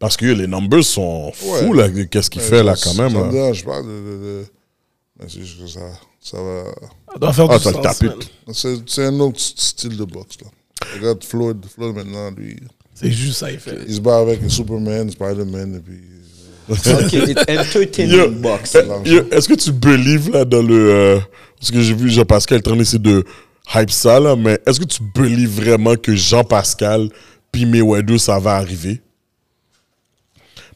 Speaker 3: Parce que yo, les numbers sont fous,
Speaker 5: Ouais.
Speaker 3: là, de qu'est-ce qu'il fait là quand même. hein.
Speaker 5: Ça me
Speaker 3: là.
Speaker 5: dérange pas de. de- de- mais c'est juste que ça, ça va.
Speaker 2: Ça doit faire
Speaker 3: Ah,
Speaker 2: du
Speaker 3: tu vas le
Speaker 2: sens,
Speaker 3: taper.
Speaker 2: man.
Speaker 5: C'est c'est un autre st- style de boxe, là. Regarde Floyd, Floyd maintenant, lui.
Speaker 2: C'est juste ça, il fait.
Speaker 5: Il se bat avec Superman, Spider-Man, et puis.
Speaker 4: Ok, it's
Speaker 3: Yo,
Speaker 4: entertaining box.
Speaker 3: euh, yo, Est-ce que tu believes là dans le. euh, parce que j'ai vu Jean-Pascal traîner essayer de hype ça là, mais est-ce que tu believes vraiment que Jean-Pascal puis Mayweather, ça va arriver.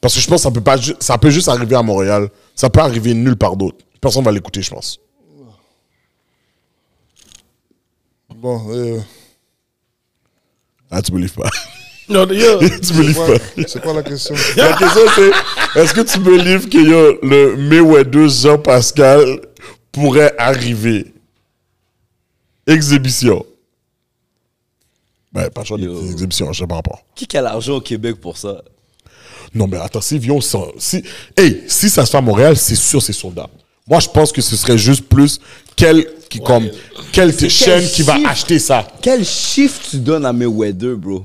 Speaker 3: Parce que je pense que ça peut, pas, ju- ça peut juste arriver à Montréal. Ça peut arriver nulle part d'autre. Personne va l'écouter, je pense.
Speaker 5: Bon, euh,
Speaker 3: Ah, tu me livres pas.
Speaker 2: No, yeah.
Speaker 3: tu me livres
Speaker 5: ouais,
Speaker 3: pas.
Speaker 5: c'est quoi la question
Speaker 3: La question c'est est-ce que tu believes que yo, le Mayweather Jean Pascal pourrait arriver Exhibition. Ben, pas le choix
Speaker 4: Yo.
Speaker 3: d'exhibition, je sais pas rapport.
Speaker 4: Qui qui a l'argent au Québec pour ça
Speaker 3: Non, mais attends, si Vion, s'en- si, hey, si ça se fait à Montréal, c'est sûr, c'est soldat. Moi, je pense que ce serait juste plus quelle, qui, comme, quelle chaîne qui va
Speaker 4: chiffre.
Speaker 3: acheter ça.
Speaker 4: Quel chiffre tu donnes à Mayweather, bro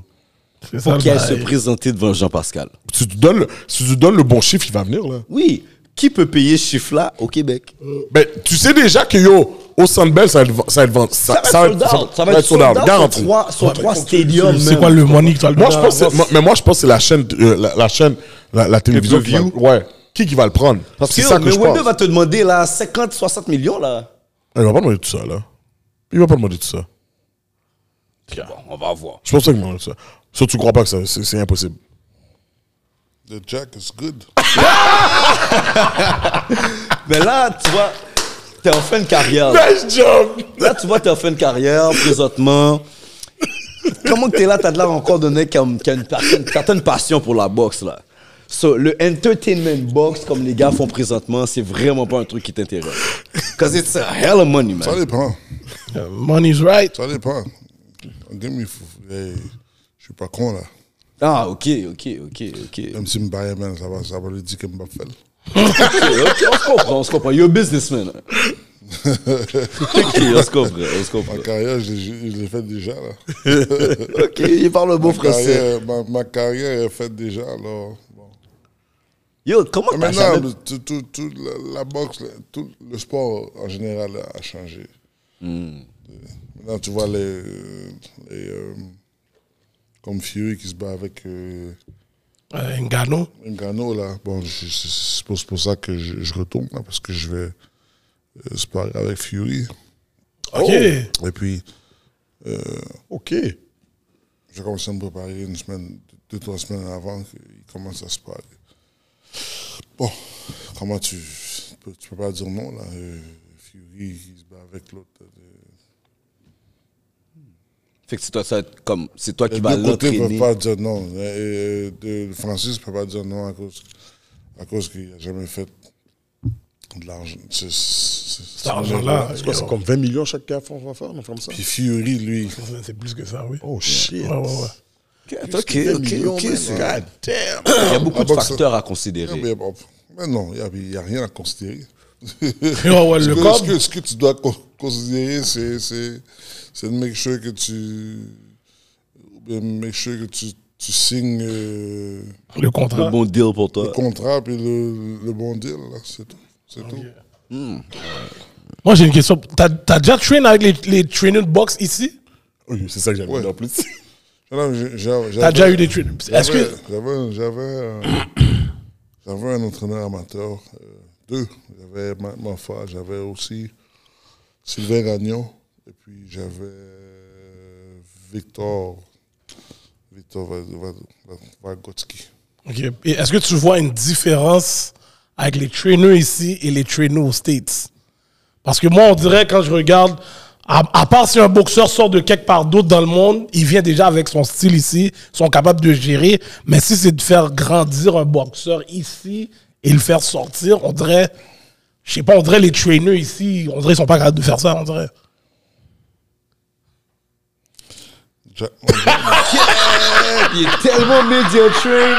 Speaker 3: Ah
Speaker 4: Pour qu'elle
Speaker 3: bah,
Speaker 4: se
Speaker 3: eh.
Speaker 4: présente devant Jean-Pascal.
Speaker 3: Si tu donnes, le- si tu donnes le bon chiffre, il va venir, là.
Speaker 4: Oui, qui peut payer ce chiffre-là au Québec
Speaker 3: Ben, tu sais déjà que yo, au Centre Bell, ça va être, ça va être vend- ça- ça va être- ça va- ça va être sold out, garanti.
Speaker 4: trois, sur trois stadiums.
Speaker 2: C'est
Speaker 4: même.
Speaker 2: quoi le money que tu as le
Speaker 3: Moi, je pense, que c'est- moi- mais moi, je pense que c'est la chaîne, euh, la, la chaîne, la, la télévision. Qui va,
Speaker 4: pay-per-view.
Speaker 3: ouais. Qui qui va le prendre
Speaker 4: Parce
Speaker 3: C'est
Speaker 4: que
Speaker 3: ça que je pense.
Speaker 4: Mayweather va te demander là 50, 60 millions là.
Speaker 3: Il va pas demander tout ça, là. Il va pas demander tout ça.
Speaker 4: Bon, on va voir.
Speaker 3: Je pense pas qu'il va demander tout ça. Surtout, tu crois pas que ça, c'est c'est impossible.
Speaker 5: The Jack is good.
Speaker 4: Mais là, tu vois, t'es en fin de carrière. là.
Speaker 3: Nice job!
Speaker 4: Là, tu vois, t'es en fin de carrière, présentement. Comment que t'es là, t'as de l'air encore donné comme qui a une, pa- une certaine passion pour la boxe, là. So, le entertainment box, comme les gars font présentement, c'est vraiment pas un truc qui t'intéresse. Cause it's a hell of money,
Speaker 5: Ça
Speaker 4: man.
Speaker 5: dépend.
Speaker 2: Money's right.
Speaker 5: Ça dépend. Give me f- hey, je suis pas con là.
Speaker 4: Ah, ok, ok, ok, ok.
Speaker 5: Même si me baille, man, ça va, ça va lui dire que me va faire.
Speaker 4: Ok, ok, on se comprend, on se comprend. You're a businessman. hein. ok, on se comprend, on se comprend.
Speaker 5: Ma carrière, je, je- je l'ai faite déjà là.
Speaker 4: Ok, il parle le beau
Speaker 5: Ma
Speaker 4: français.
Speaker 5: carrière- ma, ma carrière est faite déjà alors. bon.
Speaker 4: Yo, comment
Speaker 5: Mais
Speaker 4: t'as
Speaker 5: Maintenant,
Speaker 4: jamais...
Speaker 5: tout, tout- tout la, la boxe, le- tout le sport en général a changé. Maintenant, tu vois les, les, euh, comme Fury qui se bat avec euh,
Speaker 2: Euh, Ngannou.
Speaker 5: Ngannou, là. Bon, je- c'est c'est pour, c'est pour ça que je, je retourne là, parce que je vais euh, se parer avec Fury. Oh!
Speaker 2: OK.
Speaker 5: Et puis, euh,
Speaker 3: OK.
Speaker 5: j'ai commencé à me préparer une semaine, deux, trois semaines avant qu'il commence à se parler. Bon, comment tu. Tu peux, tu peux pas dire non, là. euh, Fury, il se bat avec l'autre. euh,
Speaker 4: Fait que c'est toi, ça va être comme, c'est toi
Speaker 5: Les
Speaker 4: qui vas
Speaker 5: deux côtés ne
Speaker 4: l'entraîner.
Speaker 5: peuvent pas dire non. Euh, euh, de- Francis ne peut pas dire non à cause, à cause qu'il n'a jamais fait de l'argent. C'est- c'est-
Speaker 2: Cet argent-là.
Speaker 3: C'est quoi, c'est comme 20 millions chaque gars font- va faire, non, comme ça?
Speaker 5: Puis Fury, lui.
Speaker 2: C'est plus que ça, oui.
Speaker 3: Oh shit.
Speaker 2: Ouais, ouais, ouais.
Speaker 4: Ok, ok, ok, ok. c'est-
Speaker 3: God damn. hein.
Speaker 4: Il y a beaucoup
Speaker 5: Ah,
Speaker 4: de
Speaker 5: bon, ça-
Speaker 4: facteurs à
Speaker 3: Ah,
Speaker 5: Non,
Speaker 4: considérer.
Speaker 5: mais, bon, mais non, il n'y a, rien à considérer.
Speaker 2: Ouais, ouais, le
Speaker 5: ce, que,
Speaker 2: corps.
Speaker 5: ce que- ce que tu dois co- considérer, c'est, c'est, c'est de make sure que tu. de Make sure que tu, tu signes euh,
Speaker 2: Le contrat.
Speaker 4: Le bon deal pour toi.
Speaker 5: le contrat et le, le bon deal. là, c'est tout. C'est tout.
Speaker 2: Moi, j'ai une question. T'as as déjà traîné avec les, les trainers de boxe ici?
Speaker 3: Oui, c'est ça que j'aime
Speaker 5: Ouais.
Speaker 3: en plus.
Speaker 5: Non, non, j'ai- j'ai-
Speaker 2: T'as
Speaker 5: j'avais-
Speaker 2: déjà eu des trainers? Est-ce
Speaker 5: j'avais-
Speaker 2: que...
Speaker 5: J'avais, j'avais, euh, j'avais un entraîneur amateur, euh, deux. J'avais Ma- Manfa, j'avais aussi Sylvain Gagnon, et puis j'avais euh, Victor, Victor Va- Va- Va- Vagotsky.
Speaker 2: Ok. Et Est-ce que tu vois une différence avec les trainers ici et les trainers aux States? Parce que moi, on dirait, quand je regarde, à, à part si un boxeur sort de quelque part d'autre dans le monde, il vient déjà avec son style ici, ils sont capables de gérer. Mais si c'est de faire grandir un boxeur ici et le faire sortir, on dirait, je sais pas, on dirait les trainers ici, on dirait qu'ils sont pas capables de faire ça, on dirait.
Speaker 5: Ja-
Speaker 4: Il est tellement médiocre.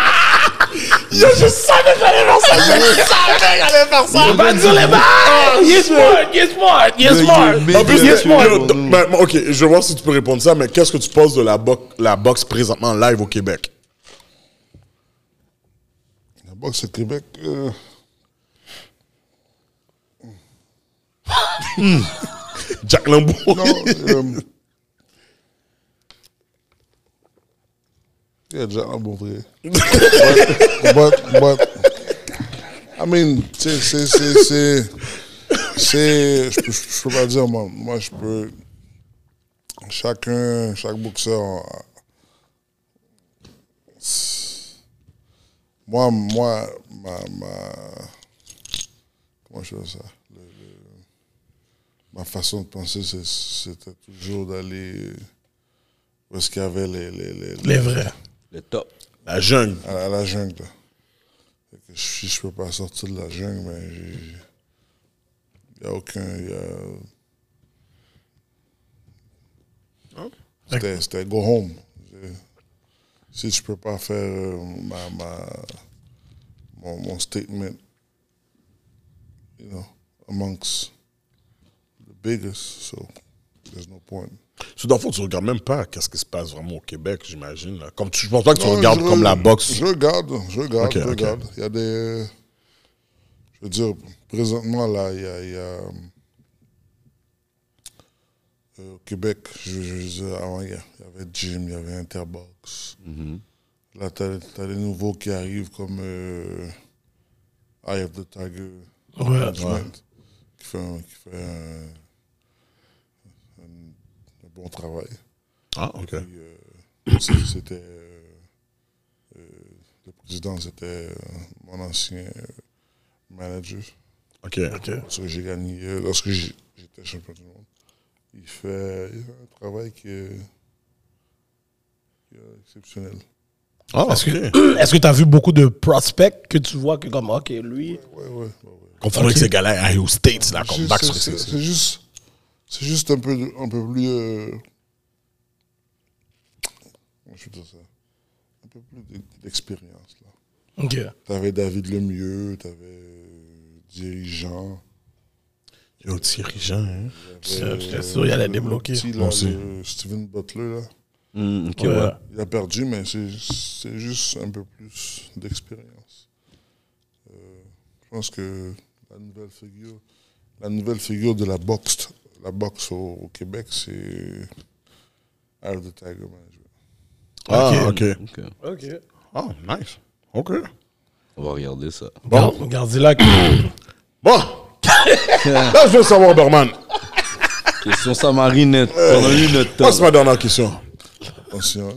Speaker 3: Yo, je savais que j'allais faire ça! Je savais que j'allais faire ça!
Speaker 2: Pas dire les bails! Ah, Yes, smart! Yes, smart! Yes, smart!
Speaker 3: En plus,
Speaker 2: Yes,
Speaker 3: yo,
Speaker 2: smart!
Speaker 3: yo, ben, ben, ok, je vais voir si tu peux répondre ça, mais qu'est-ce que tu penses de la, bo- la boxe présentement live au Québec?
Speaker 5: La boxe au Québec. euh,
Speaker 3: Jack Lambeau.
Speaker 5: non, euh, il y a déjà un bon vrai. but, but, I mean, c'est, c'est, c'est, c'est, c'est, je peux, je peux pas dire, moi, moi, je euh, peux, chacun, chaque boxeur a, Moi, moi, ma, ma- Comment je fais ça Le- le- Ma façon de penser, c'est- c'était toujours d'aller où est-ce qu'il y avait les... les, les,
Speaker 2: Les vrais.
Speaker 4: Le top.
Speaker 3: La jungle.
Speaker 5: à, à la jungle. là. Fait que si je peux pas sortir de la jungle, mais il n'y a aucun. y a- C'était- C'était go home. Si je peux pas faire euh, ma, ma- mon, mon statement, you know, amongst the biggest, so there's no point.
Speaker 3: Sous dans le fond, tu regardes même pas qu'est-ce qui se passe vraiment au Québec, j'imagine. là. Comme tu, je pense pas que tu
Speaker 5: Non,
Speaker 3: regardes
Speaker 5: je-
Speaker 3: comme la boxe.
Speaker 5: Je regarde, je regarde,
Speaker 3: Ok,
Speaker 5: je
Speaker 3: ok.
Speaker 5: regarde. Il y a des. euh, Je veux dire, présentement, là, il y a. il y a, euh, euh, au Québec, je, je veux dire, avant, il y, a- il y avait Jim, il y avait Interbox.
Speaker 3: Mhm.
Speaker 5: Là, tu as, des nouveaux qui arrivent comme euh, Eye of the Tiger
Speaker 2: Ouais.
Speaker 5: Management, qui fait, un, qui fait un- un- un bon travail.
Speaker 3: Ah, ok.
Speaker 5: Puis, euh, c'est- c'était. euh, euh, le président, c'était euh, mon ancien euh, manager.
Speaker 3: Ok.
Speaker 5: Lorsque j'ai gagné, euh, lorsque j'ai- j'étais champion du monde, il fait il fait un travail qui est, qui est exceptionnel.
Speaker 3: Ah,
Speaker 2: Oh,
Speaker 3: ok.
Speaker 2: Est-ce que tu as vu beaucoup de prospects que tu vois que comme, OK, lui,
Speaker 5: Ouais, ouais, ouais, ouais.
Speaker 3: Comme faudrait que ces gars-là aillent aux States, là, comme
Speaker 5: Juste-
Speaker 3: back sur
Speaker 5: C'est c'est juste, c'est juste un peu, un peu plus. euh, comment je peux dire ça Un peu plus d'expérience, là.
Speaker 2: OK.
Speaker 5: T'avais David Lemieux, t'avais euh, Dirigeant.
Speaker 3: Yo, dirigeant, hein.
Speaker 2: C'est- J'étais sûr, il allait
Speaker 5: Le
Speaker 2: débloquer.
Speaker 5: Euh, petit, là,
Speaker 3: Moi aussi.
Speaker 5: le Steven Butler, là.
Speaker 4: Hum, ok,
Speaker 2: Ouais.
Speaker 4: ouais.
Speaker 5: Il a perdu, mais c'est c'est juste un peu plus d'expérience. Euh, je pense que la nouvelle figure, la nouvelle figure de la boxe, la boxe au, au Québec, c'est Art the Tiger Management.
Speaker 3: Ah, ok.
Speaker 4: Ok.
Speaker 2: OK.
Speaker 3: Ah, nice. Ok.
Speaker 4: On va regarder ça.
Speaker 2: Bon, regardez là. que-
Speaker 3: Bon. là, je veux savoir, Berman.
Speaker 4: Question Samarinette. On a eu notre
Speaker 3: Moi, c'est
Speaker 4: temps.
Speaker 3: ma dernière question.
Speaker 5: Attention,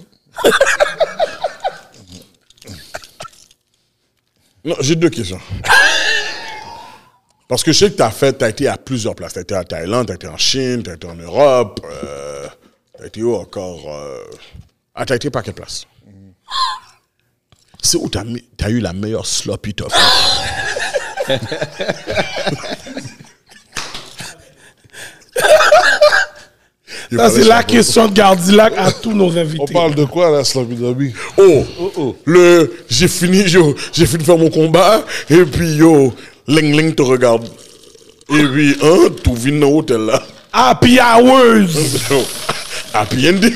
Speaker 5: hein.
Speaker 3: Non, j'ai deux questions. Parce que je sais que t'as fait, t'as été à plusieurs places. T'as été en Thaïlande, t'as été en Chine, t'as été en Europe, euh, t'as été où encore euh, Ah, t'as été par quelle place C'est où t'as, mis- t'as eu la meilleure sloppy toffee Il
Speaker 2: Ça,
Speaker 3: fallait
Speaker 2: c'est la
Speaker 3: savoir.
Speaker 2: question de Gardilac à tous nos
Speaker 5: On
Speaker 2: invités.
Speaker 5: parle de quoi, là, Slappy Dobby
Speaker 3: Oh, le j'ai fini, yo, j'ai fini de faire mon combat et puis yo, Ling Ling te regarde. Et puis hein, tout vient dans l'hôtel là.
Speaker 2: Happy Hours!
Speaker 3: Yo, Happy ending.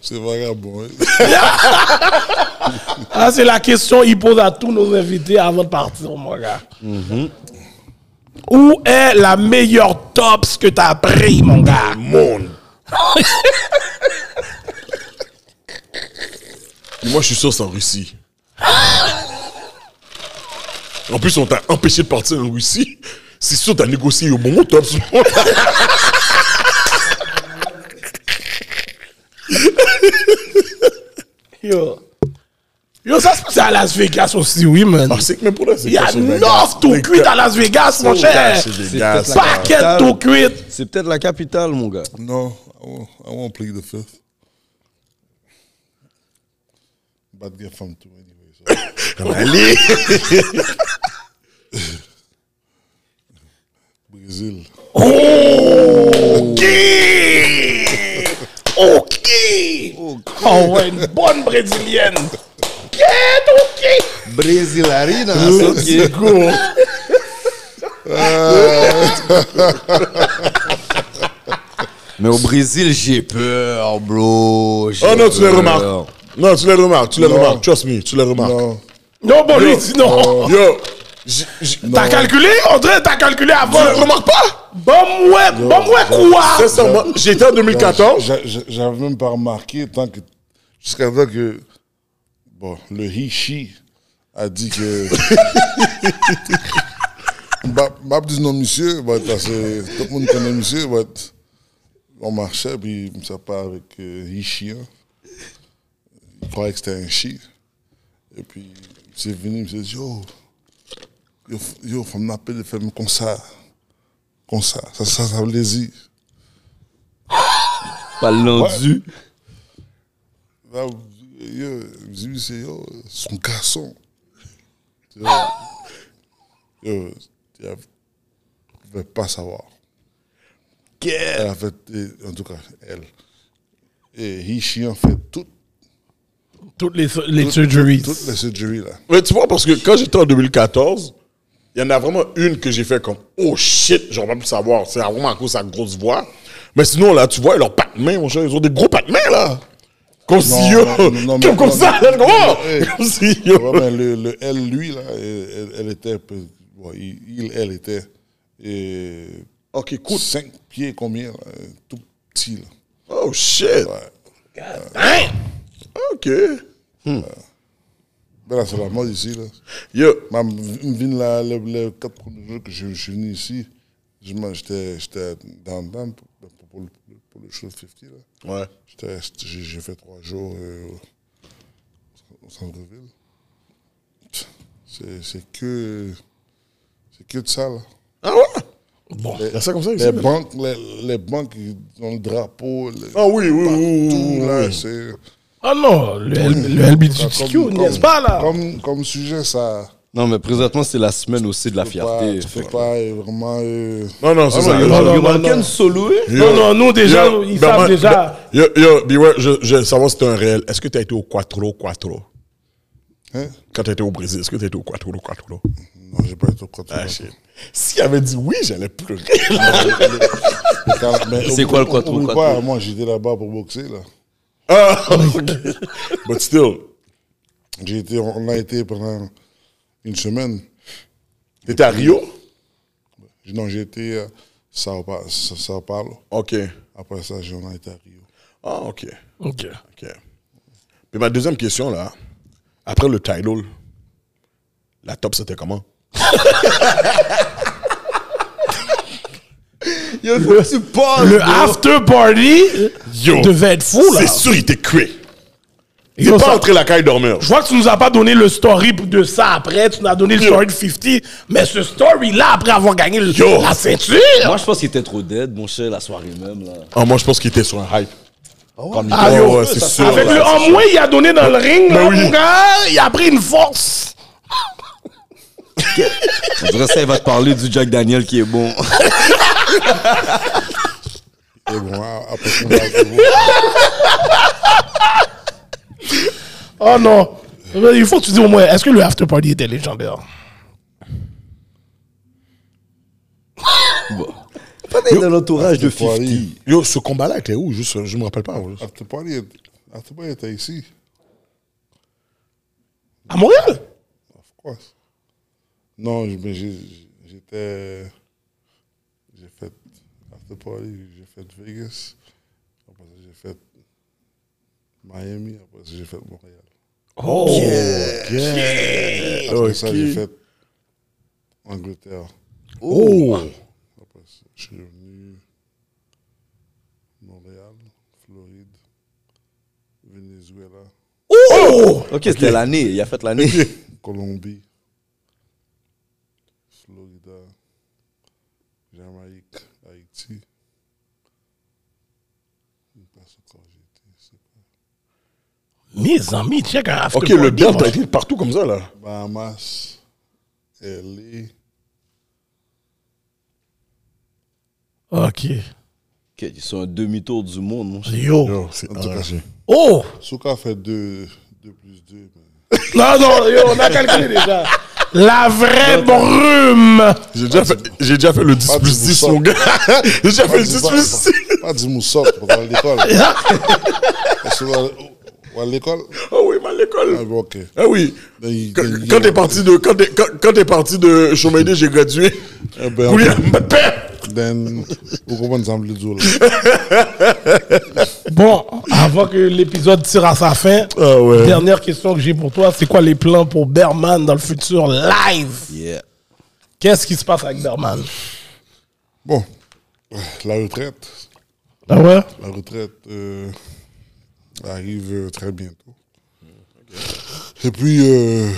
Speaker 5: C'est vagabond. hein.
Speaker 2: Ah, c'est la question qu'il pose à tous nos invités avant de partir, mon gars. Mm-hmm. Où est la meilleure tops que t'as pris, mon gars?
Speaker 3: Monde. Et moi je suis sûr que c'est en Russie. En plus on t'a empêché de partir en Russie. C'est sûr t'as négocié au bon top. ce moment.
Speaker 2: Yo. Yo, ça se passe à Las Vegas aussi, oui, man.
Speaker 3: Ah, c'est que même pour là, c'est
Speaker 2: Il y a
Speaker 3: pas sur Vegas.
Speaker 2: 9 tout
Speaker 3: C'est
Speaker 2: cuit
Speaker 3: que-
Speaker 2: à Las Vegas, mon
Speaker 3: Oh,
Speaker 2: cher.
Speaker 3: c'est Vegas.
Speaker 4: C'est peut-être la-
Speaker 2: Paquet tout cuit.
Speaker 4: C'est peut-être la capitale, mon gars.
Speaker 5: No, I won't, I won't plead the fifth. But get from two anyway. So.
Speaker 3: Allez.
Speaker 5: Brésil.
Speaker 2: OK. OK. Oh, ouais, une bonne brésilienne. Get OK.
Speaker 4: Brésilarina.
Speaker 3: hein,
Speaker 4: C'est ok. Mais au Brésil, j'ai peur, bro. J'ai
Speaker 3: Oh non, tu les
Speaker 4: peur.
Speaker 3: remarques. Non, tu les remarques, tu les remarques. Trust me, tu les remarques.
Speaker 5: Non,
Speaker 2: Non, bon, lui, il dit non.
Speaker 3: Yo, j- j-
Speaker 2: T'as calculé, André, t'as calculé avant.
Speaker 3: tu les remarques pas
Speaker 2: Bon, ouais, bon, ouais, quoi?
Speaker 3: Sincèrement, j'étais en 2014.
Speaker 5: j'a- j'a- J'avais même pas remarqué tant que. Jusqu'à temps que. Bon, le Hishi a dit que. Mbappé dit non, monsieur. But, parce que tout le monde connaît monsieur. But, On marchait, puis il me sépare avec euh, Ishia. Il croyait que c'était un chi. Et puis, c'est venu, il me dit Yo, yo, f- yo, faut m'appeler de faire un concert. Concert, ça, ça, ça veut dire.
Speaker 4: Pas l'endu.
Speaker 5: Là, yo, il me dit Oui, c'est yo, son garçon. Tu vois, Yo, il ne veut pas savoir. Elle a fait, et- en tout cas, elle. Et Ishii a fait toutes
Speaker 2: Toutes les, les surgeries.
Speaker 5: toutes les surgeries là.
Speaker 3: Mais tu vois, parce que quand j'étais en 2014, il y en a vraiment une que j'ai fait comme Oh shit, j'aurais pas pu savoir. C'est vraiment à cause de sa grosse voix. Mais sinon, là, tu vois, leurs pattes mains, mon cher, ils ont des gros pattes mains, là. Comme si, yo,
Speaker 5: non, non, mais-
Speaker 3: comme, comme
Speaker 5: non,
Speaker 3: ça,
Speaker 5: mais-
Speaker 3: là, comme, oh,
Speaker 5: Hey.
Speaker 3: comme si, yo.
Speaker 5: Ouais, mais le, le elle, lui, là, elle, elle était. un peu- bon, il, il, elle était. euh,
Speaker 3: Ok, cool.
Speaker 5: 5 pieds combien, là, euh, tout petit, là.
Speaker 3: Oh shit.
Speaker 2: Hein?
Speaker 3: Ok.
Speaker 5: Ben là, c'est la mode ici, là.
Speaker 3: Yo,
Speaker 5: Ma vine, là, le, le 4 premiers jours que je, je suis venu ici, je m'en- j'étais j'étais downtown pour, pour, pour, le- pour le show 50, là.
Speaker 3: ouais.
Speaker 5: J'étais- J'ai j'ai fait trois jours euh, au- au centre-ville. Pff, C'est c'est que. C'est que de ça, là.
Speaker 3: Ah ouais? Bon, il y a ça comme ça ici.
Speaker 5: Les
Speaker 3: là.
Speaker 5: banques, les, les banques ils ont le drapeau, le-
Speaker 3: Ah oui, oui, oui, oui,
Speaker 5: tout,
Speaker 3: oui.
Speaker 5: là, c'est.
Speaker 2: Ah non, le, L- le LBTQ,
Speaker 5: comme-
Speaker 2: n'est-ce pas là
Speaker 5: Comme, comme sujet, ça.
Speaker 4: Non, mais présentement, c'est la semaine aussi de la
Speaker 5: Tu pas,
Speaker 4: fierté.
Speaker 5: tu peux pas euh, vraiment. euh,
Speaker 3: Non, Ah non, c'est ça.
Speaker 2: non,
Speaker 3: Yo,
Speaker 2: non, non,
Speaker 4: Yo, Malken
Speaker 2: non.
Speaker 4: solo, hein?
Speaker 2: Non, non, nous déjà,
Speaker 3: eh? yo,
Speaker 2: ils
Speaker 3: ben,
Speaker 2: savent
Speaker 3: moi,
Speaker 2: déjà.
Speaker 3: ben, Yo, yo, Beware, je, je veux savoir si t'es un réel. Est-ce que t'as été au Quattro Quattro?
Speaker 5: hein?
Speaker 3: Quand t'étais au Brésil, est-ce que t'étais au Quattro Quattro?
Speaker 5: Non, j'ai pas été au côté.
Speaker 3: Ah shit. S'il avait dit oui, j'allais pleurer.
Speaker 4: C'est quoi le quattro, quattro?
Speaker 5: Moi, j'étais là-bas pour boxer, là.
Speaker 3: Ah, ok. But still,
Speaker 5: J'ai été, on a été pendant une semaine.
Speaker 3: t'étais à Rio?
Speaker 5: Non, j'ai été à Sao, Pa- Sa- Sao Paulo.
Speaker 3: Ok.
Speaker 5: Après ça, j'en ai été à Rio.
Speaker 3: Ah, ok.
Speaker 2: Ok.
Speaker 3: Ok. Puis ma deuxième question, là, après le title, la top, c'était comment?
Speaker 4: Yo, faut que tu parles,
Speaker 2: Le
Speaker 4: bro.
Speaker 2: after party
Speaker 3: Yo!
Speaker 2: devait être fou là.
Speaker 3: Oh. C'est sûr, il était cuit.
Speaker 2: Ils
Speaker 3: Il
Speaker 2: ont
Speaker 3: est pas
Speaker 2: sorti-
Speaker 3: entré la caille dormir.
Speaker 2: Je vois que tu nous as pas donné le story de ça après, tu nous as donné le
Speaker 3: Yo.
Speaker 2: story de 50, mais ce story là après avoir gagné le-
Speaker 3: Yo.
Speaker 2: la ceinture.
Speaker 4: Moi, je pense qu'il était trop dead, mon cher, la soirée même, là.
Speaker 3: Ah, moi, je pense qu'il était sur un hype. Comme il
Speaker 2: Ah,
Speaker 3: était.
Speaker 2: yo.
Speaker 3: Ouais, ouais, c'est sûr.
Speaker 2: Avec
Speaker 3: là.
Speaker 2: le en moins, il a donné dans le ring, là,
Speaker 3: oui.
Speaker 2: mon gars, il a pris une force.
Speaker 4: On dirait ça, il va te parler du Jack Daniel qui est bon.
Speaker 5: Et bon, a- après ça, on va à Rio.
Speaker 2: Oh non. Mais Il faut que tu dis au moins, est-ce que le after party était légendaire?
Speaker 4: Pas d'être dans l'entourage de
Speaker 5: Faut
Speaker 4: 50.
Speaker 5: aller.
Speaker 3: Yo, ce combat-là était où? Juste, je me rappelle pas. juste.
Speaker 5: After Party, est- After Party était ici,
Speaker 2: À Montréal?
Speaker 5: of course. Non, je- mais j'ai- j'étais. J'ai fait After Party, j'ai fait Vegas. Après ça, j'ai fait Miami. Après ça, j'ai fait Montréal.
Speaker 2: Oh.
Speaker 5: Après ça, j'ai fait Angleterre.
Speaker 3: Oh!
Speaker 5: Après ça, je suis revenu Montréal, Floride, Venezuela,
Speaker 2: Oh!
Speaker 4: Ok, c'était l'année, il a fait l'année.
Speaker 5: Colombie, Florida, Jamaïque, Haïti. Je ne sais pas ce que j'ai été, c'est quoi.
Speaker 2: Mes amis, check un after
Speaker 3: Ok,
Speaker 2: party.
Speaker 3: le belt
Speaker 2: moi.
Speaker 3: a été partout comme ça, là.
Speaker 5: Bahamas, LA,
Speaker 2: Ok.
Speaker 4: Ok, ils sont un demi-tour du monde, mon cher.
Speaker 2: Yo.
Speaker 3: c'est
Speaker 5: en tout cas,
Speaker 2: Oh!
Speaker 5: Souka fait 2 plus 2.
Speaker 2: Non, non, yo, on a calculé déjà. La vraie brume.
Speaker 3: J'ai déjà, fait, j'ai déjà fait le 10
Speaker 5: Pas
Speaker 3: plus
Speaker 5: du
Speaker 3: 10,
Speaker 5: bouchon.
Speaker 3: mon gars. J'ai déjà fait le 10 plus 10.
Speaker 5: Ah, Pas du moussok pendant l'école. Parce que, euh, à l'école,
Speaker 3: Oh oui, mal l'école.
Speaker 5: ah, bon, ok.
Speaker 3: Ah oui.
Speaker 5: Ben, il-
Speaker 3: Quand-
Speaker 5: il-
Speaker 3: Quand
Speaker 5: il-
Speaker 3: t'es parti de quand t'es quand, quand t'es parti de Chomédé, j'ai gradué.
Speaker 5: Eh ben,
Speaker 3: Coulier,
Speaker 5: ok.
Speaker 3: ma paix.
Speaker 5: Then, vous comprenez ça, le jour, là.
Speaker 2: Bon, avant que l'épisode tire à sa fin,
Speaker 3: Ah ouais.
Speaker 2: dernière question que j'ai pour toi, c'est quoi les plans pour Berman dans le futur live?
Speaker 4: Yeah.
Speaker 2: Qu'est-ce qui se passe avec Berman?
Speaker 5: Bon, la retraite,
Speaker 2: Ah ouais?
Speaker 5: La retraite euh, arrive euh, très bientôt. Et puis, euh,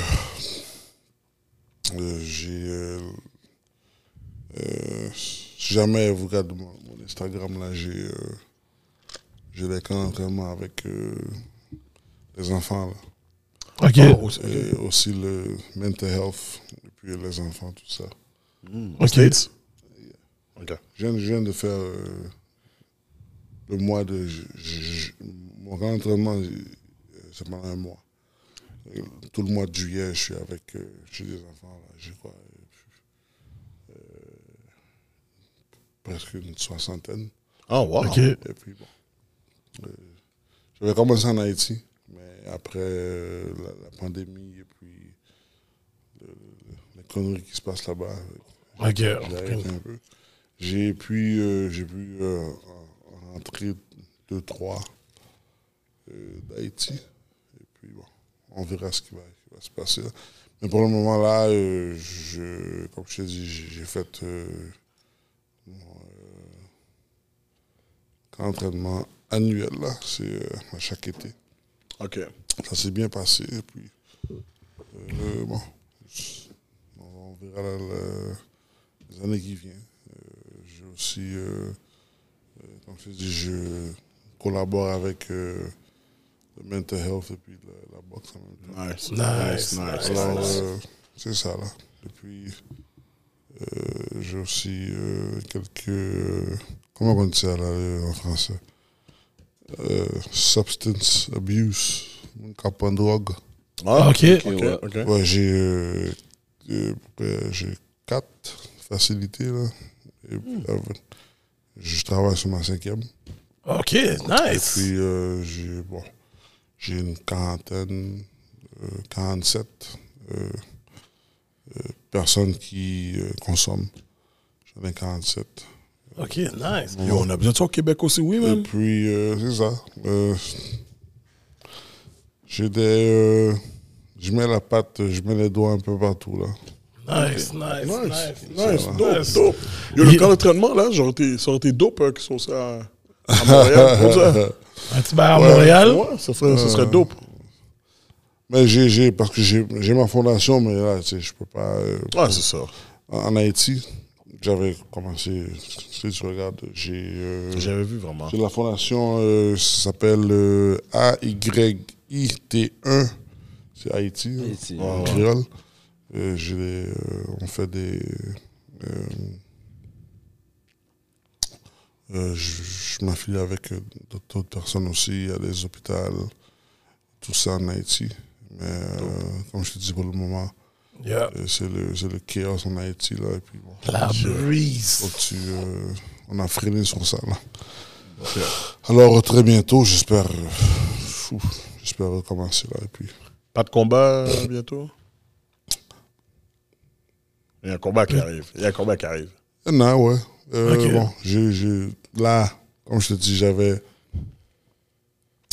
Speaker 5: euh, j'ai. euh, euh, si jamais vous regardez mon, mon Instagram, là, j'ai. euh, j'ai des camps d'entraînement avec euh, les enfants, là.
Speaker 2: Ok.
Speaker 5: Et aussi le mental health, et puis les enfants, tout ça.
Speaker 2: ok.
Speaker 5: Je viens, je viens de faire euh, le mois de. je- je- je- mon grand entraînement, euh, c'est pendant un mois. Euh, Tout le mois de juillet, je suis avec euh, chez des enfants, là, je crois. euh, euh, presque une soixantaine.
Speaker 3: Ah, wow.
Speaker 2: Ok.
Speaker 5: Et puis bon. euh, J'avais commencé en Haïti, mais après euh, la, la pandémie et puis le- le- les conneries qui se passent là-bas, euh,
Speaker 2: Ok.
Speaker 5: j'ai arrêté un peu. J'ai pu, euh, j'ai pu euh, en- en rentrer deux, trois euh, d'Haïti. Et puis bon, on verra ce qui va, qui va se passer. Mais pour le moment là, euh, je, comme je te dis, j'ai j'ai fait euh, mon euh, camp d'entraînement annuel là, c'est euh, à chaque été.
Speaker 3: Ok.
Speaker 5: Ça s'est bien passé. Et puis, euh, bon, on verra la- la- les années qui viennent. Euh, J'ai aussi, euh, euh, comme je te dis, je collabore avec euh, le mental health et puis la, la boxe en même temps.
Speaker 3: Nice.
Speaker 2: Nice, nice,
Speaker 5: Alors, euh, c'est ça, là. Et puis, euh, j'ai aussi euh, quelques. euh, comment on dit ça, là, euh, en français Euh, Substance abuse, mon cap en drogue.
Speaker 3: Ah,
Speaker 2: Ok.
Speaker 3: Ok,
Speaker 4: ouais.
Speaker 3: ok.
Speaker 5: Ouais, j'ai. euh, euh, euh, j'ai quatre facilités, là. Et puis, là, je travaille sur ma cinquième.
Speaker 2: Ok.
Speaker 5: Et
Speaker 2: Nice.
Speaker 5: puis, euh, j'ai bon, j'ai une quarantaine, euh, 47 euh, euh, personnes qui euh, consomment. J'en ai 47.
Speaker 2: Ok. Nice.
Speaker 3: Yo, on a besoin de ça au Québec aussi, oui,
Speaker 5: Et
Speaker 3: man.
Speaker 5: puis, euh, c'est ça. euh, j'ai des. euh, je mets la patte, je mets les doigts un peu partout, là.
Speaker 2: Nice. Nice. Nice.
Speaker 3: Nice, dope,
Speaker 2: Nice.
Speaker 3: dope. Yo, le
Speaker 2: Il-
Speaker 3: camp d'entraînement, là, j'aurais été, ça aurait été dope hein, qu'ils sont ça à, à Montréal, comme ça.
Speaker 2: Un petit bar à Montréal. Euh.
Speaker 3: Ouais, ça serait, ça serait dope.
Speaker 5: Mais j'ai, j'ai- parce que j'ai, j'ai ma fondation, mais là, tu sais, je peux pas. euh,
Speaker 3: Ah, c'est ça.
Speaker 5: en, en Haïti, j'avais commencé, si tu regardes, j'ai. euh,
Speaker 3: J'avais vu vraiment.
Speaker 5: C'est la fondation euh, ça s'appelle euh, AYIT1. C'est Haïti, hein,
Speaker 4: Haïti,
Speaker 5: en
Speaker 4: ouais.
Speaker 5: créole. Euh, je l'ai, euh, on fait des. euh, euh, je je m'affilie avec euh, d'autres d'autres personnes aussi, à des hôpitaux, tout ça en Haïti. Mais euh, comme je te dis pour le moment,
Speaker 2: Yeah.
Speaker 5: euh, c'est le, c'est le chaos en Haïti. Là, et puis, bon,
Speaker 2: La
Speaker 5: faut
Speaker 2: brise.
Speaker 5: que tu, euh, on a freiné sur ça. Là. Alors, très bientôt, j'espère. euh, fou, J'espère recommencer là. Et puis,
Speaker 3: Pas de combat euh, bientôt Il y a un combat qui arrive. Il y a un combat qui arrive.
Speaker 5: non, ouais. Euh,
Speaker 2: Ok.
Speaker 5: bon, j'ai- j'ai- là, comme je te dis, j'avais.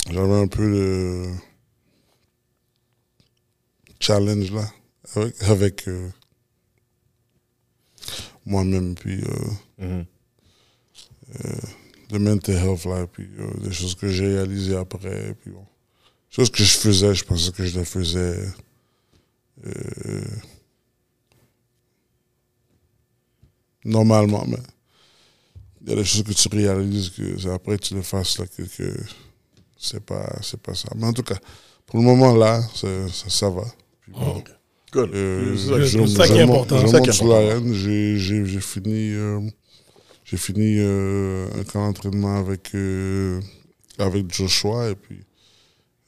Speaker 5: J'avais un peu de. challenge là. Avec. avec, euh, moi-même, puis. euh, euh, le mental health là, et puis euh, des choses que j'ai réalisées après, et puis bon. Choses que je faisais, je pensais que je les faisais. euh, normalement, mais il y a des choses que tu réalises que c'est après que tu le fasses là, que, que c'est pas c'est pas ça. Mais en tout cas, pour le moment là, c'est- ça, ça va. Puis bon,
Speaker 3: Good. C'est
Speaker 5: euh, je-
Speaker 3: ça.
Speaker 5: je
Speaker 2: c'est ça qui est
Speaker 5: je
Speaker 2: important.
Speaker 5: monte-
Speaker 2: C'est
Speaker 5: Je
Speaker 2: ça
Speaker 5: monte
Speaker 3: qui est
Speaker 5: sur la
Speaker 3: important.
Speaker 5: reine, j'ai j'ai- j'ai fini, euh, j'ai fini euh, un camp d'entraînement avec, euh, avec Joshua et puis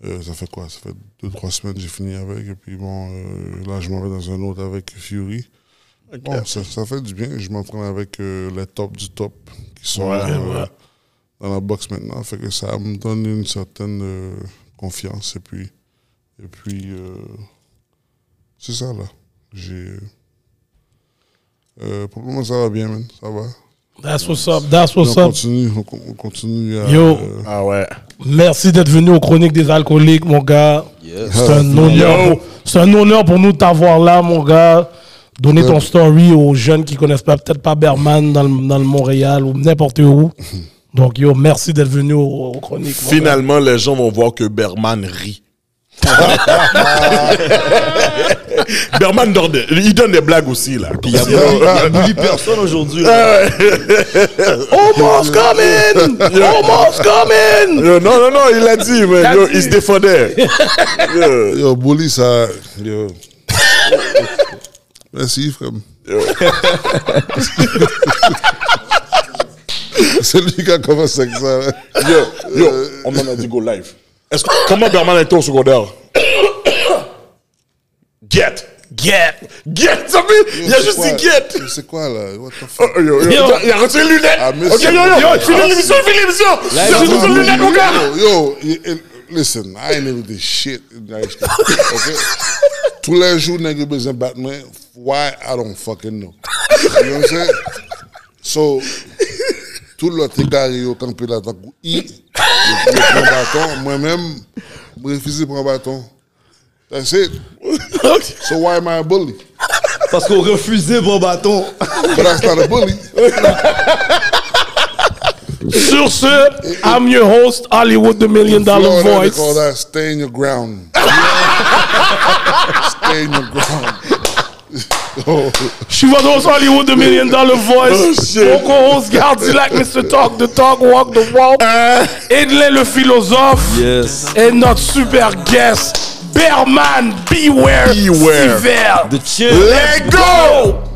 Speaker 5: euh, ça fait quoi Ça fait deux, trois semaines que j'ai fini avec et puis bon, euh, là je m'en vais dans un autre avec Fury.
Speaker 3: Ok.
Speaker 5: Bon, ça, ça fait du bien, je m'entraîne avec euh, les tops du top qui sont
Speaker 3: Ouais,
Speaker 5: euh,
Speaker 2: ouais.
Speaker 5: dans la boxe maintenant, fait que ça me donne une certaine euh, confiance et puis, et puis euh, c'est ça, là. J'ai. euh, pour le moment, ça va bien, man. Ça va.
Speaker 2: That's what's up. That's
Speaker 5: Puis
Speaker 2: what's
Speaker 5: on
Speaker 2: up.
Speaker 5: continue, on, con- on continue à.
Speaker 2: Yo.
Speaker 5: euh,
Speaker 3: Ah ouais.
Speaker 2: Merci d'être venu aux Chroniques des Alcooliques, mon gars.
Speaker 4: Yes.
Speaker 2: C'est un honneur. C'est un honneur pour nous de t'avoir là, mon gars. Donner ton story aux jeunes qui connaissent pas- peut-être pas Berman dans le, dans le Montréal ou n'importe où. Donc, yo, merci d'être venu aux, aux chroniques. mon gars.
Speaker 3: Finalement, les gens vont voir que Berman rit. Berman donne des- il donne des blagues aussi là. Ah Puis il y a-
Speaker 4: Oublie personne aujourd'hui. là.
Speaker 2: Almost coming! Almost coming!
Speaker 3: Yo, non non non, il l'a dit, mais
Speaker 2: L'a
Speaker 3: yo,
Speaker 2: dit.
Speaker 3: il se défendait. Yo,
Speaker 5: Yo, Bully, ça. Yo. Merci, frère. C'est lui qui a commencé avec ça. hein.
Speaker 3: yo, yo, on en a dit go live. Est-ce que comment Berman était au secondaire? Get,
Speaker 2: Get!
Speaker 3: get, ça fait- il a
Speaker 5: C'est
Speaker 3: juste
Speaker 5: quoi-
Speaker 3: dit get.
Speaker 5: C'est quoi là What the fuck
Speaker 3: Yo, yo,
Speaker 2: Yo.
Speaker 3: attends, Il a retiré les lunettes.
Speaker 5: Ah, mais
Speaker 3: ok, yo,
Speaker 5: c'est-
Speaker 3: yo,
Speaker 5: yo,
Speaker 3: finis l'émission, finis l'émission. Il a retiré ses lunettes, mon gars.
Speaker 5: Yo, yo, y- y- listen, I ain't even this shit. Like, okay? Tous les jours, nigga, besoin Batman. Why? I don't fucking know. You know what I'm saying? So, tout le tégaré au campé là, tant que I, je prends bâton. Moi-même, je refuse de prendre bâton. That's it. So why am I a bully?
Speaker 4: Parce qu'on refusait bon bâton.
Speaker 5: But I not a bully.
Speaker 2: Sur ce, I'm your host, Hollywood the Million Dollar
Speaker 5: Florida, They call
Speaker 2: Voice.
Speaker 5: that staying your ground. staying your ground.
Speaker 2: Je suis votre host, Hollywood the Million Dollar Voice. Mon co-host, Gardilac, Mr. Talk, The Talk, Walk, The Walk. Edley, le philosophe.
Speaker 4: Yes.
Speaker 2: Et notre super guest, Bearman Beware.
Speaker 3: Beware.
Speaker 2: Sivert.
Speaker 4: The chill.
Speaker 2: Let's go!